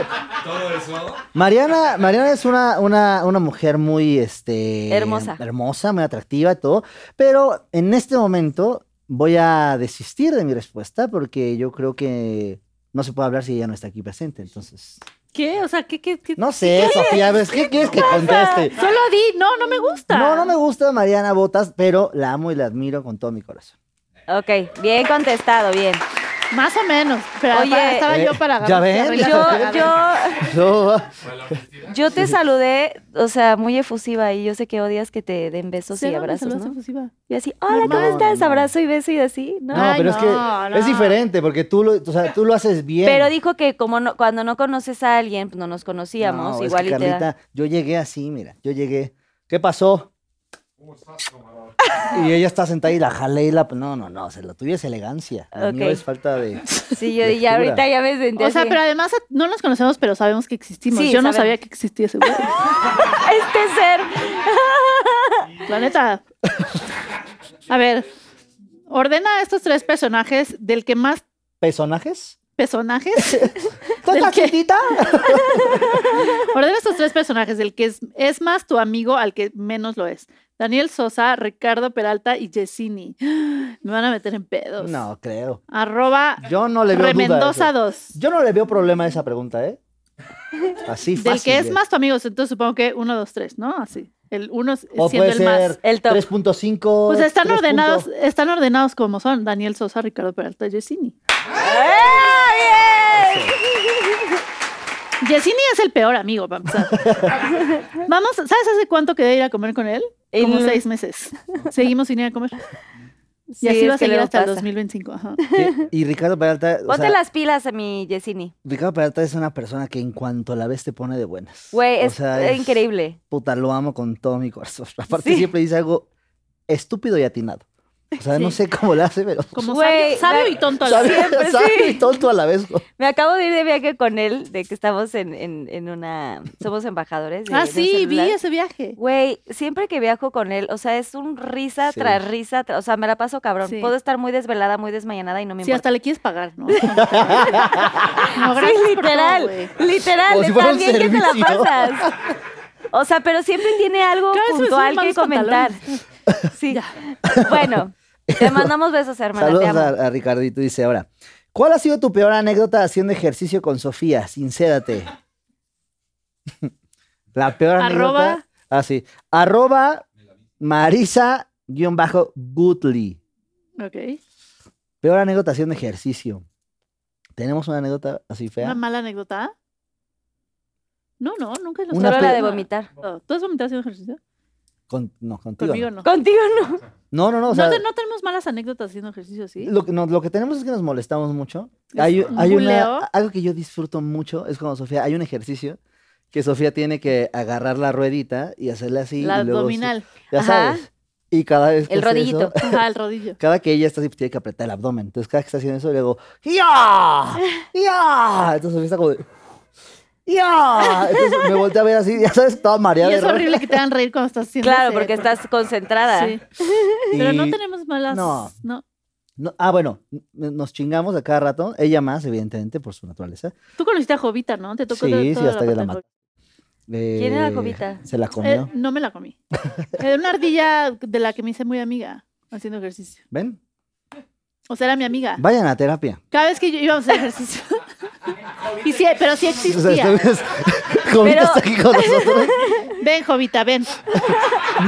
Speaker 4: ¿Todo eso? Mariana, Mariana es una, una, una mujer muy, este...
Speaker 2: Hermosa.
Speaker 4: Hermosa, muy atractiva y todo. Pero en este momento voy a desistir de mi respuesta porque yo creo que no se puede hablar si ella no está aquí presente. Entonces,
Speaker 5: ¿Qué? O sea, ¿qué? qué, qué?
Speaker 4: No sé, Sofía, ¿ves? ¿qué quieres que conteste?
Speaker 5: Solo di, no, no me gusta.
Speaker 4: No, no me gusta Mariana Botas, pero la amo y la admiro con todo mi corazón.
Speaker 2: Ok, bien contestado, bien.
Speaker 5: Más o menos. Pero
Speaker 2: Oye,
Speaker 5: para- estaba
Speaker 4: Eh,
Speaker 5: yo para
Speaker 4: ¿ya
Speaker 5: agarrar-
Speaker 4: ven?
Speaker 5: arreglar-
Speaker 2: Yo,
Speaker 5: arreglar-
Speaker 2: yo,
Speaker 4: Yo-
Speaker 2: yo te saludé, o sea, muy efusiva y yo sé que odias que te den besos
Speaker 5: Sí, no,
Speaker 2: y
Speaker 5: me
Speaker 2: abrazos,
Speaker 5: saludas
Speaker 2: ¿no?
Speaker 5: efusiva.
Speaker 2: Y así, hola, ¿cómo
Speaker 4: No,
Speaker 2: estás?
Speaker 4: no.
Speaker 2: Abrazo y beso y así, ¿no?
Speaker 4: No,
Speaker 5: Ay,
Speaker 4: pero es que
Speaker 5: no,
Speaker 4: es
Speaker 5: no.
Speaker 4: diferente porque tú lo, o sea, tú lo haces bien.
Speaker 2: Pero dijo que como no, cuando no conoces a alguien, pues no nos conocíamos,
Speaker 4: No, es
Speaker 2: igual
Speaker 4: que,
Speaker 2: y te da-
Speaker 4: Carlita, yo llegué así, mira, yo llegué. ¿Qué pasó? Y ella está sentada y la jalé y la... No, no, no, o sea, lo tuyo es elegancia. Lo mío
Speaker 2: Ok.
Speaker 4: es falta de...
Speaker 2: Sí, yo ya
Speaker 4: Lectura.
Speaker 2: ahorita ya me sentí
Speaker 5: O sea,
Speaker 2: así.
Speaker 5: pero además no nos conocemos, pero sabemos que existimos.
Speaker 2: Sí,
Speaker 5: yo no
Speaker 2: sabemos.
Speaker 5: sabía que existía ese güey.
Speaker 2: Este ser.
Speaker 5: La neta. A ver, ordena a estos tres personajes del que más
Speaker 4: ¿Personajes?
Speaker 5: personajes.
Speaker 4: ¿Tú
Speaker 5: ¿Del
Speaker 4: estás
Speaker 5: qué?
Speaker 4: chiquita?
Speaker 5: Ordena estos tres personajes del que es, es más tu amigo al que menos lo es. Daniel Sosa, Ricardo Peralta y Jessini. Me van a meter en pedos.
Speaker 4: No, creo.
Speaker 5: Arroba
Speaker 4: Yo no le veo duda a eso.
Speaker 5: Remendoza 2.
Speaker 4: Yo no le veo problema a esa pregunta, ¿eh? Así fácil.
Speaker 5: Del que es
Speaker 4: ¿eh?
Speaker 5: más tu amigo, entonces supongo que 1, 2, 3, ¿no? Así. El 1
Speaker 4: O
Speaker 5: siendo
Speaker 4: puede
Speaker 5: el más.
Speaker 4: ser
Speaker 2: El top.
Speaker 4: 3.5.
Speaker 5: Pues
Speaker 4: 3
Speaker 5: están
Speaker 4: punto-
Speaker 5: ordenados, están ordenados como son Daniel Sosa, Ricardo Peralta y Yesini.
Speaker 2: ¡Eh, bien!
Speaker 5: Yesini es el peor amigo, para empezar. Vamos, ¿sabes hace cuánto quedé de ir a comer con él? Como
Speaker 2: El-
Speaker 5: seis meses. Seguimos sin ir a comer.
Speaker 2: Sí,
Speaker 5: Y así va a
Speaker 2: es que
Speaker 5: seguir
Speaker 2: luego
Speaker 5: hasta el
Speaker 2: pasa.
Speaker 5: 2025. Ajá.
Speaker 4: Sí, Y Ricardo Peralta... o
Speaker 2: Ponte
Speaker 4: sea,
Speaker 2: las pilas a mi Yesini.
Speaker 4: Ricardo Peralta es una persona que en cuanto la ves te pone de buenas.
Speaker 2: Güey,
Speaker 4: O
Speaker 2: es,
Speaker 4: sea,
Speaker 2: eh, increíble.
Speaker 4: Puta, lo amo con todo mi corazón. Aparte
Speaker 2: Sí.
Speaker 4: siempre dice algo estúpido y atinado. O sea, no
Speaker 5: Sí.
Speaker 4: sé cómo lo hace, pero...
Speaker 5: Como
Speaker 2: Güey,
Speaker 5: sabio, sabio
Speaker 2: la-
Speaker 5: y tonto. a la
Speaker 4: Sabe,
Speaker 5: vez.
Speaker 2: siempre,
Speaker 4: sabe
Speaker 2: sí.
Speaker 4: y tonto a la vez. güey.
Speaker 2: Me acabo de ir de viaje con él, de que estamos en, en- en una... Somos embajadores. de-
Speaker 5: Ah,
Speaker 2: de un
Speaker 5: sí, vi
Speaker 2: celular.
Speaker 5: ese viaje.
Speaker 2: Güey, siempre que viajo con él, o sea, es un risa
Speaker 4: Sí.
Speaker 2: tras risa, tra- o sea, me la paso cabrón.
Speaker 5: Sí.
Speaker 2: Puedo estar muy desvelada, muy desmañanada y no me
Speaker 5: Sí,
Speaker 2: importa.
Speaker 5: hasta le quieres pagar, ¿no? no gracias
Speaker 2: sí,
Speaker 5: por todo,
Speaker 2: literal,
Speaker 5: güey.
Speaker 2: literal,
Speaker 4: Como
Speaker 2: de
Speaker 4: si fuera
Speaker 2: tan
Speaker 4: un
Speaker 2: bien que te la
Speaker 4: servicio.
Speaker 2: pasas. O sea, pero siempre tiene algo
Speaker 5: Claro, se me
Speaker 2: puntual
Speaker 5: suben
Speaker 2: que
Speaker 5: mal los
Speaker 2: comentar. Sí. Bueno, te mandamos besos, hermana. te
Speaker 4: Saludos
Speaker 2: amo.
Speaker 4: a, a Ricardito. Dice ahora, ¿cuál ha sido tu peor anécdota haciendo ejercicio con Sofía? Sincérate. La peor
Speaker 5: Arroba.
Speaker 4: anécdota. Ah, sí. Arroba Marisa-Goodly.
Speaker 5: Ok.
Speaker 4: Peor anécdota haciendo ejercicio. ¿Tenemos una anécdota así fea?
Speaker 5: ¿Una mala anécdota? No, no, nunca lo
Speaker 4: Una
Speaker 2: Solo
Speaker 4: pe-
Speaker 2: la de vomitar.
Speaker 5: ¿Tú has vomitado haciendo ejercicio?
Speaker 4: Con- no, contigo.
Speaker 5: Conmigo
Speaker 4: no.
Speaker 5: no.
Speaker 2: Contigo no.
Speaker 4: No, no, no. o sea,
Speaker 5: no, te- no tenemos malas anécdotas haciendo ejercicio, ¿sí?
Speaker 4: Lo, que- no, lo que tenemos es que nos molestamos mucho.
Speaker 5: Es
Speaker 4: Hay,
Speaker 5: un
Speaker 4: hay
Speaker 5: buleo.
Speaker 4: una, algo que yo disfruto mucho es cuando Sofía, hay un ejercicio que Sofía tiene que agarrar la ruedita y hacerle así.
Speaker 5: la
Speaker 4: y luego-
Speaker 5: abdominal,
Speaker 4: Ya
Speaker 2: Ajá.
Speaker 4: sabes. Y cada vez que
Speaker 2: El
Speaker 4: hace
Speaker 2: rodillito.
Speaker 4: eso,
Speaker 5: ajá, el rodillo.
Speaker 4: cada que ella está así, pues, tiene que apretar el abdomen. Entonces, cada que está haciendo eso, le digo, ¡Ya! ¡Ya! Entonces Sofía está como, de, ¡Ya! Entonces me volteé a ver así, ya sabes, toda mareada.
Speaker 5: Y es
Speaker 4: de rollo.
Speaker 5: horrible que te hagan reír cuando estás haciendo
Speaker 2: Claro,
Speaker 5: ese-
Speaker 2: porque estás concentrada.
Speaker 5: Sí. Pero no
Speaker 4: Y-
Speaker 5: tenemos malas...
Speaker 4: No.
Speaker 5: No.
Speaker 4: no- ah, bueno, n- nos chingamos a cada rato. Ella más, evidentemente, por su naturaleza.
Speaker 5: Tú conociste a Jovita, ¿no? Te tocó
Speaker 4: Sí,
Speaker 5: todo-
Speaker 4: sí,
Speaker 5: toda
Speaker 4: hasta que la
Speaker 5: parte de
Speaker 4: mató.
Speaker 2: ¿Quién era
Speaker 4: Eh,
Speaker 2: Jovita?
Speaker 4: Se la
Speaker 5: Jovita.
Speaker 4: comió.
Speaker 5: Eh, no me la comí. Era una ardilla de la que me hice muy amiga haciendo ejercicio.
Speaker 4: ¿Ven?
Speaker 5: O sea, era mi amiga.
Speaker 4: Vayan a terapia.
Speaker 5: Cada vez que yo íbamos a hacer ejercicio. y sí, pero sí
Speaker 4: O sea,
Speaker 5: existía.
Speaker 4: esta vez, Jovita
Speaker 2: Pero-
Speaker 4: está aquí con nosotros.
Speaker 5: Ven, Jovita, ven.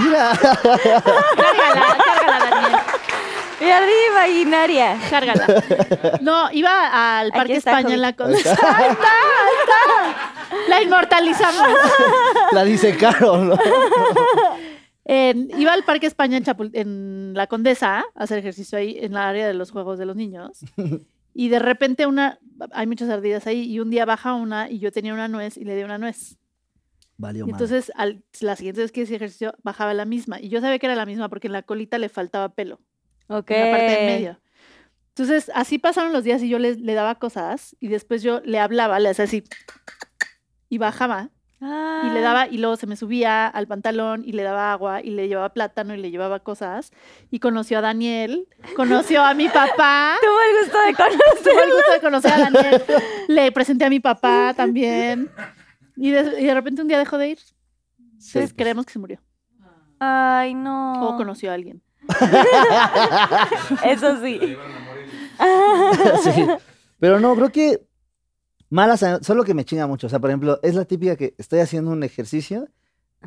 Speaker 4: Mira.
Speaker 5: Cárgala, cárgala, Daniel.
Speaker 2: Y arriba, imaginaria.
Speaker 5: Cárgala. No, iba al
Speaker 2: Aquí
Speaker 5: Parque
Speaker 2: está,
Speaker 5: España en la con- Ahí está, ahí está. La inmortalizamos.
Speaker 4: La dice Carol. ¿no?
Speaker 5: En- iba al Parque España en, Chapul- en la Condesa a hacer ejercicio ahí en la área de los juegos de los niños. Y de repente una, hay muchas ardillas ahí y un día baja una y yo tenía una nuez y le di una nuez.
Speaker 4: Valió
Speaker 5: Y
Speaker 4: madre.
Speaker 5: entonces al, la siguiente vez que hice ejercicio bajaba la misma y yo sabía que era la misma porque en la colita le faltaba pelo.
Speaker 2: Ok.
Speaker 5: en la parte de en medio. Entonces, así pasaron los días y yo le, le daba cosas y después yo le hablaba, le hacía así y bajaba
Speaker 2: Ah.
Speaker 5: y le daba y luego se me subía al pantalón y le daba agua y le llevaba plátano y le llevaba cosas y conoció a Daniel, conoció a mi papá.
Speaker 2: Tuvo el gusto de conocer.
Speaker 5: Tuve el gusto de conocer a Daniel. Le presenté a mi papá también. Y de, y de repente un día dejó de ir.
Speaker 4: pues.
Speaker 5: Entonces creemos que se murió.
Speaker 2: Ay, no.
Speaker 5: O conoció a alguien.
Speaker 2: Eso sí.
Speaker 4: Sí. Pero no, creo que Malas, a- solo que me chinga mucho. O sea, por ejemplo, es la típica que estoy haciendo un ejercicio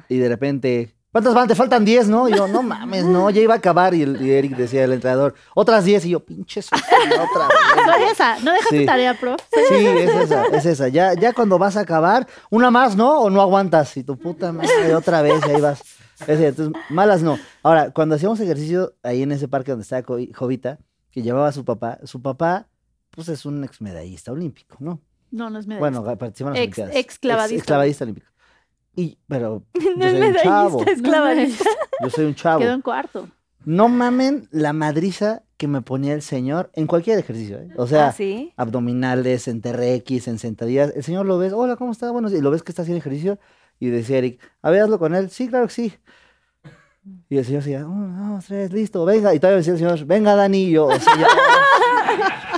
Speaker 4: y de repente, ¿cuántas van? Te faltan 10, ¿no? Y yo, no mames, no, ya iba a acabar. Y, el- y Eric decía, el entrenador, otras 10. Y yo, pinche Sofía, otra vez.
Speaker 5: Soy esa, Pues no dejas
Speaker 4: Sí.
Speaker 5: tu tarea, prof.
Speaker 4: Sí, es esa, es esa. Ya, ya cuando vas a acabar, una más, ¿no? O no aguantas. Y tu puta madre, otra vez, y ahí vas. Ese, entonces, malas no. Ahora, cuando hacíamos ejercicio ahí en ese parque donde estaba Co- Jovita, que llevaba a su papá, su papá, pues es un exmedallista olímpico, ¿no?
Speaker 5: No, no es medalla.
Speaker 4: Bueno, ga- participa en las
Speaker 5: Ah, Ex-
Speaker 4: Olimpiadas.
Speaker 5: exclavadista.
Speaker 4: Ex- exclavadista olímpico. Y, pero yo
Speaker 2: No es
Speaker 4: soy un chavo.
Speaker 2: medallista, es clavadista.
Speaker 4: Yo soy un chavo.
Speaker 5: Quedó en cuarto.
Speaker 4: No mamen la madriza que me ponía el señor en cualquier ejercicio, ¿eh? O sea,
Speaker 2: Ah, sí.
Speaker 4: abdominales, en TRX, en sentadillas. El señor lo ves, hola, ¿cómo está? Bueno, y lo ves que está haciendo ejercicio. Y decía Eric, a ver, hazlo con él. Sí, claro que sí. Y el señor decía, uno, dos, tres, listo, venga. Y todavía decía el señor, venga, Dani. Y yo, o sea, ya-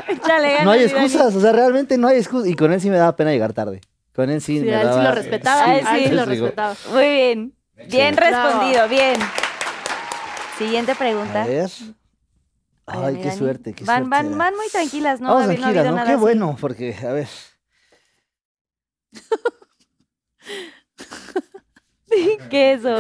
Speaker 2: Échale ganas,
Speaker 4: no hay
Speaker 2: mi Dani.
Speaker 4: excusas, o sea, realmente no hay excusas. Y con él sí me daba pena llegar tarde. Con él sí,
Speaker 5: Sí,
Speaker 4: me
Speaker 5: a él sí
Speaker 4: daba- eh,
Speaker 5: lo respetaba.
Speaker 2: Sí,
Speaker 5: a él sí,
Speaker 2: sí.
Speaker 5: lo
Speaker 4: Sí, digo,
Speaker 5: respetaba.
Speaker 2: Muy bien. Bien respondido, bien. Siguiente pregunta.
Speaker 4: A ver.
Speaker 2: A ver,
Speaker 4: Ay,
Speaker 2: mi
Speaker 4: qué
Speaker 2: Dani.
Speaker 4: suerte, qué
Speaker 2: van,
Speaker 4: suerte.
Speaker 2: Van, van muy tranquilas, ¿no?
Speaker 4: Vamos
Speaker 2: David, no ha
Speaker 4: tranquilas,
Speaker 2: habido
Speaker 4: ¿no?
Speaker 2: nada
Speaker 4: Qué
Speaker 2: así.
Speaker 4: bueno, porque, a ver.
Speaker 2: ¿Qué eso?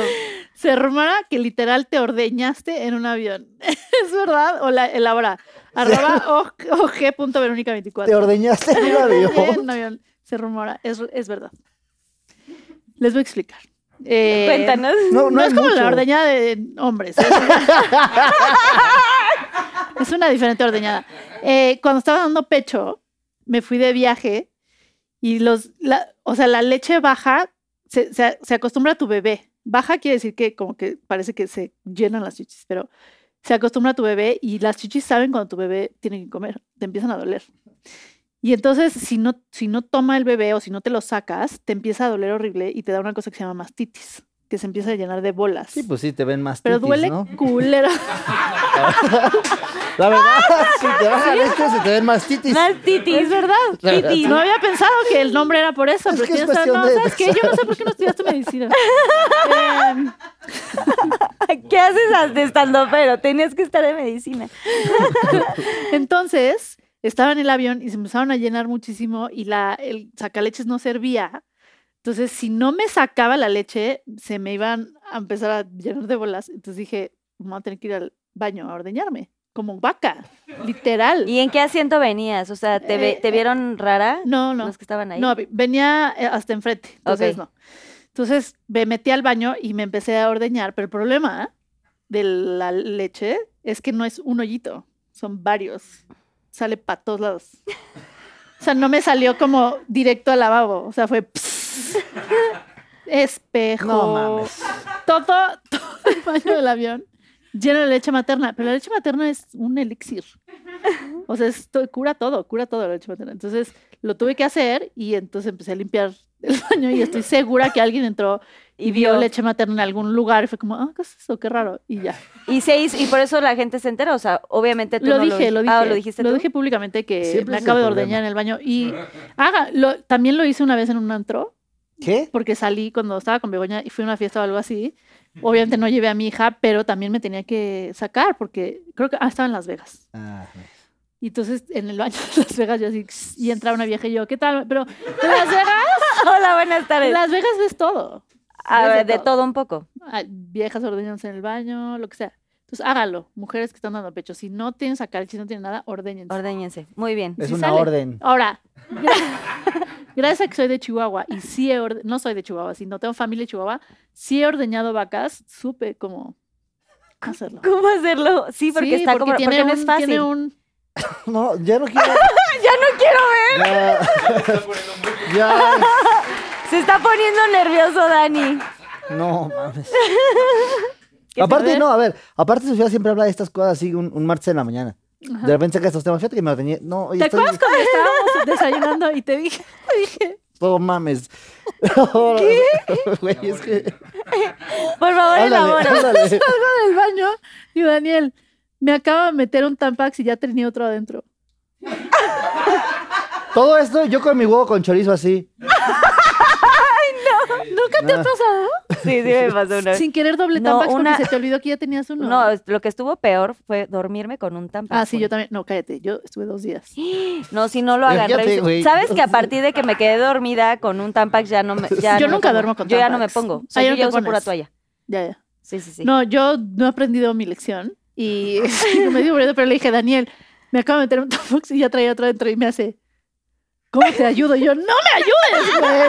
Speaker 5: Se rumora que literal te ordeñaste en un avión. ¿Es verdad? O la elabora. Arroba og.verónica24.
Speaker 4: Te ordeñaste en el
Speaker 5: en
Speaker 4: avión.
Speaker 5: un avión. Se rumora. Es, es verdad. Les voy a explicar. Eh,
Speaker 2: Cuéntanos.
Speaker 4: No, no,
Speaker 5: No
Speaker 4: hay
Speaker 5: es como
Speaker 4: mucho.
Speaker 5: la ordeñada de hombres. Es una, es una diferente ordeñada. Eh, cuando estaba dando pecho, me fui de viaje y los, la- o sea, la leche baja, se, se- se acostumbra a tu bebé. Baja quiere decir que como que parece que se llenan las chichis, pero se acostumbra a tu bebé y las chichis saben cuando tu bebé tiene que comer, te empiezan a doler. Y entonces, si no, si no toma el bebé o si no te lo sacas, te empieza a doler horrible y te da una cosa que se llama mastitis, que se empieza a llenar de bolas.
Speaker 4: Sí, pues sí, te ven más
Speaker 5: Pero
Speaker 4: titis,
Speaker 5: duele
Speaker 4: ¿no?
Speaker 5: culero.
Speaker 4: La verdad,
Speaker 5: Ah,
Speaker 4: si te baja leche, se te ven más titis.
Speaker 2: Más titis.
Speaker 5: Es verdad.
Speaker 2: Titis.
Speaker 5: No había pensado que el nombre era por eso,
Speaker 4: Es
Speaker 5: pero
Speaker 4: que es
Speaker 5: tienes razón.
Speaker 4: cuestión
Speaker 5: No,
Speaker 4: de
Speaker 5: ¿sabes qué? Yo no sé por qué no estudiaste medicina. Em,
Speaker 2: ¿Qué haces de estando pero? Tenías que estar de medicina.
Speaker 5: Entonces, estaba en el avión y se empezaron a llenar muchísimo y la, el sacaleches no servía. Entonces, si no me sacaba la leche, se me iban a empezar a llenar de bolas. Entonces dije, voy a tener que ir al baño a ordeñarme, como vaca, literal.
Speaker 2: ¿Y en qué asiento venías? O sea, ¿te, ve-
Speaker 5: Eh,
Speaker 2: te vieron rara?
Speaker 5: no, no.
Speaker 2: Los que estaban ahí.
Speaker 5: No, ve- venía eh, hasta enfrente, entonces
Speaker 2: Ok.
Speaker 5: no. Entonces me metí al baño y me empecé a ordeñar, pero el problema de la leche es que no es un hoyito, son varios. Sale para todos lados. O sea, no me salió como directo al lavabo, o sea, fue pss, espejo.
Speaker 4: No mames.
Speaker 5: Todo, todo el baño del avión lleno de leche materna, pero la leche materna es un elixir. O sea, es to- cura todo, cura todo la leche materna. Entonces lo tuve que hacer y entonces empecé a limpiar el baño y estoy segura que alguien entró y vio leche materna en algún lugar y fue como, ah, ¿qué es eso? Qué raro. Y ya.
Speaker 2: Y se hizo- y por eso la gente se entera. O sea, obviamente tú
Speaker 5: Lo
Speaker 2: no
Speaker 5: dije,
Speaker 2: lo,
Speaker 5: lo dije.
Speaker 2: Ah, lo dijiste tú?
Speaker 5: dije públicamente que
Speaker 4: Siempre
Speaker 5: me
Speaker 4: es el
Speaker 5: acabo de
Speaker 4: problema.
Speaker 5: ordeñar en el baño. Y haga, lo- también lo hice una vez en un antro
Speaker 4: ¿Qué?
Speaker 5: porque salí cuando estaba con Begoña y fui a una fiesta o algo así. Obviamente no llevé a mi hija, pero también me tenía que sacar porque creo que ah, estaba en Las Vegas.
Speaker 4: Ah,
Speaker 5: Y entonces en el baño de Las Vegas yo así, y entra una vieja y yo, ¿qué tal? Pero en Las Vegas,
Speaker 2: Hola, buenas
Speaker 5: en
Speaker 2: tardes.
Speaker 5: Las Vegas ves todo.
Speaker 2: A
Speaker 5: ves de
Speaker 2: ver, de
Speaker 5: todo.
Speaker 2: todo un poco.
Speaker 5: Ah, Viejas ordeñándose en el baño, lo que sea. Entonces hágalo, mujeres que están dando pecho. Si no tienen sacar, si no tienen nada, ordéñense.
Speaker 2: Ordeñense. Muy bien.
Speaker 4: es
Speaker 5: Sí
Speaker 4: una
Speaker 5: sale.
Speaker 4: orden.
Speaker 5: Ahora, gra- gracias a que soy de Chihuahua y sí he orde- no soy de Chihuahua, si no tengo familia de Chihuahua, sí he ordeñado vacas, supe cómo hacerlo.
Speaker 2: ¿Cómo hacerlo? Sí, porque está como.
Speaker 5: tiene
Speaker 2: porque no
Speaker 5: un-
Speaker 2: es fácil.
Speaker 5: tiene un-
Speaker 4: No, ya no quiero.
Speaker 2: Ya no quiero ver.
Speaker 4: Ya. ya.
Speaker 2: Se está poniendo nervioso, Dani.
Speaker 4: No mames.
Speaker 2: Que se
Speaker 4: Aparte,
Speaker 2: ve.
Speaker 4: no, a ver. Aparte, Sofía siempre habla de estas cosas así un, un martes en la mañana.
Speaker 5: Ajá.
Speaker 4: De repente saca estos temas. Fíjate que me ordeñé. No, oye,
Speaker 5: ¿Te
Speaker 4: estoy-
Speaker 5: acuerdas cuando estábamos desayunando y te dije, te dije,
Speaker 4: No Oh, mames. ¿Qué? Güey, es que.
Speaker 2: Por favor,
Speaker 4: Ándale,
Speaker 2: elabora.
Speaker 4: ándale.
Speaker 5: del baño y Daniel, me acaba de meter un tampax y ya tenía otro adentro.
Speaker 4: Todo esto yo con mi huevo con chorizo así.
Speaker 5: ¿Nunca te ha
Speaker 4: Ah.
Speaker 5: pasado?
Speaker 2: Sí, sí me pasó una vez.
Speaker 5: Sin querer doble
Speaker 2: No,
Speaker 5: tampax
Speaker 2: una-
Speaker 5: porque se te olvidó que ya tenías uno.
Speaker 2: No, es- lo que estuvo peor fue dormirme con un tampax.
Speaker 5: Ah, sí, yo también. No, cállate, yo estuve dos días.
Speaker 2: también. No, si no lo hagan.
Speaker 4: Fíjate,
Speaker 2: revisen.
Speaker 4: güey.
Speaker 2: Sabes que a partir de que me quedé dormida con un tampax ya no me. ya
Speaker 5: Yo
Speaker 2: no me
Speaker 5: nunca
Speaker 2: pongo-
Speaker 5: duermo con
Speaker 2: Yo ya no me
Speaker 5: Tampax.
Speaker 2: pongo. O
Speaker 5: Ah,
Speaker 2: sea,
Speaker 5: ya
Speaker 2: yo
Speaker 5: no te
Speaker 2: ya uso pura
Speaker 5: pones.
Speaker 2: toalla.
Speaker 5: Ya, ya.
Speaker 2: Sí, sí, sí.
Speaker 5: No, yo no he aprendido mi lección y sí, me dio muriendo, pero le dije, Daniel, me acabo de meter un Tampax y ya traía otro dentro y me hace, ¿cómo te ayudo? Y yo, no me ayudes, güey.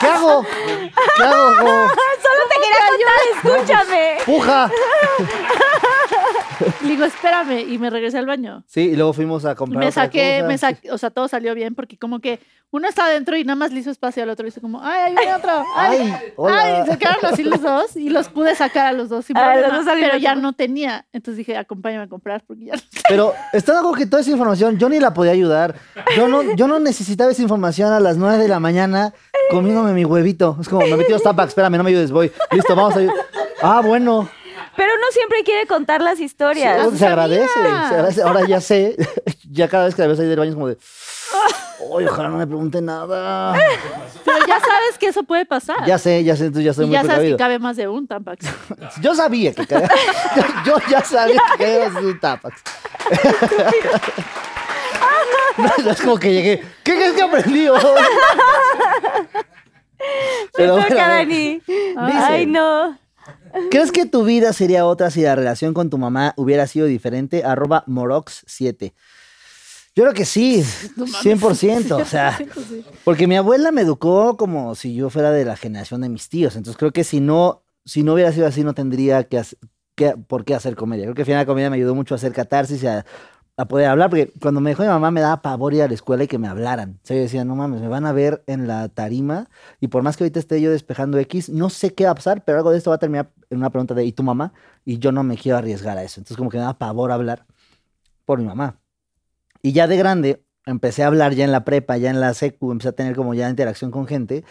Speaker 4: ¿Qué hago? ¿Qué hago? güey?
Speaker 2: Solo te quería contar, escúchame.
Speaker 4: ¡Puja!
Speaker 5: Le digo, espérame, y me regresé al baño.
Speaker 4: Sí, y luego fuimos a
Speaker 5: Y
Speaker 4: comprar.
Speaker 5: me
Speaker 4: otra
Speaker 5: saqué,
Speaker 4: cosa.
Speaker 5: me saqué, o sea, todo salió bien porque como que uno está adentro y nada más le hizo espacio al otro y hizo como, ay, ahí viene otro, ay,
Speaker 4: ¡Ay! ¡Hola!
Speaker 5: Ay, se quedaron así los dos y los pude sacar a los dos sin
Speaker 2: A Ah, los
Speaker 5: problema,
Speaker 2: dos salieron
Speaker 5: pero ya
Speaker 2: juntos.
Speaker 5: no tenía. Entonces dije, acompáñame a comprar porque ya no
Speaker 4: Pero está algo que toda esa información yo ni la podía ayudar. Yo no, yo no necesitaba esa información a las 9 de la mañana comiéndome mi huevito. Es como, me metí los tampax, espérame, no me ayudes, voy. Listo, vamos a ayud- Ah, bueno.
Speaker 2: Pero uno siempre quiere contar las historias.
Speaker 4: se agradece, se agradece. Ahora ya sé. Ya cada vez que la veo salir del baño es como de. Ay, ojalá no me pregunte nada.
Speaker 5: Pero ya sabes que eso puede pasar.
Speaker 4: Ya sé, ya sé, entonces ya soy
Speaker 5: y
Speaker 4: muy
Speaker 5: ya sabes
Speaker 4: precavido.
Speaker 5: que cabe más de un Tampax.
Speaker 4: Yo sabía que caía. Yo ya sabía que caía sus tapas. No, no, es como que llegué. ¿Qué crees que aprendí hoy? Pero
Speaker 2: Me
Speaker 4: bueno,
Speaker 2: toca,
Speaker 4: a ver,
Speaker 2: Dani.
Speaker 4: Dice-
Speaker 2: Ay, no.
Speaker 4: ¿Crees que tu vida sería otra si la relación con tu mamá hubiera sido diferente? Arroba Morox7. Yo creo que sí, 100%. O sea,
Speaker 5: Sí.
Speaker 4: porque mi abuela me educó como si yo fuera de la generación de mis tíos. Entonces creo que si no, si no hubiera sido así, no tendría que, hac- que- por qué hacer comedia. Creo que al final la comedia me ayudó mucho a hacer catarsis y a, a poder hablar. Porque cuando me dejó mi mamá, me daba pavor ir a la escuela y que me hablaran. O sea, yo decía, no mames, me van a ver en la tarima. Y por más que ahorita esté yo despejando X, no sé qué va a pasar, pero algo de esto va a terminar en una pregunta de ¿y tu mamá? Y yo no me quiero arriesgar a eso. Entonces como que me daba pavor hablar por mi mamá. Y ya de grande empecé a hablar ya en la prepa, ya en la secu, empecé a tener como ya interacción con gente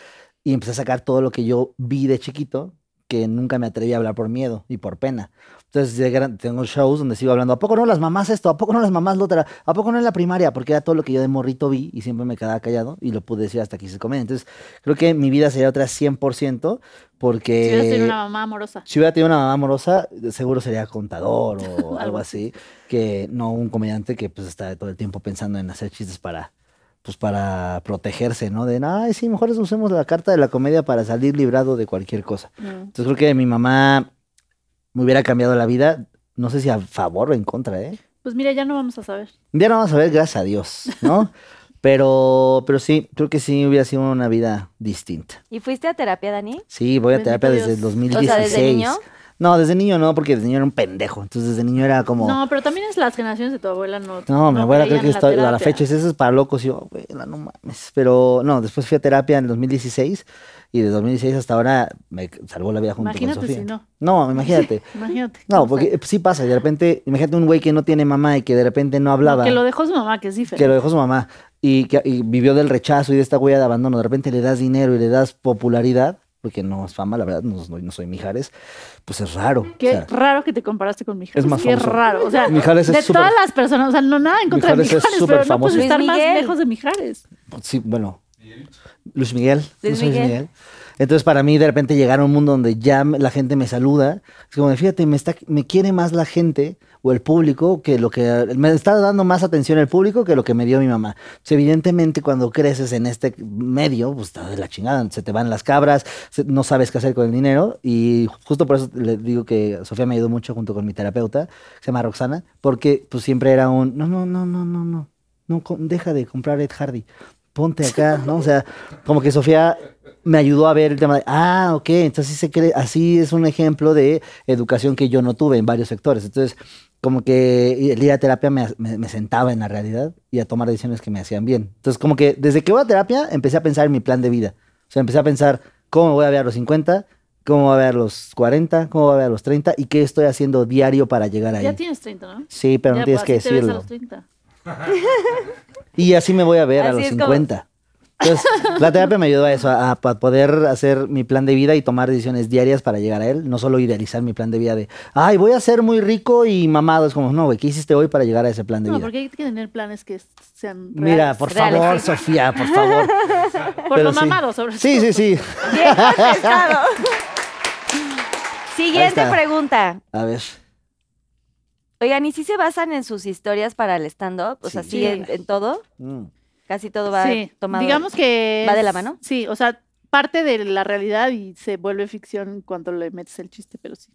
Speaker 4: y empecé a sacar todo lo que yo vi de chiquito que nunca me atreví a hablar por miedo y por pena. Entonces de gran- tengo shows donde sigo hablando, ¿a poco no las mamás esto? ¿A poco no las mamás lo otra? ¿A poco no en la primaria? Porque era todo lo que yo de morrito vi y siempre me quedaba callado y lo pude decir hasta que se comedia. Entonces creo que mi vida sería otra 100% porque...
Speaker 5: Si hubieras tenido
Speaker 4: Eh,
Speaker 5: una mamá amorosa.
Speaker 4: Si hubiera tenido una mamá amorosa, de seguro sería contador o algo así, que no un comediante que pues está todo el tiempo pensando en hacer chistes para pues para protegerse, ¿no? De, ay, sí, mejor usemos la carta de la comedia para salir librado de cualquier cosa.
Speaker 5: Mm.
Speaker 4: Entonces creo que mi mamá me hubiera cambiado la vida, no sé si a favor o en contra, ¿eh?
Speaker 5: Pues mira, ya no vamos a saber.
Speaker 4: Un día no vamos a ver, gracias a Dios, ¿no? Pero, pero sí, creo que sí hubiera sido una vida distinta.
Speaker 2: ¿Y fuiste a terapia, Dani?
Speaker 4: Sí, voy a
Speaker 5: Bendito
Speaker 4: terapia desde el
Speaker 5: Dios.
Speaker 4: 2016.
Speaker 2: O sea, ¿desde niño?
Speaker 4: No, desde niño no, porque desde niño era un pendejo. Entonces desde niño era como. No,
Speaker 5: No, pero también es las generaciones de tu abuela no.
Speaker 4: mi abuela creo
Speaker 5: creían
Speaker 4: que
Speaker 5: en la
Speaker 4: estoy, a la
Speaker 5: terapia.
Speaker 4: fecha es eso es para locos. Y yo, abuela, no mames. Pero no, después fui a terapia en el 2016 y de 2016 hasta ahora me salvó la vida junto
Speaker 5: Imagínate
Speaker 4: con Sofía.
Speaker 5: si no.
Speaker 4: No, imagínate.
Speaker 5: Imagínate.
Speaker 4: No,
Speaker 5: cómo
Speaker 4: porque
Speaker 5: está.
Speaker 4: eh, sí pasa. y De repente, imagínate un güey que no tiene mamá y que de repente no
Speaker 5: No,
Speaker 4: hablaba.
Speaker 5: Que lo dejó su mamá, que es
Speaker 4: que
Speaker 5: diferente.
Speaker 4: lo dejó su mamá y que y vivió del rechazo y de esta huella de abandono. De repente le das dinero y le das popularidad, porque no es fama, la verdad, no, no- no soy Mijares, pues es raro. o
Speaker 5: Qué
Speaker 4: sea,
Speaker 5: raro que te comparaste con Mijares.
Speaker 4: Es más
Speaker 5: Qué
Speaker 4: famoso.
Speaker 5: raro. O sea,
Speaker 4: Mijares es
Speaker 5: de
Speaker 4: súper-
Speaker 5: todas las personas, o sea, no nada en contra
Speaker 4: Mijares es
Speaker 5: de Mijares,
Speaker 4: súper
Speaker 5: pero no
Speaker 4: famoso.
Speaker 5: puedes
Speaker 2: Luis
Speaker 5: estar más
Speaker 2: Miguel.
Speaker 5: lejos de Mijares.
Speaker 4: sí, bueno. Luis Miguel. yo
Speaker 2: Luis
Speaker 4: soy Luis
Speaker 2: Miguel.
Speaker 4: Miguel. Entonces, para mí, de repente llegar a un mundo donde ya me- la gente me saluda, es como, de, fíjate, me, está, me quiere más la gente o el público que lo que. Me está dando más atención el público que lo que me dio mi mamá. Entonces, evidentemente, cuando creces en este medio, pues está de la chingada, se te van las cabras, se- no sabes qué hacer con el dinero. Y justo por eso le digo que Sofía me ayudó mucho junto con mi terapeuta, que se llama Roxana, porque pues siempre era un, no, no, no, no, no, no, no, co- deja de comprar Ed Hardy ponte acá, ¿no? O sea, como que Sofía me ayudó a ver el tema de, ah, ok, entonces sí se cree, así es un ejemplo de educación que yo no tuve en varios sectores. Entonces, como que el ir a terapia me, me- me sentaba en la realidad y a tomar decisiones que me hacían bien. Entonces, como que desde que voy a terapia empecé a pensar en mi plan de vida. O sea, empecé a pensar cómo me voy a ver a los 50, cómo me voy a ver a los 40, cómo me voy a ver a los 30 y qué estoy haciendo diario para llegar ahí.
Speaker 5: Ya tienes 30, ¿no?
Speaker 4: Sí, pero
Speaker 5: Ya,
Speaker 4: no tienes
Speaker 5: pues,
Speaker 4: que
Speaker 5: así te ves a
Speaker 4: decirlo.
Speaker 5: los 30.
Speaker 4: Y así me voy a ver a
Speaker 2: Así
Speaker 4: los
Speaker 2: es como-
Speaker 4: 50. Entonces, la terapia me ayudó a eso, a, a poder hacer mi plan de vida y tomar decisiones diarias para llegar a él. No solo idealizar mi plan de vida de, ay, voy a ser muy rico y mamado. Es como, no, güey, ¿qué hiciste hoy para llegar a ese plan de
Speaker 5: No,
Speaker 4: vida?
Speaker 5: porque hay que tener planes que sean
Speaker 4: Mira,
Speaker 5: reales.
Speaker 4: por
Speaker 2: reales,
Speaker 4: favor,
Speaker 2: sí.
Speaker 4: Sofía, por favor.
Speaker 5: por
Speaker 4: Pero
Speaker 5: lo
Speaker 4: sí.
Speaker 5: mamado sobre
Speaker 4: Sí,
Speaker 5: todo.
Speaker 4: sí, sí.
Speaker 2: Bien contestado. Siguiente
Speaker 4: está.
Speaker 2: pregunta.
Speaker 4: A ver.
Speaker 2: Oigan, ¿y si se basan en sus historias para el stand-up? O sea,
Speaker 4: Sí.
Speaker 2: sí, en, en todo.
Speaker 4: mm,
Speaker 2: Casi todo va
Speaker 5: Sí,
Speaker 2: tomado.
Speaker 5: Digamos que.
Speaker 2: va de la
Speaker 5: es-
Speaker 2: mano.
Speaker 5: Sí, o sea, parte de la realidad y se vuelve ficción cuando le metes el chiste, pero sí.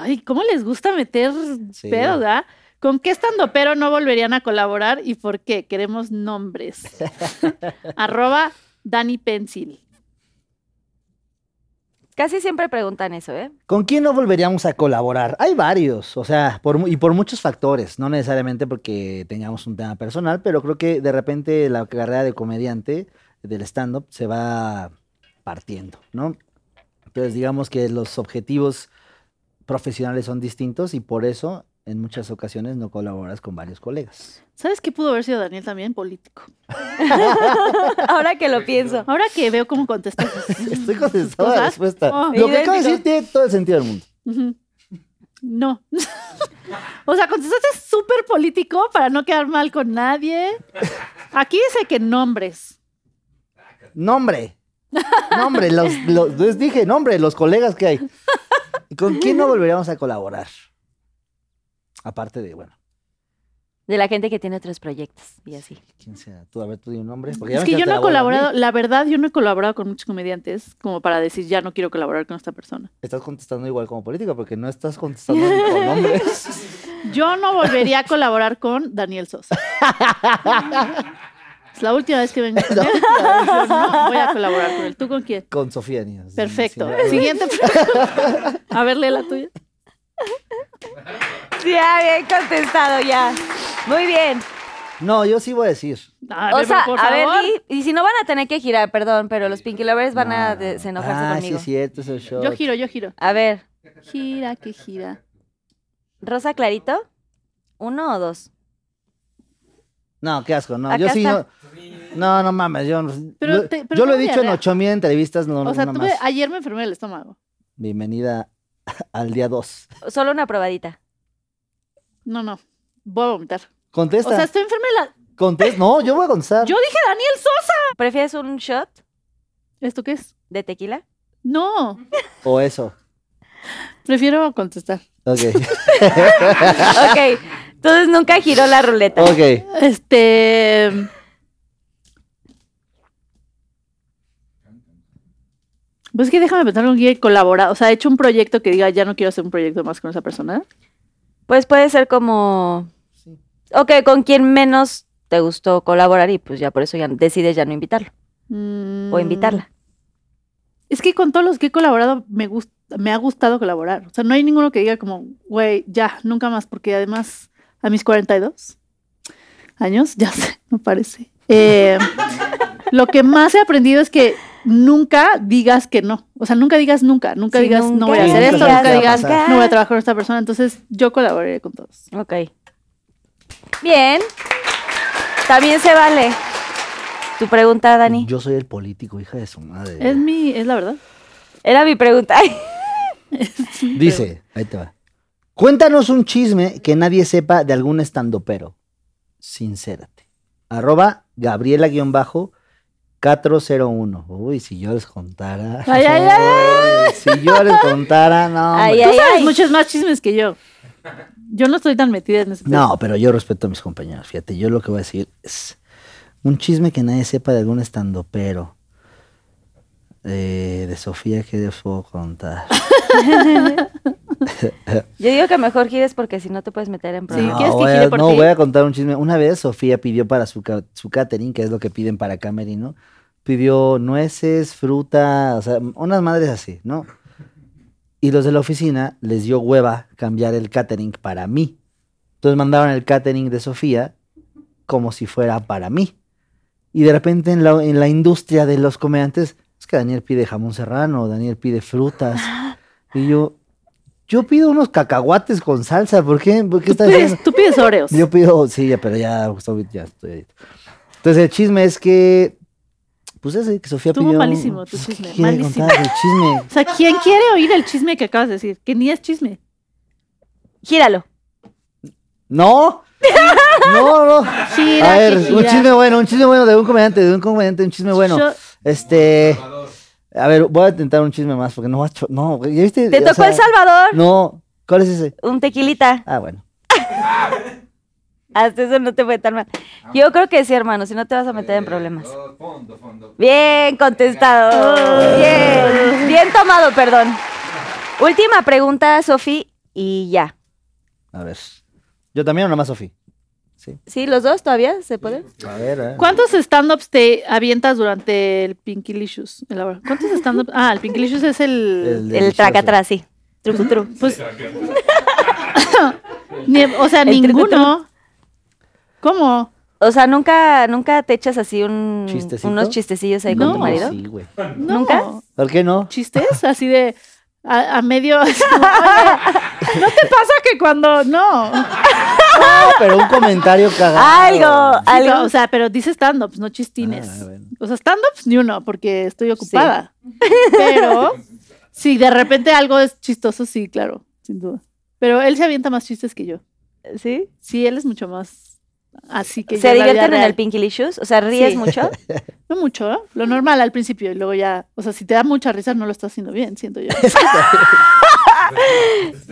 Speaker 5: Ay, ¿cómo les gusta meter
Speaker 4: Sí.
Speaker 5: pedos, ah? ¿Con qué estando pero no volverían a colaborar y por qué? Queremos nombres. Arroba Dani Pencil.
Speaker 2: Casi siempre preguntan eso, ¿eh?
Speaker 4: ¿Con quién no volveríamos a colaborar? Hay varios, o sea, por, mu- y por muchos factores, no necesariamente porque tengamos un tema personal, pero creo que de repente la carrera de comediante del stand-up se va partiendo, ¿no? Entonces digamos que los objetivos profesionales son distintos y por eso en muchas ocasiones no colaboras con varios colegas.
Speaker 5: ¿Sabes qué pudo haber sido Daniel también? Político.
Speaker 2: Ahora que lo pienso.
Speaker 5: Ahora que veo cómo contestas. sus-
Speaker 4: Estoy
Speaker 5: sus
Speaker 4: contestando la
Speaker 5: cosas,
Speaker 4: respuesta.
Speaker 5: Oh,
Speaker 4: Lo que acabo de
Speaker 2: idéntico.
Speaker 4: decir tiene todo el sentido del mundo.
Speaker 5: Ujú. No. o sea, contestaste súper político para no quedar mal con nadie. Aquí dice que nombres.
Speaker 4: Nombre. Nombre, los, los- les dije, nombre, los colegas que hay. ¿Con quién no volveríamos a colaborar? Aparte de, bueno,
Speaker 2: De la gente que tiene otros proyectos y así.
Speaker 4: quién sea. Tú, a ver, tú di un nombre. porque ya
Speaker 5: Es
Speaker 4: me
Speaker 5: que yo
Speaker 4: echaste
Speaker 5: no
Speaker 4: la
Speaker 5: he
Speaker 4: bola a mí.
Speaker 5: colaborado, la verdad, yo no he colaborado con muchos comediantes como para decir ya no quiero colaborar con esta persona.
Speaker 4: Estás contestando igual como política porque no estás contestando con nombres.
Speaker 5: Yo no volvería a colaborar con Daniel Sosa. es la última vez que vengo con él. Yo no voy a colaborar con él. ¿Tú con quién?
Speaker 4: Con Sofía Niños.
Speaker 5: Perfecto. Siguiente pregunta. A ver, lee la tuya.
Speaker 2: Ya, bien contestado, ya. Muy bien.
Speaker 4: No, yo sí voy a decir.
Speaker 5: A
Speaker 2: O
Speaker 5: ver,
Speaker 2: sea,
Speaker 5: por
Speaker 2: a ver,
Speaker 5: favor.
Speaker 2: Di, y si no van a tener que girar, perdón, pero los Pinky Lovers van a
Speaker 4: No.
Speaker 2: de- se enojarse
Speaker 4: ah,
Speaker 2: conmigo.
Speaker 4: Sí, es cierto, es el show.
Speaker 5: Yo giro, yo giro.
Speaker 2: A ver,
Speaker 5: Gira, que gira.
Speaker 2: Rosa Clarito, ¿uno o dos?
Speaker 4: No, qué asco, no.
Speaker 2: Acá
Speaker 4: yo sí
Speaker 2: está.
Speaker 4: no. No, no mames. Yo,
Speaker 5: Pero
Speaker 4: lo,
Speaker 5: te- pero
Speaker 4: yo lo he
Speaker 5: no
Speaker 4: dicho en
Speaker 5: diarrea.
Speaker 4: 8000 entrevistas, no,
Speaker 5: o sea,
Speaker 4: una
Speaker 5: tuve-
Speaker 4: más.
Speaker 5: ayer me enfermé del estómago.
Speaker 4: Bienvenida al día 2.
Speaker 2: Solo una probadita.
Speaker 5: No, no. Voy a vomitar.
Speaker 4: Contesta.
Speaker 5: O sea, estoy enferma de la.
Speaker 4: Contes- no, yo voy a contestar.
Speaker 5: Yo dije Daniel Sosa.
Speaker 2: ¿Prefieres un shot
Speaker 5: ¿Esto qué es?
Speaker 2: de tequila?
Speaker 5: No.
Speaker 4: O eso.
Speaker 5: Prefiero contestar.
Speaker 4: Ok.
Speaker 2: Ok, entonces nunca giró la ruleta.
Speaker 4: ok.
Speaker 5: Este. Pues es que déjame pensar con quién he colaborado. O sea, he hecho un proyecto que diga ya no quiero hacer un proyecto más con esa persona.
Speaker 2: Pues puede ser como... Ok, ¿con quién menos te gustó colaborar? Y pues ya por eso ya decides ya no invitarlo o
Speaker 5: Mm.
Speaker 2: invitarla.
Speaker 5: Es que con todos los que he colaborado me, gust- me ha gustado colaborar. O sea, no hay ninguno que diga como, güey, ya, nunca más, porque además a mis 42 años, ya sé, me parece. Eh, lo que más he aprendido es que nunca digas que no. O sea, nunca digas nunca, nunca
Speaker 2: Sí,
Speaker 5: digas no voy a
Speaker 4: nunca
Speaker 5: hacer esto,
Speaker 4: digas
Speaker 5: nunca
Speaker 4: que va a
Speaker 5: digas
Speaker 4: pasar.
Speaker 5: no voy a trabajar con esta persona. Entonces yo colaboraré con todos.
Speaker 2: Ok. Bien. También se vale. Tu pregunta, Dani.
Speaker 4: Yo soy el político, hija de su madre.
Speaker 5: Es mi, es la verdad.
Speaker 2: Era mi pregunta.
Speaker 4: Dice, ahí te va. Cuéntanos un chisme que nadie sepa de algún estandopero. Sincérate. Arroba Gabriela-401. Uy, si yo les contara.
Speaker 5: Ay, ay, ay,
Speaker 4: Uy, Si yo les contara, no. hombre.
Speaker 2: Ay, ay,
Speaker 5: Tú sabes
Speaker 2: ay.
Speaker 5: muchos más chismes que yo. Yo no estoy tan metida en ese
Speaker 4: No, pero yo respeto a mis compañeros. Fíjate, yo lo que voy a decir es un chisme que nadie sepa de algún estandopero. Eh, de Sofía, ¿qué les puedo contar?
Speaker 2: Yo digo que mejor gires porque si no te puedes meter en
Speaker 5: Sí,
Speaker 2: problemas.
Speaker 5: ¿quieres que
Speaker 4: voy a-
Speaker 5: gire por
Speaker 4: no,
Speaker 5: ti?
Speaker 4: voy a contar un chisme. Una vez Sofía pidió para su, ca- su catering, que es lo que piden para camerino, pidió nueces, fruta, o sea, unas madres así, ¿no? Y los de la oficina les dio hueva cambiar el catering para mí. Entonces mandaron el catering de Sofía como si fuera para mí. Y de repente en la, en la industria de los comediantes, es que Daniel pide jamón serrano, Daniel pide frutas.
Speaker 5: Ah.
Speaker 4: Y yo, yo pido unos cacahuates con salsa, ¿por qué? ¿Por qué
Speaker 5: Tú
Speaker 4: estás haciendo?
Speaker 5: pides, tú pides Oreos.
Speaker 4: Yo pido, sí, ya, pero ya, estoy- ya estoy adicto. Entonces el chisme es que, pues ese que Sofía
Speaker 5: Estuvo
Speaker 4: pidió.
Speaker 5: malísimo tu
Speaker 4: pues, ¿qué
Speaker 5: chisme,
Speaker 4: quiere
Speaker 5: malísimo.
Speaker 4: contar del chisme?
Speaker 5: O sea, ¿quién quiere oír el chisme que acabas de decir? Que ni es chisme.
Speaker 2: Gíralo.
Speaker 4: No, no, no.
Speaker 5: Gira,
Speaker 4: A ver,
Speaker 5: que
Speaker 4: un
Speaker 5: gira.
Speaker 4: chisme bueno, un chisme bueno de un comediante, de un comediante, un chisme bueno.
Speaker 5: Yo-
Speaker 4: Este, A ver, voy a intentar un chisme más porque no macho, No, güey, ¿ya viste?
Speaker 2: Te
Speaker 4: O
Speaker 2: tocó
Speaker 4: sea,
Speaker 2: El Salvador,
Speaker 4: No, ¿cuál es ese?
Speaker 2: un tequilita.
Speaker 4: Ah, bueno.
Speaker 2: Hasta eso no te fue tan mal. Yo creo que sí, hermano, si no te vas a meter en problemas. Bien contestado. Bien, bien tomado, perdón. Última pregunta, Sofi, y ya.
Speaker 4: A ver. Yo también o nada más, Sofi.
Speaker 2: ¿Sí, los dos todavía se pueden?
Speaker 4: A ver, a ver.
Speaker 5: ¿Cuántos stand-ups te avientas durante el Pinkilicious? El ahora- ¿Cuántos stand-ups? Ah, el Pinkilicious es el...
Speaker 2: El
Speaker 4: delicioso.
Speaker 2: tracatrá, sí. Truco, truco.
Speaker 5: Pues, ni- o sea,
Speaker 2: El tri-
Speaker 5: ninguno. ¿Cómo?
Speaker 2: O sea, ¿nunca, nunca te echas así un,
Speaker 4: ¿Chistecito?
Speaker 2: unos chistecillos ahí con
Speaker 5: No.
Speaker 2: tu marido?
Speaker 4: Sí, güey.
Speaker 5: No.
Speaker 2: ¿Nunca?
Speaker 4: ¿Por qué no?
Speaker 5: ¿Chistes? Así de... A, a medio... así como, "Oye, ¿No te pasa que cuando...? No.
Speaker 4: No, pero un comentario cagado.
Speaker 2: Algo,
Speaker 5: Sí, no,
Speaker 2: algo.
Speaker 5: o sea, pero dice stand-ups, no chistines.
Speaker 4: Ah, bueno.
Speaker 5: O sea, stand-ups ni uno, porque estoy ocupada. Pero si de repente algo es chistoso, sí, claro, sin duda. Pero él se avienta más chistes que yo.
Speaker 2: ¿Sí?
Speaker 5: Sí, él es mucho más así que yo
Speaker 2: ¿Se
Speaker 5: en la vida
Speaker 2: divierten en
Speaker 5: real.
Speaker 2: el Pinky Licious? O sea, ¿ríes
Speaker 5: Sí.
Speaker 2: mucho?
Speaker 5: No mucho, ¿eh? lo normal al principio y luego ya, o sea, si te da mucha risa no lo estás haciendo bien, siento yo.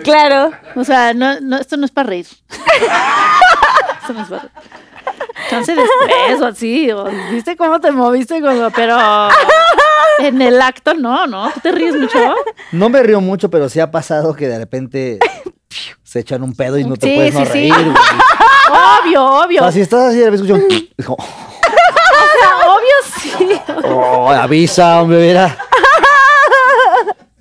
Speaker 2: Claro.
Speaker 5: O sea, no, no, esto no es para reír. esto no es para reír. Chance después o así, o viste cómo te moviste, Como, pero en el acto no, ¿no? ¿Tú te ríes mucho?
Speaker 4: No me río mucho, pero sí ha pasado que de repente se echan un pedo y no te
Speaker 5: Sí,
Speaker 4: puedes no
Speaker 5: sí, sí.
Speaker 4: reír, güey.
Speaker 5: Obvio, obvio.
Speaker 4: O sea, si estás así, de repente escucho un... es como,
Speaker 5: Obvio sí.
Speaker 4: Oh, avisa, hombre, mira.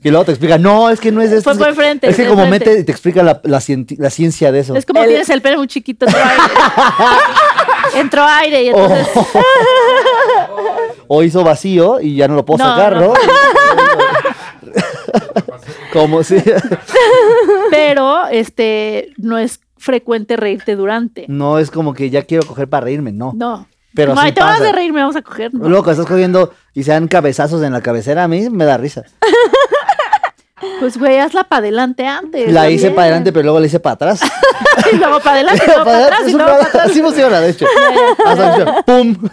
Speaker 4: Y luego te explica, no, es que no es de esto.
Speaker 5: Fue por el frente,
Speaker 4: Es que
Speaker 5: fue
Speaker 4: como
Speaker 5: el frente.
Speaker 4: mete y te explica la, la cienti- la ciencia de eso.
Speaker 5: Es como tienes el pelo muy chiquito, entró aire. entró aire y
Speaker 4: O,
Speaker 5: entonces.
Speaker 4: Oh. o hizo vacío y ya no lo puedo
Speaker 5: No,
Speaker 4: sacar, ¿no?
Speaker 5: no.
Speaker 4: como si.
Speaker 5: Pero este no es frecuente reírte durante.
Speaker 4: No es como que ya quiero coger para reírme, no.
Speaker 5: No.
Speaker 4: Pero
Speaker 5: Como,
Speaker 4: sí
Speaker 5: "Ay, te vas
Speaker 4: pasa.
Speaker 5: a reír, me vamos a coger. ¿no?
Speaker 4: Loco, estás cogiendo y se dan cabezazos en la cabecera, a mí me da risa.
Speaker 5: Pues güey, hazla para adelante antes.
Speaker 4: La hice
Speaker 5: también.
Speaker 4: para adelante, pero luego la hice para atrás.
Speaker 5: Y luego para adelante, y luego
Speaker 4: Para
Speaker 5: para
Speaker 4: adelante,
Speaker 5: atrás, y
Speaker 4: es un
Speaker 5: luego para
Speaker 4: programa-
Speaker 5: atrás.
Speaker 4: Así funciona, de hecho. Hasta que funciona. ¡Pum!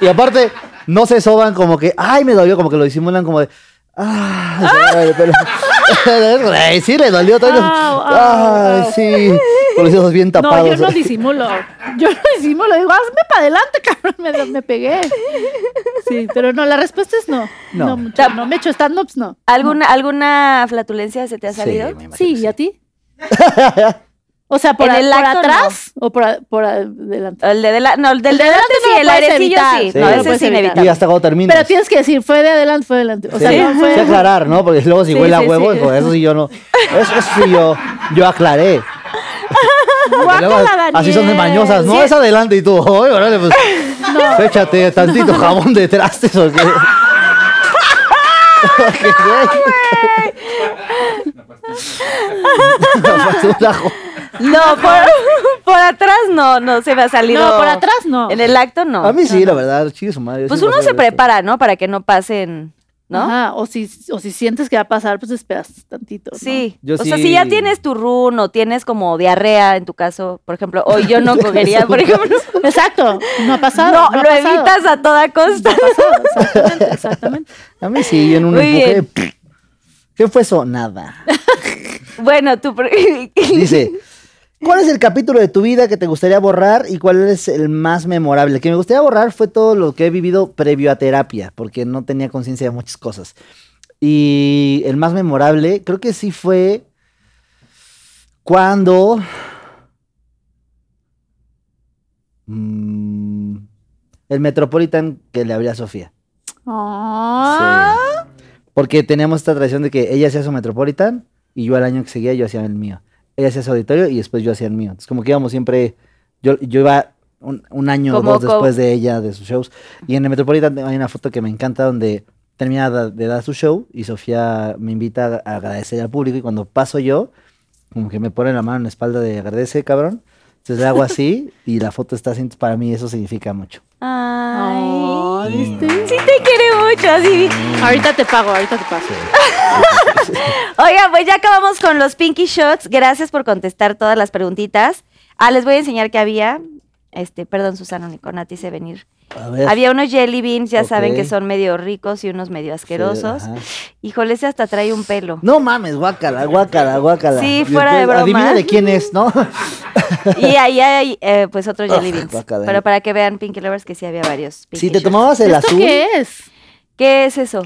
Speaker 4: Y aparte, no se soban como que, ¡ay, me dolió! Como que lo disimulan como de, ¡ah! se- Pero, Güey, sí, le dolió. todavía lo-
Speaker 5: Au, au,
Speaker 4: ¡Ay,
Speaker 5: au.
Speaker 4: sí! Con los ojos bien
Speaker 5: Ah, No, yo
Speaker 4: tapados.
Speaker 5: no disimulo. Yo no disimulo. Digo, hazme para adelante, cabrón. Me, me pegué. Sí, pero no, la respuesta es no.
Speaker 4: No.
Speaker 5: No, mucho, no. Me he hecho stand-ups, no.
Speaker 2: ¿Alguna, ¿Alguna flatulencia se te ha salido?
Speaker 4: Sí, me imagino
Speaker 5: Sí,
Speaker 4: que
Speaker 5: ¿y a ti? O sea, por,
Speaker 2: En
Speaker 5: a-
Speaker 2: el
Speaker 5: por
Speaker 2: acto,
Speaker 5: atrás o por, a- por adelante.
Speaker 2: El de dela- no, el del
Speaker 5: El de
Speaker 2: delante sí,
Speaker 5: delante no lo
Speaker 2: el
Speaker 5: puedes
Speaker 2: airecillo
Speaker 5: evitar.
Speaker 2: sí.
Speaker 4: Sí.
Speaker 2: No,
Speaker 4: No lo
Speaker 2: ese es
Speaker 5: puedes evitar.
Speaker 4: Y
Speaker 2: inevitable.
Speaker 4: hasta cuando terminas.
Speaker 5: Pero tienes que decir, fue de adelante, fue de adelante.
Speaker 4: Sí,
Speaker 5: O sea, no
Speaker 4: sí
Speaker 5: fue.
Speaker 4: aclarar, ¿no? Porque luego si
Speaker 5: Sí,
Speaker 4: huele a
Speaker 5: sí,
Speaker 4: huevo,
Speaker 5: sí.
Speaker 4: hijo, eso sí yo no. Eso, eso sí yo, yo aclaré. Porque luego
Speaker 5: Guácala,
Speaker 4: así son de
Speaker 5: Daniel.
Speaker 4: mañosas, no
Speaker 5: Sí.
Speaker 4: es adelante y tú, oye, órale, pues, échate tantito jabón de trastes o qué. Porque, güey. Una pastura, jo-
Speaker 2: No, por, por atrás no, no se me ha salido.
Speaker 5: No, por atrás no.
Speaker 2: En el acto no.
Speaker 4: A mí sí, la verdad, chido su madre. yo
Speaker 2: Pues
Speaker 4: sí me
Speaker 2: uno
Speaker 4: pasé
Speaker 2: se
Speaker 4: de verga.
Speaker 2: prepara, ¿no? Para que no pasen, ¿no?
Speaker 5: Ajá, o si, o si sientes que va a pasar, pues esperas tantito. ¿no?
Speaker 2: Sí.
Speaker 4: Yo
Speaker 2: o sea, si ya
Speaker 4: sí.
Speaker 2: tienes tu run o tienes como diarrea en tu caso, por ejemplo, hoy yo no cogería, por ejemplo.
Speaker 5: Exacto. No ha pasado.
Speaker 2: No,
Speaker 5: No,
Speaker 2: lo
Speaker 5: ha pasado.
Speaker 2: evitas a toda
Speaker 5: No
Speaker 2: costa.
Speaker 5: ha pasado, exactamente, exactamente.
Speaker 4: A mí sí, en un
Speaker 2: Muy
Speaker 4: empuje. ¿Qué fue eso? Nada.
Speaker 2: Bueno, tú. pre-
Speaker 4: Dice, ¿cuál es el capítulo de tu vida que te gustaría borrar y cuál es el más memorable? El que me gustaría borrar fue todo lo que he vivido previo a terapia, porque no tenía conciencia de muchas cosas. Y el más memorable, creo que sí fue cuando... Mm, el Metropolitan que le abría a Sofía.
Speaker 5: Ah,
Speaker 4: Porque teníamos esta tradición de que ella hacía su Metropolitan y yo al año que seguía yo hacía el mío. Ella hacía su auditorio y después yo hacía el mío. Entonces como que íbamos siempre, yo, yo iba un, un año o
Speaker 2: Como
Speaker 4: dos
Speaker 2: co-
Speaker 4: después de ella, de sus shows. Y en el Metropolitan hay una foto que me encanta donde termina da- de dar su show y Sofía me invita a agradecer al público y cuando paso yo, como que me pone la mano en la espalda de agradece, cabrón. Entonces le hago así y la foto está así. Entonces, Para mí eso significa mucho.
Speaker 5: Ah,
Speaker 2: Ay.
Speaker 5: ¿viste?
Speaker 2: Sí te quiere mucho, así.
Speaker 5: Ahorita te pago, ahorita te pago.
Speaker 2: Oigan, pues ya acabamos con los Pinky Shots. Gracias por contestar todas las preguntitas. Ah, les voy a enseñar qué había. Este, perdón, Susana Unicorna, te hice venir.
Speaker 4: A ver.
Speaker 2: Había unos jelly beans, ya saben que
Speaker 4: Ok.
Speaker 2: son medio ricos y unos medio
Speaker 4: Sí,
Speaker 2: asquerosos.
Speaker 4: ajá.
Speaker 2: Híjole, ese hasta trae un pelo.
Speaker 4: No mames, guácala, guácala, guácala.
Speaker 2: Sí,
Speaker 4: Y
Speaker 2: fuera de broma.
Speaker 4: Adivina de quién es, ¿no?
Speaker 2: Y ahí hay, eh, pues, otros jelly beans.
Speaker 4: guacala.
Speaker 2: Pero para que vean, Pinky Lovers, que sí había varios. Pinky
Speaker 4: si Ah, te
Speaker 2: Shots.
Speaker 4: tomabas el
Speaker 5: ¿Esto
Speaker 4: azul,
Speaker 5: qué es?
Speaker 2: ¿Qué es eso?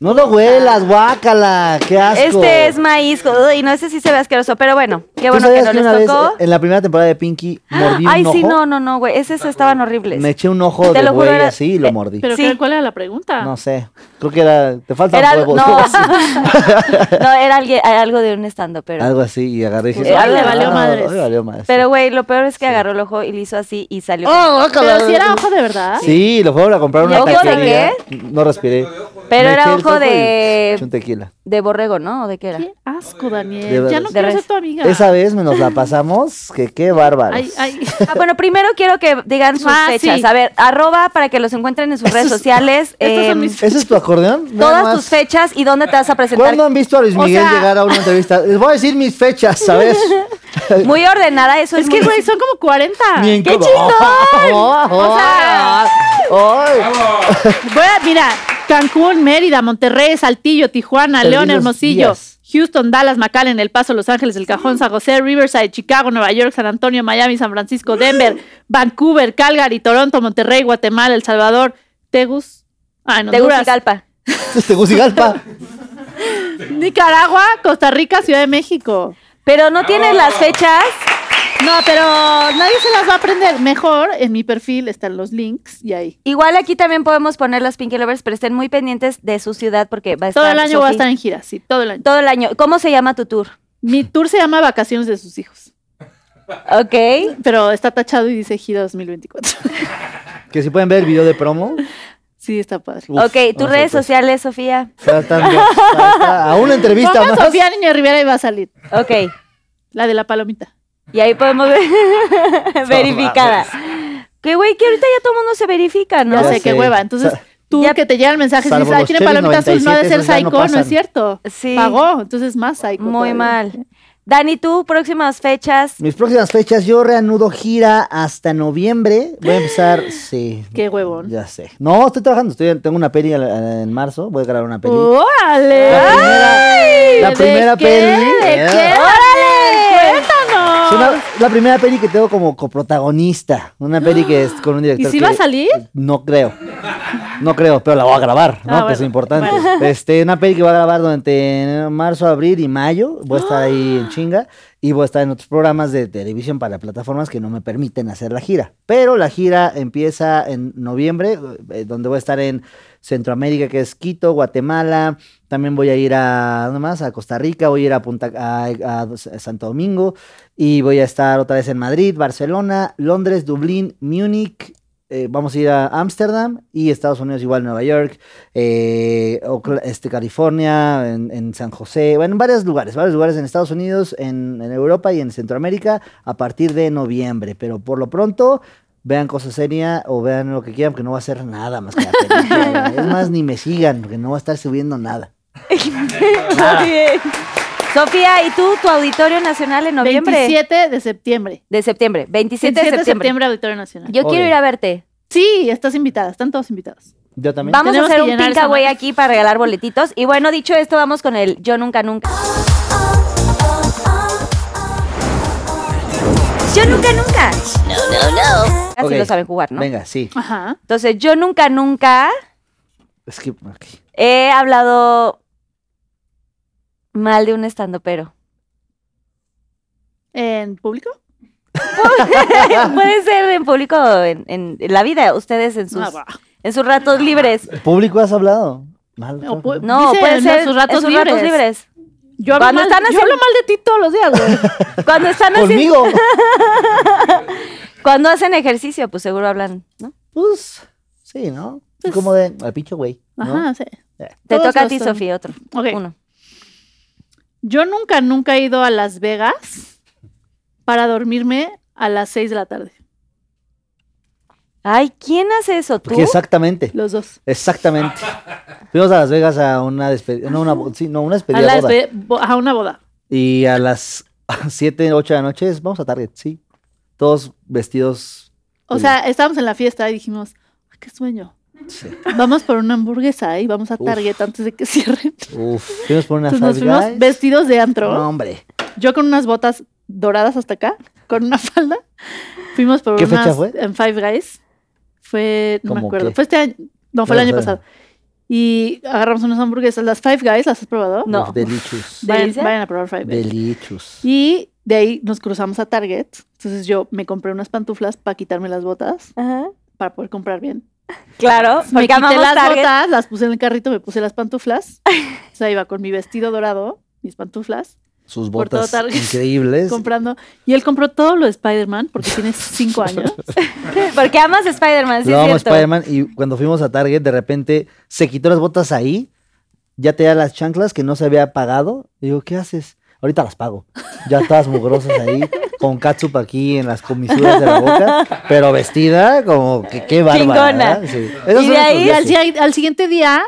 Speaker 4: no lo huelas, guácala, qué asco.
Speaker 2: Este es maíz. Y no sé si se ve asqueroso, pero bueno, qué
Speaker 4: ¿Tú
Speaker 2: bueno que
Speaker 4: sabías
Speaker 2: no
Speaker 4: una
Speaker 2: les
Speaker 4: vez,
Speaker 2: tocó.
Speaker 4: eh, en la primera temporada de Pinky mordí
Speaker 2: Ay,
Speaker 4: un ojo?
Speaker 2: sí, no, no, no, güey. Esos estaban horribles.
Speaker 4: Me eché un ojo
Speaker 2: Te
Speaker 4: de
Speaker 2: lo juro,
Speaker 4: güey
Speaker 2: era-
Speaker 4: así y lo mordí.
Speaker 5: ¿Pero
Speaker 2: Sí.
Speaker 5: qué- cuál era la pregunta?
Speaker 4: No sé, creo que era, te faltan
Speaker 2: Era,
Speaker 4: huevos.
Speaker 2: no,
Speaker 4: algo así.
Speaker 2: no, era alguien- algo de un stand pero.
Speaker 4: Algo así, y agarré y dije,
Speaker 2: Pues,
Speaker 4: "Ah,
Speaker 2: ay, le valió
Speaker 4: ah,
Speaker 5: madres".
Speaker 4: ay, valió madres.
Speaker 2: Pero, güey, lo peor es que agarró el ojo y le hizo así y salió.
Speaker 5: Oh.
Speaker 4: Ah, guácala.
Speaker 5: Pero si era ojo de verdad.
Speaker 4: Sí, lo fueron a comprar a una
Speaker 2: ¿Y ojo de
Speaker 4: taquería. No respiré.
Speaker 2: Pero
Speaker 4: Me eché
Speaker 2: era
Speaker 4: el
Speaker 2: ojo
Speaker 4: taco y me
Speaker 2: de,
Speaker 4: eché Un tequila.
Speaker 2: de borrego, ¿no? ¿O de qué era?
Speaker 5: Qué asco,
Speaker 4: De
Speaker 5: Daniel.
Speaker 4: verdad.
Speaker 5: ya no
Speaker 2: De
Speaker 5: quiero
Speaker 2: res.
Speaker 5: ser tu amiga.
Speaker 4: Esa vez me nos la pasamos, que qué bárbaros.
Speaker 5: Ay, ay.
Speaker 2: Ah, bueno, primero quiero que digan sus
Speaker 5: Ah, sí.
Speaker 2: fechas. A ver, arroba para que los encuentren en sus redes sociales.
Speaker 5: Estas son
Speaker 2: em,
Speaker 5: mis-
Speaker 4: ¿Ese es tu acordeón? Vean
Speaker 2: todas
Speaker 4: más.
Speaker 2: tus fechas y dónde te vas a presentar.
Speaker 4: ¿Cuándo han visto a Luis
Speaker 5: O
Speaker 4: Miguel
Speaker 5: sea-
Speaker 4: llegar a una entrevista? Les voy a decir mis fechas, ¿sabes?
Speaker 2: Muy ordenada, eso es,
Speaker 5: Es que,
Speaker 2: muy-
Speaker 5: güey, son como 40.
Speaker 4: Bien
Speaker 2: ¡Qué
Speaker 4: como-
Speaker 2: chingón!
Speaker 4: ¡Oh, oh,
Speaker 2: O sea-
Speaker 4: oh! ¡Ay!
Speaker 5: Voy a- mira, Cancún, Mérida, Monterrey, Saltillo, Tijuana,
Speaker 4: Perdí
Speaker 5: León,
Speaker 4: los
Speaker 5: Hermosillo,
Speaker 4: días.
Speaker 5: Houston, Dallas, McAllen, El Paso, Los Ángeles, El Cajón, San José, Riverside, Chicago, Nueva York, San Antonio, Miami, San Francisco, Denver, Vancouver, Calgary, Toronto, Monterrey, Guatemala, El Salvador, Tegus, ah, en Honduras,
Speaker 2: Tegucigalpa.
Speaker 4: este Tegucigalpa.
Speaker 5: Nicaragua, Costa Rica, Ciudad de México.
Speaker 2: Pero no tienes las fechas.
Speaker 5: No, pero nadie se las va a aprender. Mejor en mi perfil están los links y ahí.
Speaker 2: Igual aquí también podemos poner las Pinky Lovers, pero estén muy pendientes de su ciudad porque va a estar.
Speaker 5: Todo el año voy a
Speaker 2: Sofi.
Speaker 5: estar en gira, sí, todo el año.
Speaker 2: Todo el año. ¿Cómo se llama tu tour?
Speaker 5: Mi tour se llama Vacaciones de sus hijos,
Speaker 2: Ok.
Speaker 5: pero está tachado y dice gira 2024.
Speaker 4: Que si pueden ver el video de promo.
Speaker 5: Sí, está padre.
Speaker 4: Uf,
Speaker 2: ok, tus
Speaker 4: vamos a
Speaker 2: redes
Speaker 4: ver.
Speaker 2: sociales, Sofía.
Speaker 4: Está tan- está- está- A una entrevista
Speaker 5: Pongan
Speaker 4: más.
Speaker 5: Sofía Niño Rivera y va a salir.
Speaker 2: Ok.
Speaker 5: La de la palomita.
Speaker 2: Y ahí podemos ver verificada. Que güey, que ahorita ya todo el mundo se verifica, ¿no?
Speaker 5: No
Speaker 4: Ya
Speaker 5: sé
Speaker 4: sé.
Speaker 5: qué hueva. Entonces, tú
Speaker 2: Ya-
Speaker 5: que te llega el mensaje,
Speaker 4: Salvo
Speaker 5: dices, ah,
Speaker 4: los
Speaker 5: tiene
Speaker 4: Chevy
Speaker 5: palomita azul, no ha de
Speaker 4: 97,
Speaker 5: ser
Speaker 4: esos ya no
Speaker 5: psycho, no,
Speaker 4: pasan.
Speaker 5: es cierto.
Speaker 2: Sí.
Speaker 5: Pagó, entonces más psycho.
Speaker 2: Muy
Speaker 5: todavía.
Speaker 2: mal. Dani, tú, próximas fechas.
Speaker 4: Mis próximas fechas, yo reanudo gira hasta noviembre. Voy a empezar, sí.
Speaker 5: Qué huevón.
Speaker 4: Ya sé. No, estoy trabajando. estoy- tengo una peli al- en marzo. Voy a grabar una peli.
Speaker 5: ¡Órale!
Speaker 4: La primera- la
Speaker 5: ¿De
Speaker 4: primera
Speaker 5: qué?
Speaker 4: peli.
Speaker 5: ¿De
Speaker 4: Eh.
Speaker 5: qué? ¡Órale!
Speaker 4: Es
Speaker 5: ¡Cuéntanos!
Speaker 4: una- la primera peli que tengo como coprotagonista. Una peli que es con un
Speaker 5: ¿Y
Speaker 4: director.
Speaker 5: si va a
Speaker 4: que-
Speaker 5: salir?
Speaker 4: No creo. No creo, pero la voy a grabar, ¿no?
Speaker 5: Ah,
Speaker 4: Que es
Speaker 5: bueno,
Speaker 4: importante. Este, una peli que voy a grabar durante marzo, abril y mayo. Voy a estar ahí en chinga. Y voy a estar en otros programas de televisión para plataformas que no me permiten hacer la gira. Pero la gira empieza en noviembre, eh, donde voy a estar en Centroamérica, que es Quito, Guatemala. También voy a ir a, ¿dónde más? A Costa Rica, voy a ir a, Punta, a, a Santo Domingo. Y voy a estar otra vez en Madrid, Barcelona, Londres, Dublín, Múnich. eh, vamos a ir a Ámsterdam y Estados Unidos igual, Nueva York, eh, Oakla- este, California, en, en San José, bueno, en varios lugares, varios lugares en Estados Unidos, en, en Europa y en Centroamérica a partir de noviembre. Pero por lo pronto, vean Cosa Seria o vean lo que quieran, porque no va a ser nada más que la película. Es más, ni me sigan, porque no va a estar subiendo nada.
Speaker 2: Muy bien. Sofía, ¿y tú, tu auditorio nacional en noviembre?
Speaker 5: 27 de septiembre.
Speaker 2: De septiembre. 27,
Speaker 5: 27
Speaker 2: de septiembre.
Speaker 5: Auditorio Nacional.
Speaker 2: Yo quiero
Speaker 4: Ok.
Speaker 2: ir a verte.
Speaker 5: Sí, estás invitada, están todos invitados.
Speaker 4: Yo también.
Speaker 2: Vamos a
Speaker 5: Tenemos
Speaker 2: hacer
Speaker 5: que
Speaker 2: un
Speaker 5: llenar
Speaker 2: pinca
Speaker 5: esa
Speaker 2: güey
Speaker 5: madre.
Speaker 2: aquí para regalar boletitos. Y bueno, dicho esto, vamos con el Yo Nunca Nunca. Yo Nunca Nunca. Así
Speaker 4: Ok.
Speaker 2: lo saben jugar, ¿no?
Speaker 4: Venga, sí.
Speaker 5: Ajá.
Speaker 2: Entonces, yo nunca, nunca
Speaker 4: Es que, ok.
Speaker 2: he hablado mal de un estando pero.
Speaker 5: ¿En público?
Speaker 2: Puede ser en público o en, en- en la vida, ustedes en sus,
Speaker 5: Ah, va.
Speaker 2: en sus ratos libres.
Speaker 4: ¿Público has hablado? Mal,
Speaker 5: No,
Speaker 4: claro.
Speaker 5: pu-
Speaker 2: No,
Speaker 5: Dice,
Speaker 2: puede
Speaker 5: en
Speaker 2: ser
Speaker 5: sus
Speaker 2: en
Speaker 5: ratos
Speaker 2: sus ratos
Speaker 5: libres.
Speaker 2: libres.
Speaker 5: Yo hablo,
Speaker 2: Cuando
Speaker 5: mal,
Speaker 2: están
Speaker 5: yo hablo
Speaker 2: haciendo-
Speaker 5: mal de ti todos los días, güey.
Speaker 2: Cuando están haciendo,
Speaker 4: Conmigo.
Speaker 2: cuando hacen ejercicio, pues seguro hablan, ¿no?
Speaker 4: Pues, sí, ¿no? Como de, al pinche güey. ¿no?
Speaker 5: Pues Ajá, sí.
Speaker 2: Te
Speaker 5: Todos
Speaker 2: toca a
Speaker 5: los
Speaker 2: ti,
Speaker 5: son.
Speaker 2: Sofía, otro.
Speaker 5: Ok.
Speaker 2: Uno.
Speaker 5: Yo nunca, nunca he ido a Las Vegas para dormirme a las 6 de la tarde.
Speaker 2: Ay, ¿quién hace eso? ¿Tú?
Speaker 4: Porque exactamente,
Speaker 5: Los dos.
Speaker 4: exactamente. Fuimos a Las Vegas a una despedida, no, una, bo- sí, no, una
Speaker 5: A,
Speaker 4: despedida
Speaker 5: la
Speaker 4: boda.
Speaker 5: despe- bo- a una boda.
Speaker 4: Y a las 7, 8 de la noche es, vamos a Target, sí. todos vestidos.
Speaker 5: O
Speaker 4: Sí.
Speaker 5: sea, estábamos en la fiesta y dijimos, "Ay, qué sueño.
Speaker 4: Sí.
Speaker 5: Vamos por una hamburguesa y vamos a
Speaker 4: Uf.
Speaker 5: Target antes de que cierren.
Speaker 4: Uf, fuimos por una
Speaker 5: Entonces Pues nos fuimos vestidos de antro.
Speaker 4: No, hombre.
Speaker 5: Yo con unas botas doradas hasta acá, con una falda. Fuimos por
Speaker 4: ¿Qué
Speaker 5: unas
Speaker 4: fecha fue?
Speaker 5: en Five Guys. Fue, no me
Speaker 4: ¿Cómo
Speaker 5: acuerdo.
Speaker 4: qué?
Speaker 5: Fue este año. No, fue
Speaker 4: No,
Speaker 5: el año
Speaker 4: fue-
Speaker 5: pasado. Y agarramos unas hamburguesas. Las Five Guys, ¿las has probado?
Speaker 2: No.
Speaker 4: Uf, delicious.
Speaker 5: Vayan,
Speaker 2: ¿Delicia?
Speaker 5: vayan a probar Five Guys.
Speaker 4: Delicious.
Speaker 5: Y de ahí nos cruzamos a Target. Entonces yo me compré unas pantuflas para quitarme las botas,
Speaker 2: Ajá.
Speaker 5: para poder comprar bien.
Speaker 2: Claro,
Speaker 5: Me
Speaker 2: porque
Speaker 5: quité
Speaker 2: amamos
Speaker 5: las
Speaker 2: Target.
Speaker 5: botas, las puse en el carrito, me puse las pantuflas. O sea, iba con mi vestido dorado, mis pantuflas,
Speaker 4: Sus
Speaker 5: por todo
Speaker 4: botas
Speaker 5: Target.
Speaker 4: increíbles.
Speaker 5: comprando. Y él compró todo lo de Spider-Man porque tiene cinco años.
Speaker 2: Porque amas Spider-Man, sí
Speaker 4: Lo
Speaker 2: es
Speaker 4: amo a
Speaker 2: cierto.
Speaker 4: Spider-Man y cuando fuimos a Target, de repente se quitó las botas ahí, ya tenía las chanclas que no se había pagado. Y Digo, ¿qué haces? Ahorita las pago. Ya todas mugrosas ahí, con catsup aquí en las comisuras de la boca, pero vestida como que qué bárbara.
Speaker 2: Chingona.
Speaker 4: ¿verdad? Sí. Esos
Speaker 2: Y
Speaker 4: son
Speaker 2: de ahí
Speaker 5: Y
Speaker 4: nuestros
Speaker 5: al,
Speaker 4: viajes.
Speaker 5: si- al siguiente día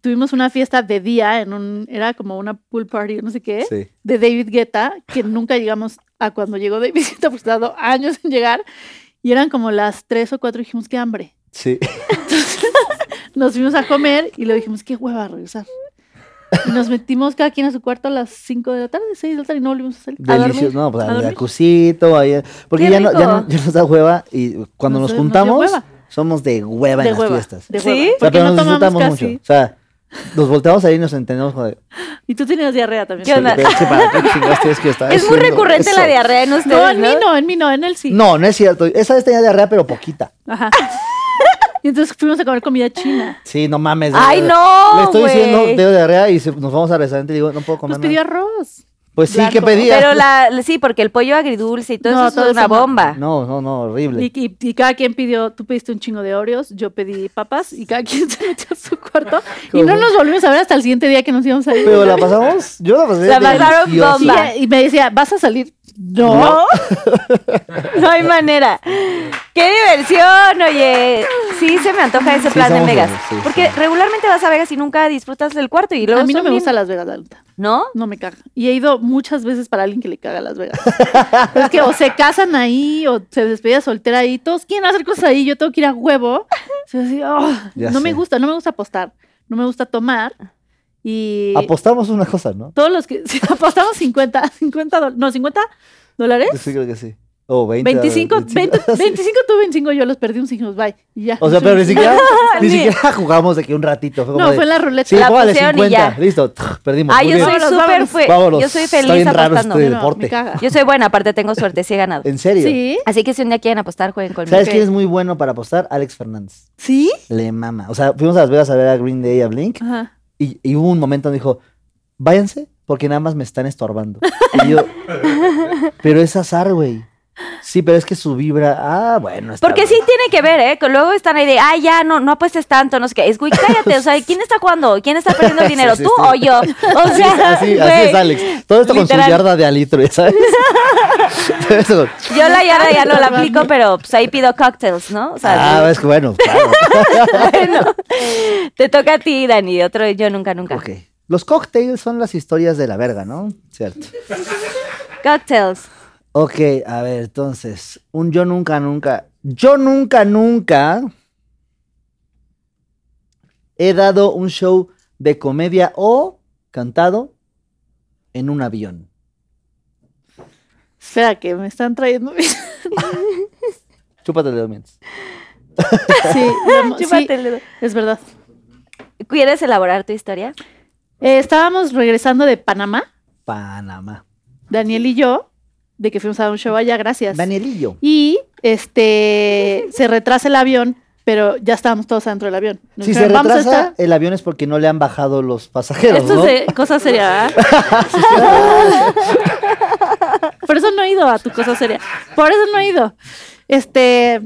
Speaker 5: tuvimos una fiesta de día en un era como una pool party, no sé qué,
Speaker 4: Sí.
Speaker 5: de David Guetta, que nunca llegamos a cuando llegó David Guetta, porque tardó años en llegar. Y eran como las tres o cuatro, y dijimos, qué hambre.
Speaker 4: Sí.
Speaker 5: Nos fuimos a comer y le dijimos, qué hueva regresar. Y nos metimos cada quien a su cuarto a las 5 de la tarde, 6 de la tarde y no volvimos a salir. A dormir.
Speaker 4: Delicioso. No, pues
Speaker 5: a
Speaker 4: al
Speaker 5: dormir.
Speaker 4: jacuzito, ahí. Porque
Speaker 2: Qué
Speaker 4: ya, no, ya,
Speaker 2: rico.
Speaker 4: no- ya nos da hueva y cuando
Speaker 5: Nos
Speaker 4: nos,
Speaker 5: da- nos da
Speaker 4: juntamos,
Speaker 5: hueva.
Speaker 4: somos de hueva
Speaker 5: de
Speaker 4: en las
Speaker 5: hueva,
Speaker 4: fiestas.
Speaker 5: de
Speaker 2: ¿Sí?
Speaker 5: hueva,
Speaker 4: O sea,
Speaker 5: Porque
Speaker 4: pero
Speaker 5: no
Speaker 4: nos
Speaker 5: tomamos
Speaker 4: disfrutamos
Speaker 5: casi.
Speaker 4: mucho. O sea, nos volteamos ahí y nos entendemos como de,
Speaker 5: Y tú tenías diarrea también.
Speaker 2: ¿Qué
Speaker 4: Sí,
Speaker 2: onda?
Speaker 4: pero es que para qué chingados tienes que estar
Speaker 2: Es muy
Speaker 4: haciendo
Speaker 2: recurrente
Speaker 4: eso.
Speaker 2: la diarrea en ustedes,
Speaker 5: No, en mí
Speaker 2: ¿no?
Speaker 5: no, en mí no, en él sí.
Speaker 4: No, no es cierto. Esa vez tenía diarrea, pero poquita.
Speaker 5: Ajá. Y entonces fuimos a comer comida china.
Speaker 4: Sí, no mames.
Speaker 2: Ay,
Speaker 4: Le-
Speaker 2: no,
Speaker 4: Le estoy
Speaker 2: güey.
Speaker 4: diciendo, tengo diarrea y se- nos vamos al restaurante y digo, no puedo comer
Speaker 5: Nos pidió
Speaker 4: nada.
Speaker 5: arroz.
Speaker 4: Pues sí, ¿qué
Speaker 5: blanco.
Speaker 4: pedía?
Speaker 2: Pero la, sí, porque el pollo agridulce y todo
Speaker 5: No,
Speaker 2: eso es
Speaker 5: todo
Speaker 2: una
Speaker 5: eso no.
Speaker 2: bomba.
Speaker 4: Pues, No, no, no, horrible.
Speaker 5: Y, y- y cada quien pidió, tú pediste un chingo de Oreos, yo pedí papas y cada quien se metió a su cuarto. Y no
Speaker 4: ¿Cómo?
Speaker 5: nos volvimos a ver hasta el siguiente día que nos íbamos a ir.
Speaker 4: Pero la pasamos, yo la pasé
Speaker 2: La pasaron
Speaker 4: deliciosa.
Speaker 5: Y,
Speaker 2: bomba.
Speaker 5: y me decía, ¿vas a salir? No.
Speaker 2: No. No hay manera. ¡Qué diversión! Oye, sí se me antoja ese plan de
Speaker 4: estamos
Speaker 2: Vegas.
Speaker 4: locos, sí,
Speaker 2: porque
Speaker 4: sí. regularmente
Speaker 2: regularmente vas a Vegas y nunca disfrutas del cuarto. Y luego
Speaker 5: a mí no
Speaker 2: son
Speaker 5: me
Speaker 2: bien-
Speaker 5: gusta Las Vegas, la neta.
Speaker 2: ¿No?
Speaker 5: No me caga. Y he ido muchas veces para alguien que le caga Las Vegas. Pero es que o se casan ahí o se despedía soltera ahí. Todos quieren hacer cosas ahí. Yo tengo que ir a huevo. Soy así, "Oh,
Speaker 4: Ya
Speaker 5: no me
Speaker 4: sé.
Speaker 5: gusta, no me gusta apostar. No me gusta tomar. Y
Speaker 4: Apostamos una cosa, ¿no?
Speaker 5: todos los que si apostamos 50, 50 dólares. No, 50 dólares.
Speaker 4: Sí, creo que sí. O 20.
Speaker 5: 25, 20,
Speaker 4: Pues sí.
Speaker 5: 25 tú, 25 yo los perdí un signos, bye. Y ya.
Speaker 4: O sea, pero ni siquiera, ni
Speaker 2: Ni-
Speaker 4: siquiera jugamos de que un ratito. Fue como
Speaker 5: No,
Speaker 4: de,
Speaker 5: fue en la ruleta. Ah,
Speaker 4: Sí,
Speaker 2: La
Speaker 4: póngale
Speaker 2: pusieron y
Speaker 4: 50.
Speaker 2: ya.
Speaker 4: Listo, perdimos.
Speaker 2: Ay,
Speaker 4: muy
Speaker 2: yo soy
Speaker 4: bien.
Speaker 5: Vámonos,
Speaker 2: súper
Speaker 5: vámonos.
Speaker 2: fue.
Speaker 4: Vámonos.
Speaker 2: Yo soy
Speaker 4: Está
Speaker 2: feliz
Speaker 4: bien raro
Speaker 2: apostando.
Speaker 4: este
Speaker 5: No, no,
Speaker 4: deporte.
Speaker 5: Me caga.
Speaker 2: Yo soy buena, aparte tengo suerte, sí he ganado.
Speaker 4: ¿En serio?
Speaker 5: Sí.
Speaker 2: Así que si un día quieren apostar, jueguen conmigo.
Speaker 4: ¿Sabes
Speaker 5: Ok.
Speaker 4: quién es muy bueno para apostar? Alex Fernández.
Speaker 5: ¿Sí?
Speaker 4: Le mama. O sea, fuimos a Las Vegas a ver a Green Day y a Blink
Speaker 5: Ajá.
Speaker 4: y, y hubo un momento donde dijo, váyanse porque nada más me están estorbando. Y yo, pero es azar, güey. Sí, pero es que su vibra, ah, bueno. está
Speaker 2: Porque sí
Speaker 4: bien.
Speaker 2: tiene que ver, ¿eh? Que luego están ahí de, ay, ya, no, no apuestes tanto, no sé qué. Es, güey, cállate, o sea, ¿quién está jugando? ¿Quién está perdiendo el dinero?
Speaker 4: Sí, sí,
Speaker 2: ¿Tú
Speaker 4: sí.
Speaker 2: o yo? O
Speaker 4: Así,
Speaker 2: sea,
Speaker 4: así, así
Speaker 2: güey,
Speaker 4: es Alex. Todo esto con
Speaker 2: Literal.
Speaker 4: su yarda de alitro, ya ¿sabes? Todo esto con-
Speaker 2: Yo la ya, ya no la aplico, pero pues ahí pido cocktails, ¿no? O sea,
Speaker 4: ah, es que bueno, claro.
Speaker 2: bueno. Te toca a ti, Dani, otro yo nunca, nunca.
Speaker 4: Ok. Los cocktails son las historias de la verga, ¿no? Cierto.
Speaker 2: Cocktails.
Speaker 4: Ok, a ver, entonces, un yo nunca, nunca. Yo nunca, nunca he dado un show de comedia o cantado en un avión.
Speaker 5: Espera, que me están trayendo. sí,
Speaker 4: Chúpate el dedo mientras.
Speaker 5: mi amor, sí,
Speaker 2: Chúpate el dedo.
Speaker 5: es verdad.
Speaker 2: ¿Quieres elaborar tu historia?
Speaker 5: Eh, estábamos regresando de Panamá,
Speaker 4: Panamá.
Speaker 5: Daniel y yo, de que fuimos a un show allá, gracias.
Speaker 4: Danielillo.
Speaker 5: Y este se retrasa el avión, pero ya estábamos todos adentro del avión. Nos
Speaker 4: Si se
Speaker 5: dijeron, "Vamos a
Speaker 4: retrasa
Speaker 5: estar-".
Speaker 4: el avión es porque no le han bajado los pasajeros,
Speaker 5: Esto
Speaker 4: ¿no?
Speaker 5: es de cosa seria, ¿verdad? Por eso no he ido a tu cosa seria. Por eso no he ido. Este,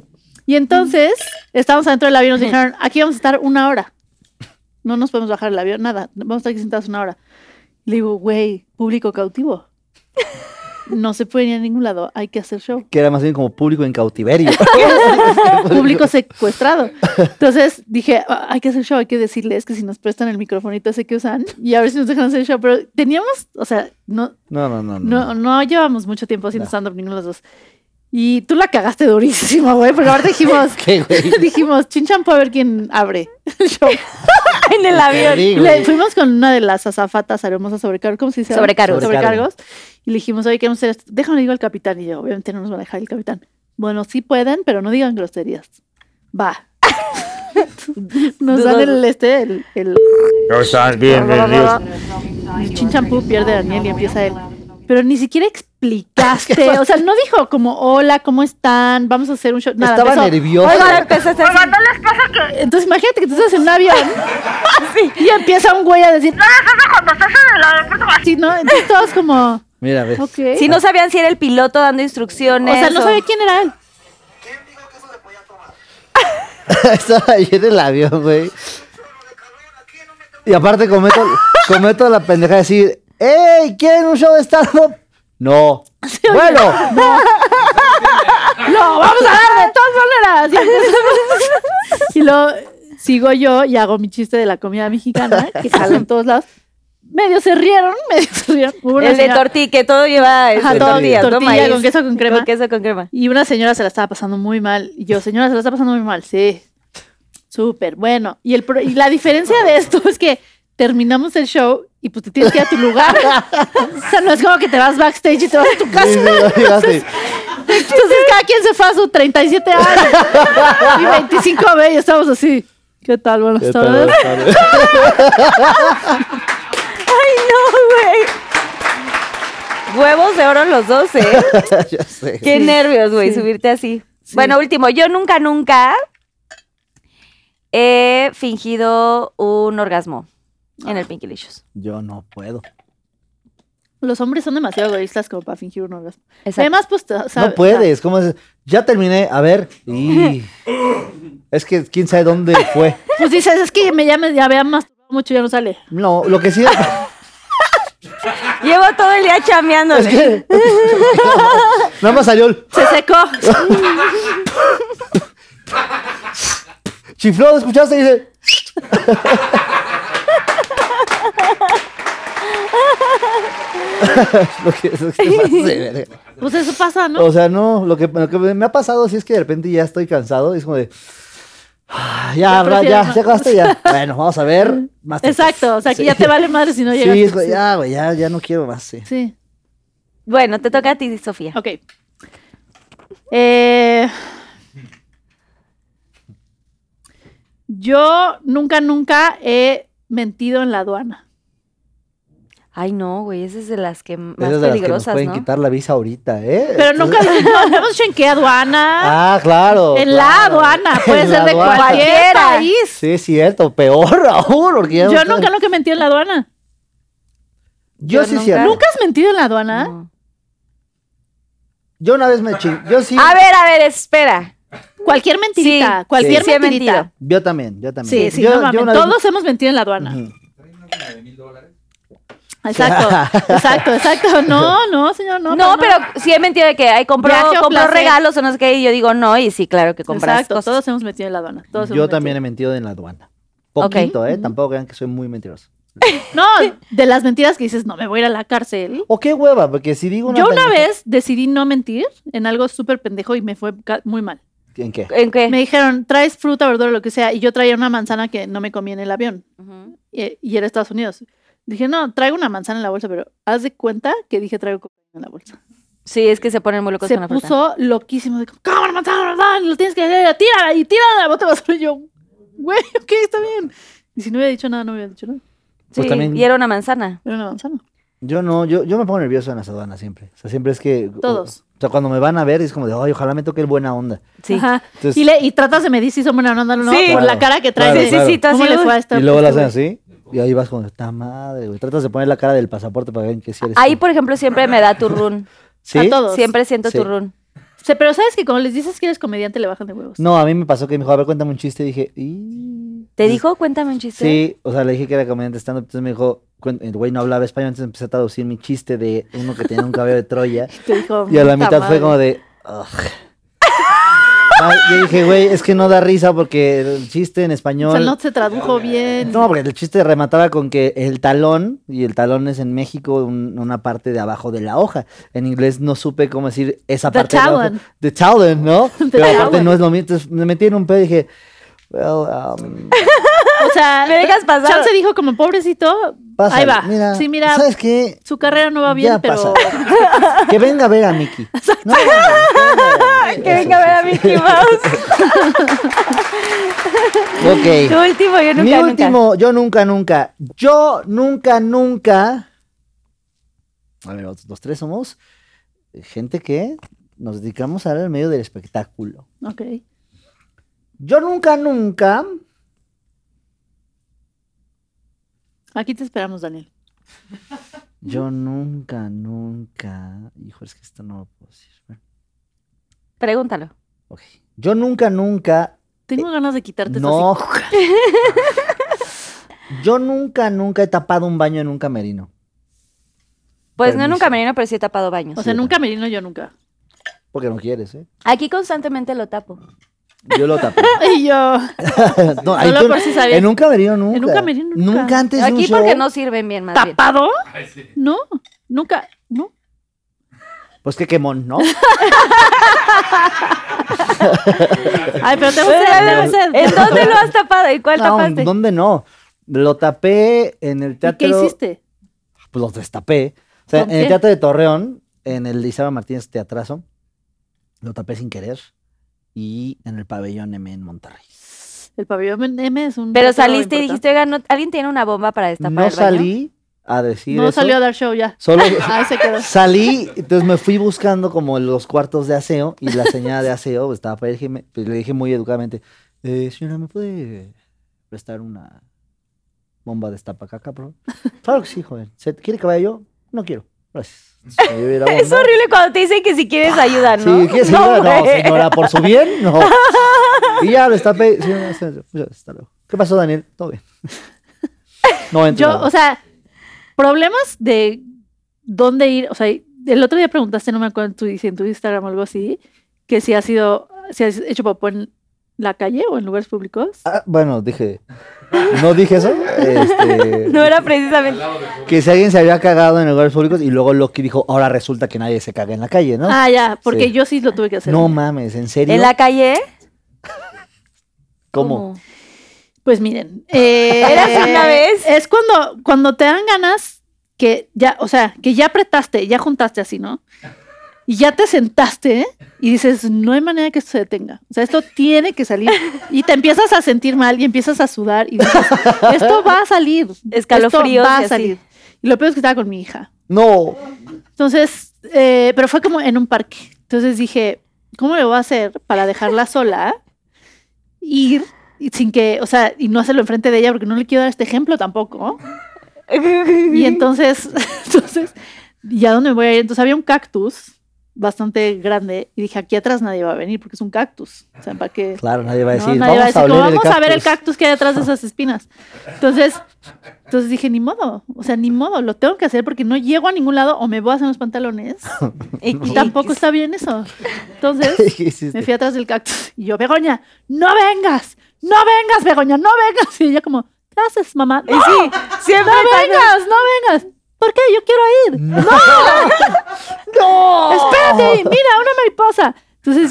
Speaker 5: y entonces, estábamos adentro del avión, nos dijeron, aquí vamos a estar una hora. No nos podemos bajar el avión, nada. Vamos a estar aquí sentados una hora. Le digo, güey, público cautivo. No se puede ir a ningún lado, hay que hacer show.
Speaker 4: Que era más bien como público en cautiverio.
Speaker 5: público secuestrado. Entonces dije, "Ah, hay que hacer show, hay que decirles que si nos prestan el microfonito ese que usan y a ver si nos dejan hacer show. Pero teníamos, o sea, no,
Speaker 4: No, no, no. no.
Speaker 5: no, no llevamos mucho tiempo haciendo
Speaker 4: No.
Speaker 5: stand-up ninguno de los dos. Y tú la cagaste durísimo, güey, porque ahora dijimos,
Speaker 4: ¿Qué, güey?
Speaker 5: dijimos, chinchampo a ver quién abre el show.
Speaker 2: en el avión.
Speaker 4: Sí,
Speaker 5: Le-
Speaker 4: güey.
Speaker 5: fuimos con una de las azafatas hermosas sobrecargos, ¿cómo se dice?
Speaker 2: Sobrecargos.
Speaker 5: Sobrecargos. Y le dijimos, oye, queremos hacer esto. Déjame digo al capitán. Y yo, obviamente no nos va a dejar el capitán. Bueno, sí pueden, pero no digan groserías. Va. nos dan el este, el, el,
Speaker 8: No están bien,
Speaker 5: el chinchampú pierde a Daniel y empieza él. Pero ni siquiera explicaste, o sea, no dijo como, hola, ¿cómo están? Vamos a hacer un show. Nada,
Speaker 4: Estaba
Speaker 5: empezó,
Speaker 4: nervioso.
Speaker 2: Oigan, empezaste así.
Speaker 5: entonces imagínate que tú estás en un avión y empieza un güey a decir, no, eso cuando estás en el aeropuerto así, ¿no? Entonces todos como,
Speaker 4: Mira, ves.
Speaker 5: ok.
Speaker 2: Si no sabían si era el piloto dando instrucciones.
Speaker 5: o sea, no
Speaker 2: o-
Speaker 5: sabía quién era él.
Speaker 4: Estaba ahí en el avión, güey. Y aparte cometo, cometo la pendeja de decir, ¡Ey! ¿Quieren un show de stand-up? No. bueno,
Speaker 5: No, vamos a dar de todas maneras. Y, y luego sigo yo y hago mi chiste de la comida mexicana, que sale en todos lados. Medio se rieron, medio se rieron. Hubo una
Speaker 2: El de
Speaker 5: señora-
Speaker 2: tortilla, que todo lleva
Speaker 5: Ajá,
Speaker 2: este,
Speaker 5: todo,
Speaker 2: tortillas, ¿no?
Speaker 5: tortilla
Speaker 2: Maíz.
Speaker 5: con queso con crema.
Speaker 2: Con queso con crema.
Speaker 5: Y una señora se la estaba pasando muy mal. Y yo, señora, se la está pasando muy mal. Sí. Súper bueno. Y, el pro- y la diferencia de esto es que terminamos el show y pues te tienes que ir a tu lugar. o sea, no es como que te vas backstage y te vas a tu
Speaker 4: sí,
Speaker 5: casa.
Speaker 4: sí, lo llegaste.
Speaker 5: Entonces cada quien se fue a sus 37 años. Y 25 B y estamos así. ¿Qué tal? Buenas
Speaker 4: Ya
Speaker 5: tardes.
Speaker 4: tardas, tardes.
Speaker 2: No, güey. Huevos de oro los dos, ¿eh?
Speaker 4: Ya sé.
Speaker 2: Qué nervios, güey, subirte así. Bueno, último, yo nunca, nunca he fingido un orgasmo en el Pinky Licious.
Speaker 4: Yo no puedo.
Speaker 5: Los hombres son demasiado egoístas como para fingir un orgasmo.
Speaker 2: Exacto.
Speaker 5: Además, pues... o sea,
Speaker 4: no puedes. ¿Cómo es? Ya terminé. A ver. Y... Es que quién sabe dónde fue.
Speaker 5: Pues dices, es que me llame, ya vean más mucho, ya no sale.
Speaker 4: No, lo que sí...
Speaker 2: Llevo todo el día
Speaker 4: Es
Speaker 2: chameándole.
Speaker 4: que... Nada más salió el...
Speaker 5: Se secó.
Speaker 4: Chifló, ¿escuchaste? Y dice... lo que, lo que se pasa de verga.
Speaker 5: Pues eso pasa, ¿no?
Speaker 4: O sea, no, lo que, lo que me ha pasado sí es que de repente ya estoy cansado y es como de. "Ah,
Speaker 5: Ya
Speaker 4: Ya, ra-
Speaker 5: prefieres
Speaker 4: ya,
Speaker 5: no".
Speaker 4: ya acabaste ya. Bueno, vamos a ver. Más tarde.
Speaker 5: Exacto, o sea, que ya te vale madre si no llegas.
Speaker 4: Sí, es como, ya, güey, ya, ya no quiero más. Sí.
Speaker 5: Sí,
Speaker 2: Bueno, te toca a ti, Sofía.
Speaker 5: ok. Eh, yo nunca, nunca he mentido en la aduana.
Speaker 2: Ay, no, güey, esa es de las que más
Speaker 4: Esas de las que nos
Speaker 2: peligrosas,
Speaker 4: pueden
Speaker 2: ¿no?
Speaker 4: quitar la visa ahorita, ¿eh?
Speaker 5: Pero
Speaker 4: Entonces-
Speaker 5: nunca dije, no, no hemos dicho en qué aduana.
Speaker 4: Ah, claro.
Speaker 5: en la
Speaker 4: claro.
Speaker 5: aduana, puede
Speaker 4: En
Speaker 5: ser
Speaker 4: la
Speaker 5: de
Speaker 4: aduana.
Speaker 5: cualquier
Speaker 2: Cualquiera.
Speaker 5: país.
Speaker 4: Sí, es cierto, peor aún. Porque ya
Speaker 5: Yo
Speaker 4: no-
Speaker 5: nunca, nunca he mentido en la aduana.
Speaker 4: Yo
Speaker 2: yo
Speaker 4: sí,
Speaker 2: nunca-
Speaker 4: cierto.
Speaker 5: ¿Nunca has mentido en la aduana?
Speaker 2: No.
Speaker 4: Yo una vez me chin... Yo sí.
Speaker 2: A ver, a ver, espera.
Speaker 5: Cualquier mentirita,
Speaker 2: Sí,
Speaker 5: cualquier
Speaker 2: sí he
Speaker 5: mentirita.
Speaker 2: mentido.
Speaker 4: Yo también, yo también.
Speaker 5: Sí, sí,
Speaker 4: yo,
Speaker 5: no mames,
Speaker 4: yo una vez-
Speaker 5: Todos hemos mentido en la aduana.
Speaker 4: Ujú.
Speaker 5: Exacto, exacto, exacto. No, no, señor, no.
Speaker 2: No,
Speaker 5: para
Speaker 2: pero
Speaker 5: nada.
Speaker 2: sí he mentido de que ay, compró,
Speaker 5: Viaje o
Speaker 2: compró
Speaker 5: placer.
Speaker 2: regalos o no sé qué, y yo digo no, y sí, claro que compras
Speaker 5: Exacto,
Speaker 2: cosas.
Speaker 5: todos hemos metido en la aduana. Todos
Speaker 4: Yo
Speaker 5: hemos
Speaker 4: también he
Speaker 5: metido.
Speaker 4: mentido en la aduana.
Speaker 2: Ok.
Speaker 4: Poquito, ¿eh? Tampoco crean que soy muy mentiroso.
Speaker 5: No, de las mentiras que dices, no, me voy a ir a la cárcel.
Speaker 4: ¿O Oh, qué hueva? Porque si digo una
Speaker 5: Yo una
Speaker 4: pendeja-
Speaker 5: vez decidí no mentir en algo súper pendejo y me fue ca- muy mal.
Speaker 4: ¿En qué?
Speaker 2: ¿En qué?
Speaker 5: Me dijeron, traes fruta, verdura, lo que sea, y yo traía una manzana que no me comí en el avión
Speaker 2: Ujú.
Speaker 5: y, y era Estados Unidos. Dije, no, traigo una manzana en la bolsa, pero haz de cuenta que dije traigo cocaína en la bolsa.
Speaker 2: Sí, es que se ponen muy locos
Speaker 5: se
Speaker 2: con la fruta.
Speaker 5: puso loquísimo. De, como, ¿Cómo una manzana, una manzana? Lo tienes que hacer, tírala y tírala. Vos te vas a yo, güey, ok, está bien. Y si no hubiera dicho nada, no hubiera dicho nada.
Speaker 2: Sí,
Speaker 4: Pues también-
Speaker 2: y era una manzana.
Speaker 5: Era una manzana.
Speaker 4: Yo no, yo, yo me pongo nervioso en las aduanas siempre. O sea, siempre es que.
Speaker 5: Todos.
Speaker 4: O sea, cuando me van a ver es como de, ay, ojalá me toque el buena onda.
Speaker 2: Sí.
Speaker 5: Ajá.
Speaker 4: Entonces-
Speaker 5: y, le, y tratas de medir si son buena onda o no
Speaker 2: Sí.
Speaker 5: por la
Speaker 4: Claro,
Speaker 5: cara que traes.
Speaker 4: claro,
Speaker 5: de,
Speaker 4: claro. Sí, sí, sí,
Speaker 2: tú
Speaker 5: ¿Cómo
Speaker 2: así,
Speaker 5: le
Speaker 2: uy.
Speaker 5: fue a esta-
Speaker 4: y luego
Speaker 5: este
Speaker 4: la hacen
Speaker 5: güey?
Speaker 4: así. Y ahí vas con, esta madre, güey. Tratas de poner la cara del pasaporte para ver en qué si eres.
Speaker 2: Ahí,
Speaker 4: tú.
Speaker 2: por ejemplo, siempre me da turrún.
Speaker 4: ¿Sí?
Speaker 5: a todos.
Speaker 2: Siempre siento
Speaker 4: Sí.
Speaker 2: turrún.
Speaker 5: Se- pero sabes que cuando les dices que eres comediante le bajan de huevos.
Speaker 4: No, a mí me pasó que me dijo, a ver, cuéntame un chiste. Y dije, "Y".
Speaker 2: ¿Te dijo? Cuéntame un chiste.
Speaker 4: Sí, o sea, le dije que era comediante stand-up. Entonces me dijo, cuen- el güey no hablaba español. Entonces empecé a traducir mi chiste de uno que tenía un cabello de Troya.
Speaker 5: Te dijo,
Speaker 4: Y a la
Speaker 5: "Puta
Speaker 4: mitad fue
Speaker 5: madre".
Speaker 4: como de. "Ugh". Ah, yo dije, güey, es que no da risa porque el chiste en
Speaker 5: O sea,
Speaker 4: español.
Speaker 5: no se tradujo bien.
Speaker 4: No, porque el chiste remataba con que el talón, y el talón es en México un- una parte de abajo de la hoja. En inglés no supe cómo decir esa
Speaker 5: The
Speaker 4: parte de abajo.
Speaker 5: talon.
Speaker 4: The talon, ¿no? Pero aparte
Speaker 5: talon.
Speaker 4: no es lo mismo. Entonces me metí en un pedo y dije, well, um,
Speaker 5: O sea,
Speaker 2: Me dejas pasar.
Speaker 5: Chance dijo como pobrecito.
Speaker 4: pásale,
Speaker 5: ahí va.
Speaker 4: Mira,
Speaker 5: sí, mira,
Speaker 4: ¿Sabes qué?
Speaker 5: su carrera no va bien,
Speaker 4: Ya
Speaker 5: pero
Speaker 4: Que venga a ver a Mickey. No, no, no, no,
Speaker 2: Que
Speaker 4: eso,
Speaker 2: venga a ver a
Speaker 4: sí,
Speaker 2: Mickey Mouse.
Speaker 4: sí.
Speaker 2: Tu
Speaker 4: Ok.
Speaker 2: último, yo nunca,
Speaker 4: Mi
Speaker 2: nunca.
Speaker 4: último, yo nunca, nunca. Yo nunca, nunca. A ver, los, los tres somos gente que nos dedicamos ahora al medio del espectáculo.
Speaker 5: Ok.
Speaker 4: Yo nunca, nunca.
Speaker 5: Aquí te esperamos, Daniel.
Speaker 4: Yo nunca, nunca. Hijo, es que esto no lo puedo decir. Bueno,
Speaker 2: Pregúntalo.
Speaker 4: ok. Yo nunca, nunca
Speaker 5: Tengo ganas de quitarte esas
Speaker 4: Eh, No. Yo nunca, nunca he tapado un baño en un camerino.
Speaker 2: Pues no en un
Speaker 4: Permiso.
Speaker 2: camerino, pero sí he tapado baños.
Speaker 5: O sea, nunca merino yo nunca.
Speaker 4: Porque no quieres, ¿eh?
Speaker 2: Aquí constantemente lo tapo.
Speaker 4: Yo lo tapé.
Speaker 5: Y yo.
Speaker 4: No, ahí
Speaker 5: Solo
Speaker 4: tú-
Speaker 5: por si sabías.
Speaker 4: En un camerino nunca.
Speaker 5: En un camerino nunca.
Speaker 4: antes de un
Speaker 2: Aquí
Speaker 4: show.
Speaker 2: porque no sirven bien, más bien.
Speaker 5: ¿Tapado? No, nunca. No.
Speaker 4: Pues que quemón, ¿no?
Speaker 5: Ay, pero tengo
Speaker 2: Pero,
Speaker 5: sed,
Speaker 2: a ver,
Speaker 5: tengo sed.
Speaker 2: ¿En dónde lo has tapado? ¿Y cuál
Speaker 4: no,
Speaker 2: tapaste?
Speaker 4: ¿dónde no? Lo tapé en el
Speaker 5: ¿Y
Speaker 4: teatro.
Speaker 5: qué hiciste?
Speaker 4: Pues los destapé. O sea,
Speaker 5: ¿Con
Speaker 4: en el
Speaker 5: qué?
Speaker 4: teatro de Torreón, en el Isabel Martínez Teatrazo, lo tapé sin querer. Y en el pabellón M en Monterrey.
Speaker 5: El pabellón M es un.
Speaker 2: Pero
Speaker 5: teatro
Speaker 2: saliste y dijiste,
Speaker 5: importante.
Speaker 2: oiga, ¿no- ¿alguien tiene una bomba para destapar
Speaker 4: No
Speaker 2: el baño?"
Speaker 4: salí a decir
Speaker 5: No
Speaker 4: eso.
Speaker 5: salió a dar show ya.
Speaker 4: Solo,
Speaker 5: Ahí se quedó.
Speaker 4: Salí, entonces me fui buscando como los cuartos de aseo y la señora de aseo estaba para ir, le dije muy educadamente, eh, señora, ¿me puede prestar una bomba de estapacaca, por favor? Claro que sí, joven. ¿Se quiere que vaya yo? No quiero. Gracias. Me llevé la
Speaker 2: Es
Speaker 4: bomba.
Speaker 2: horrible cuando te dicen que si quieres ayuda, ¿no?
Speaker 4: Ah, Sí, ¿quieres
Speaker 2: No,
Speaker 4: ayuda? No,
Speaker 2: güey.
Speaker 4: señora, por su bien, no. Y ya lo destapé. Señora, hasta luego. ¿Qué pasó, Daniel? Todo bien. No entro.
Speaker 5: Yo, o sea, problemas de dónde ir. O sea, el otro día preguntaste, no me acuerdo, en tu, si en tu Instagram o algo así, que si has sido, si has hecho popó en la calle o en lugares públicos.
Speaker 4: Ah, bueno, dije. No dije eso. Este,
Speaker 2: No era precisamente.
Speaker 4: Que si alguien se había cagado en lugares públicos y luego Loki dijo, ahora resulta que nadie se caga en la calle, ¿no?
Speaker 5: Ah, ya, porque
Speaker 4: Sí.
Speaker 5: yo sí lo tuve que hacer.
Speaker 4: no mames, ¿en serio?
Speaker 2: En la calle.
Speaker 4: ¿Cómo?
Speaker 5: Pues miren. eh,
Speaker 2: Érase una vez.
Speaker 5: Es cuando, cuando te dan ganas que ya, o sea, que ya apretaste, ya juntaste así, ¿no? Y ya te sentaste y dices, no hay manera que esto se detenga. O sea, esto tiene que salir. Y te empiezas a sentir mal y empiezas a sudar y dices, esto va a salir.
Speaker 2: Escalofríos
Speaker 5: Esto
Speaker 2: y
Speaker 5: va a
Speaker 2: así.
Speaker 5: salir. Y lo peor es que estaba con mi hija.
Speaker 4: No.
Speaker 5: Entonces, eh, pero fue como en un parque. Entonces dije, ¿cómo le voy a hacer para dejarla sola? Ir y sin que, o sea, y no hacerlo enfrente de ella porque no le quiero dar este ejemplo tampoco. Y entonces, entonces, ¿y a dónde me voy a ir? Entonces había un cactus bastante grande y dije, aquí atrás nadie va a venir porque es un cactus. O sea, ¿para qué?
Speaker 4: Claro, nadie va a
Speaker 5: ¿no?
Speaker 4: decir,
Speaker 5: Nadie va a
Speaker 4: Pues vamos,
Speaker 5: decir,
Speaker 4: a,
Speaker 5: como,
Speaker 4: oler el
Speaker 5: vamos a ver el
Speaker 4: cactus".
Speaker 5: cactus que hay detrás de esas espinas. Entonces, entonces dije, ni modo, o sea, ni modo, lo tengo que hacer porque no llego a ningún lado o me voy a hacer los pantalones. Y tampoco está bien eso. Entonces,
Speaker 4: ¿Qué hiciste?
Speaker 5: me fui atrás del cactus y yo, Begoña, no vengas, no vengas, Begoña, no vengas. Y ella como, ¿qué haces, mamá?
Speaker 2: Y
Speaker 5: No,
Speaker 2: sí, siempre.
Speaker 5: no vengas, no vengas. ¿Por qué? Yo quiero ir.
Speaker 4: ¡No! ¡No!
Speaker 5: Espérate, mira, una mariposa. Entonces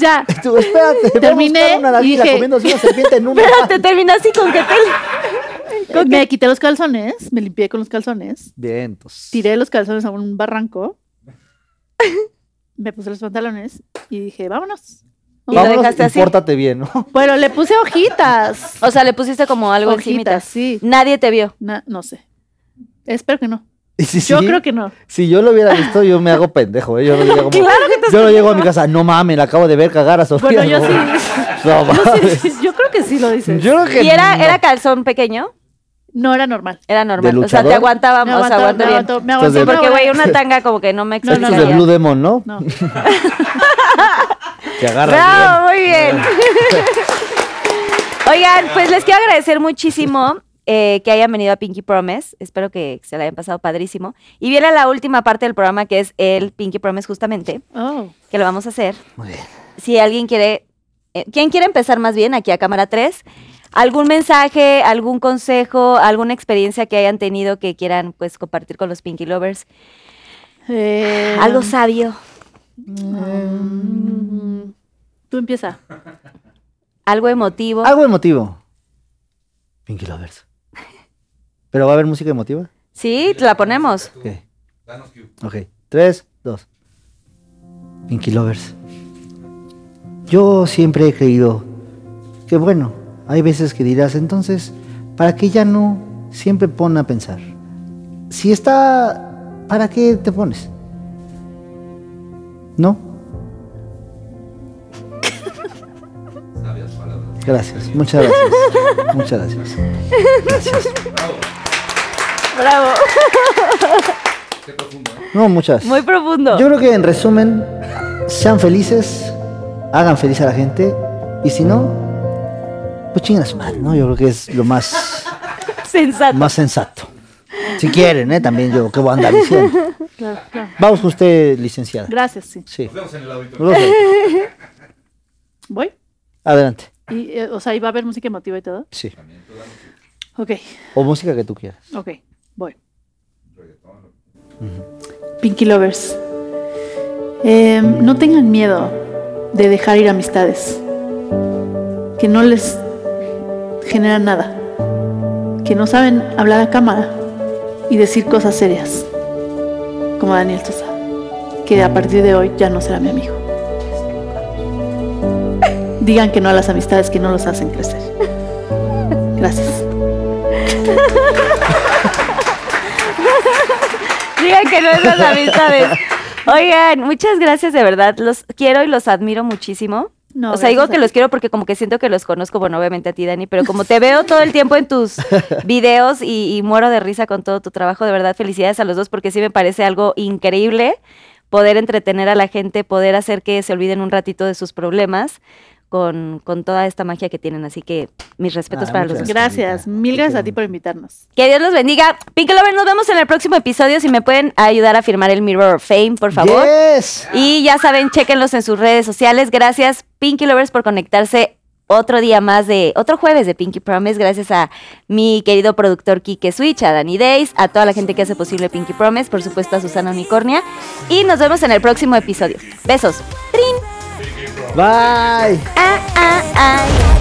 Speaker 5: ya,
Speaker 4: Tú, espérate,
Speaker 5: Terminé
Speaker 4: vamos a buscar una
Speaker 5: y
Speaker 4: naranja
Speaker 5: dije-
Speaker 4: comiéndose una serpiente en una...
Speaker 2: Espérate, termina así con que te.
Speaker 5: me quité los calzones, me limpié con los calzones,
Speaker 4: Vientos.
Speaker 5: tiré los calzones a un barranco, me puse los pantalones y dije, vámonos.
Speaker 2: Y lo
Speaker 4: Vámonos
Speaker 2: dejaste
Speaker 4: y
Speaker 2: así.
Speaker 4: pórtate bien, ¿no?
Speaker 5: Bueno, le puse hojitas.
Speaker 2: O sea, le pusiste como algo encimita.
Speaker 5: Hojitas, sí.
Speaker 2: Nadie te vio.
Speaker 5: Na- no sé. Espero que no.
Speaker 4: Y si,
Speaker 5: Yo
Speaker 4: sí,
Speaker 5: creo que no.
Speaker 4: Si yo lo hubiera visto, yo me hago pendejo, ¿eh? Yo lo diría como... yo lo llego a mi casa, no mames, la acabo de ver cagar a Sofía.
Speaker 5: Bueno, yo
Speaker 4: ¿no?
Speaker 5: sí.
Speaker 4: No
Speaker 5: Yo,
Speaker 4: mames.
Speaker 5: sí- yo creo que sí lo dices.
Speaker 4: Yo creo que...
Speaker 2: ¿Y era,
Speaker 4: no.
Speaker 2: era calzón pequeño?
Speaker 5: No era normal.
Speaker 2: Era normal.
Speaker 4: ¿De
Speaker 2: O sea, te
Speaker 4: luchador?
Speaker 5: Me
Speaker 2: aguantábamos, o sea, aguanta
Speaker 5: aguantó, me
Speaker 2: bien.
Speaker 5: aguantó, me
Speaker 4: Entonces,
Speaker 5: aguantó, me
Speaker 2: Porque, güey,
Speaker 5: aguantó.
Speaker 2: una tanga como que no me
Speaker 5: No, no,
Speaker 4: Estos
Speaker 5: no,
Speaker 2: exigía.
Speaker 4: de
Speaker 5: no.
Speaker 4: Blue Demon, ¿no?
Speaker 5: No.
Speaker 4: Que agarra.
Speaker 2: ¡Bravo! Muy bien. Oigan, pues les quiero agradecer muchísimo eh, que hayan venido a Pinky Promise. Espero que se la hayan pasado padrísimo. Y viene la última parte del programa, que es el Pinky Promise, justamente,
Speaker 5: Oh,
Speaker 2: que lo vamos a hacer.
Speaker 4: Muy bien.
Speaker 2: Si alguien quiere Eh, ¿Quién quiere empezar más bien aquí a cámara 3? ¿Algún mensaje, algún consejo, alguna experiencia que hayan tenido que quieran pues compartir con los Pinky Lovers?
Speaker 5: Eh,
Speaker 2: Algo sabio,
Speaker 5: mm, Tú empieza.
Speaker 2: algo emotivo.
Speaker 4: Algo emotivo. Pinky Lovers. ¿Pero va a haber música emotiva?
Speaker 2: Sí, la ponemos.
Speaker 4: Ok. Ok. Tres, dos. Pinky Lovers. Yo siempre he creído que, bueno, hay veces que dirás, entonces, ¿para qué ya no? Siempre pon a pensar. Si está, ¿para qué te pones? ¿No? Gracias, muchas gracias. Muchas gracias. Gracias.
Speaker 2: Bravo.
Speaker 4: No, muchas.
Speaker 2: Muy profundo.
Speaker 4: Yo creo que en resumen, sean felices, hagan feliz a la gente y si no, pues chingan a su madre, ¿no? Yo creo que es lo más,
Speaker 2: Sensato.
Speaker 4: más sensato. Si quieren, ¿eh? También yo, que voy a andar diciendo. Vamos con usted, licenciada.
Speaker 5: Gracias, sí.
Speaker 4: Sí. Nos vemos en el auditorio.
Speaker 5: ¿Voy?
Speaker 4: Adelante.
Speaker 5: Y, eh, o sea, ¿y va a haber música emotiva y todo?
Speaker 4: Sí.
Speaker 5: Ok,
Speaker 4: O música que tú quieras.
Speaker 5: ok, voy. Pinky Lovers. Em, no tengan miedo de dejar ir amistades que no les generan nada, que no saben hablar a cámara y decir cosas serias, como Daniel Sosa, que a partir de hoy ya no será mi amigo. Digan que no a las amistades que no los hacen crecer. Gracias.
Speaker 2: Digan que no es las amistades. Oigan, muchas gracias de verdad. Los quiero y los admiro muchísimo.
Speaker 5: No,
Speaker 2: o sea, digo
Speaker 5: gracias a
Speaker 2: que
Speaker 5: ti.
Speaker 2: los quiero porque como que siento que los conozco, bueno, obviamente a ti, Dani, pero como te veo todo el tiempo en tus videos y, y muero de risa con todo tu trabajo, de verdad felicidades a los dos porque sí me parece algo increíble poder entretener a la gente, poder hacer que se olviden un ratito de sus problemas con, con toda esta magia que tienen. Así que mis respetos
Speaker 4: Ah,
Speaker 2: para
Speaker 4: muchas
Speaker 2: los dos.
Speaker 5: Gracias,
Speaker 4: Carlita.
Speaker 5: mil
Speaker 4: Te
Speaker 5: gracias a
Speaker 4: quiero
Speaker 5: ti por invitarnos.
Speaker 2: Que Dios los bendiga. Pink Lover, nos vemos en el próximo episodio. Si me pueden ayudar a firmar el Mirror of Fame, por favor.
Speaker 4: Yes.
Speaker 2: Y ya saben, chequenlos en sus redes sociales. Gracias, Pinky Lovers, por conectarse otro día más de, otro jueves de Pinky Promise. Gracias a mi querido productor Kike Switch, a Danny Days, a toda la gente que hace posible Pinky Promise, por supuesto a Susana Unicornia. Y nos vemos en el próximo episodio. Besos. ¡Trin!
Speaker 4: Bye.
Speaker 2: Ah, ah, ah.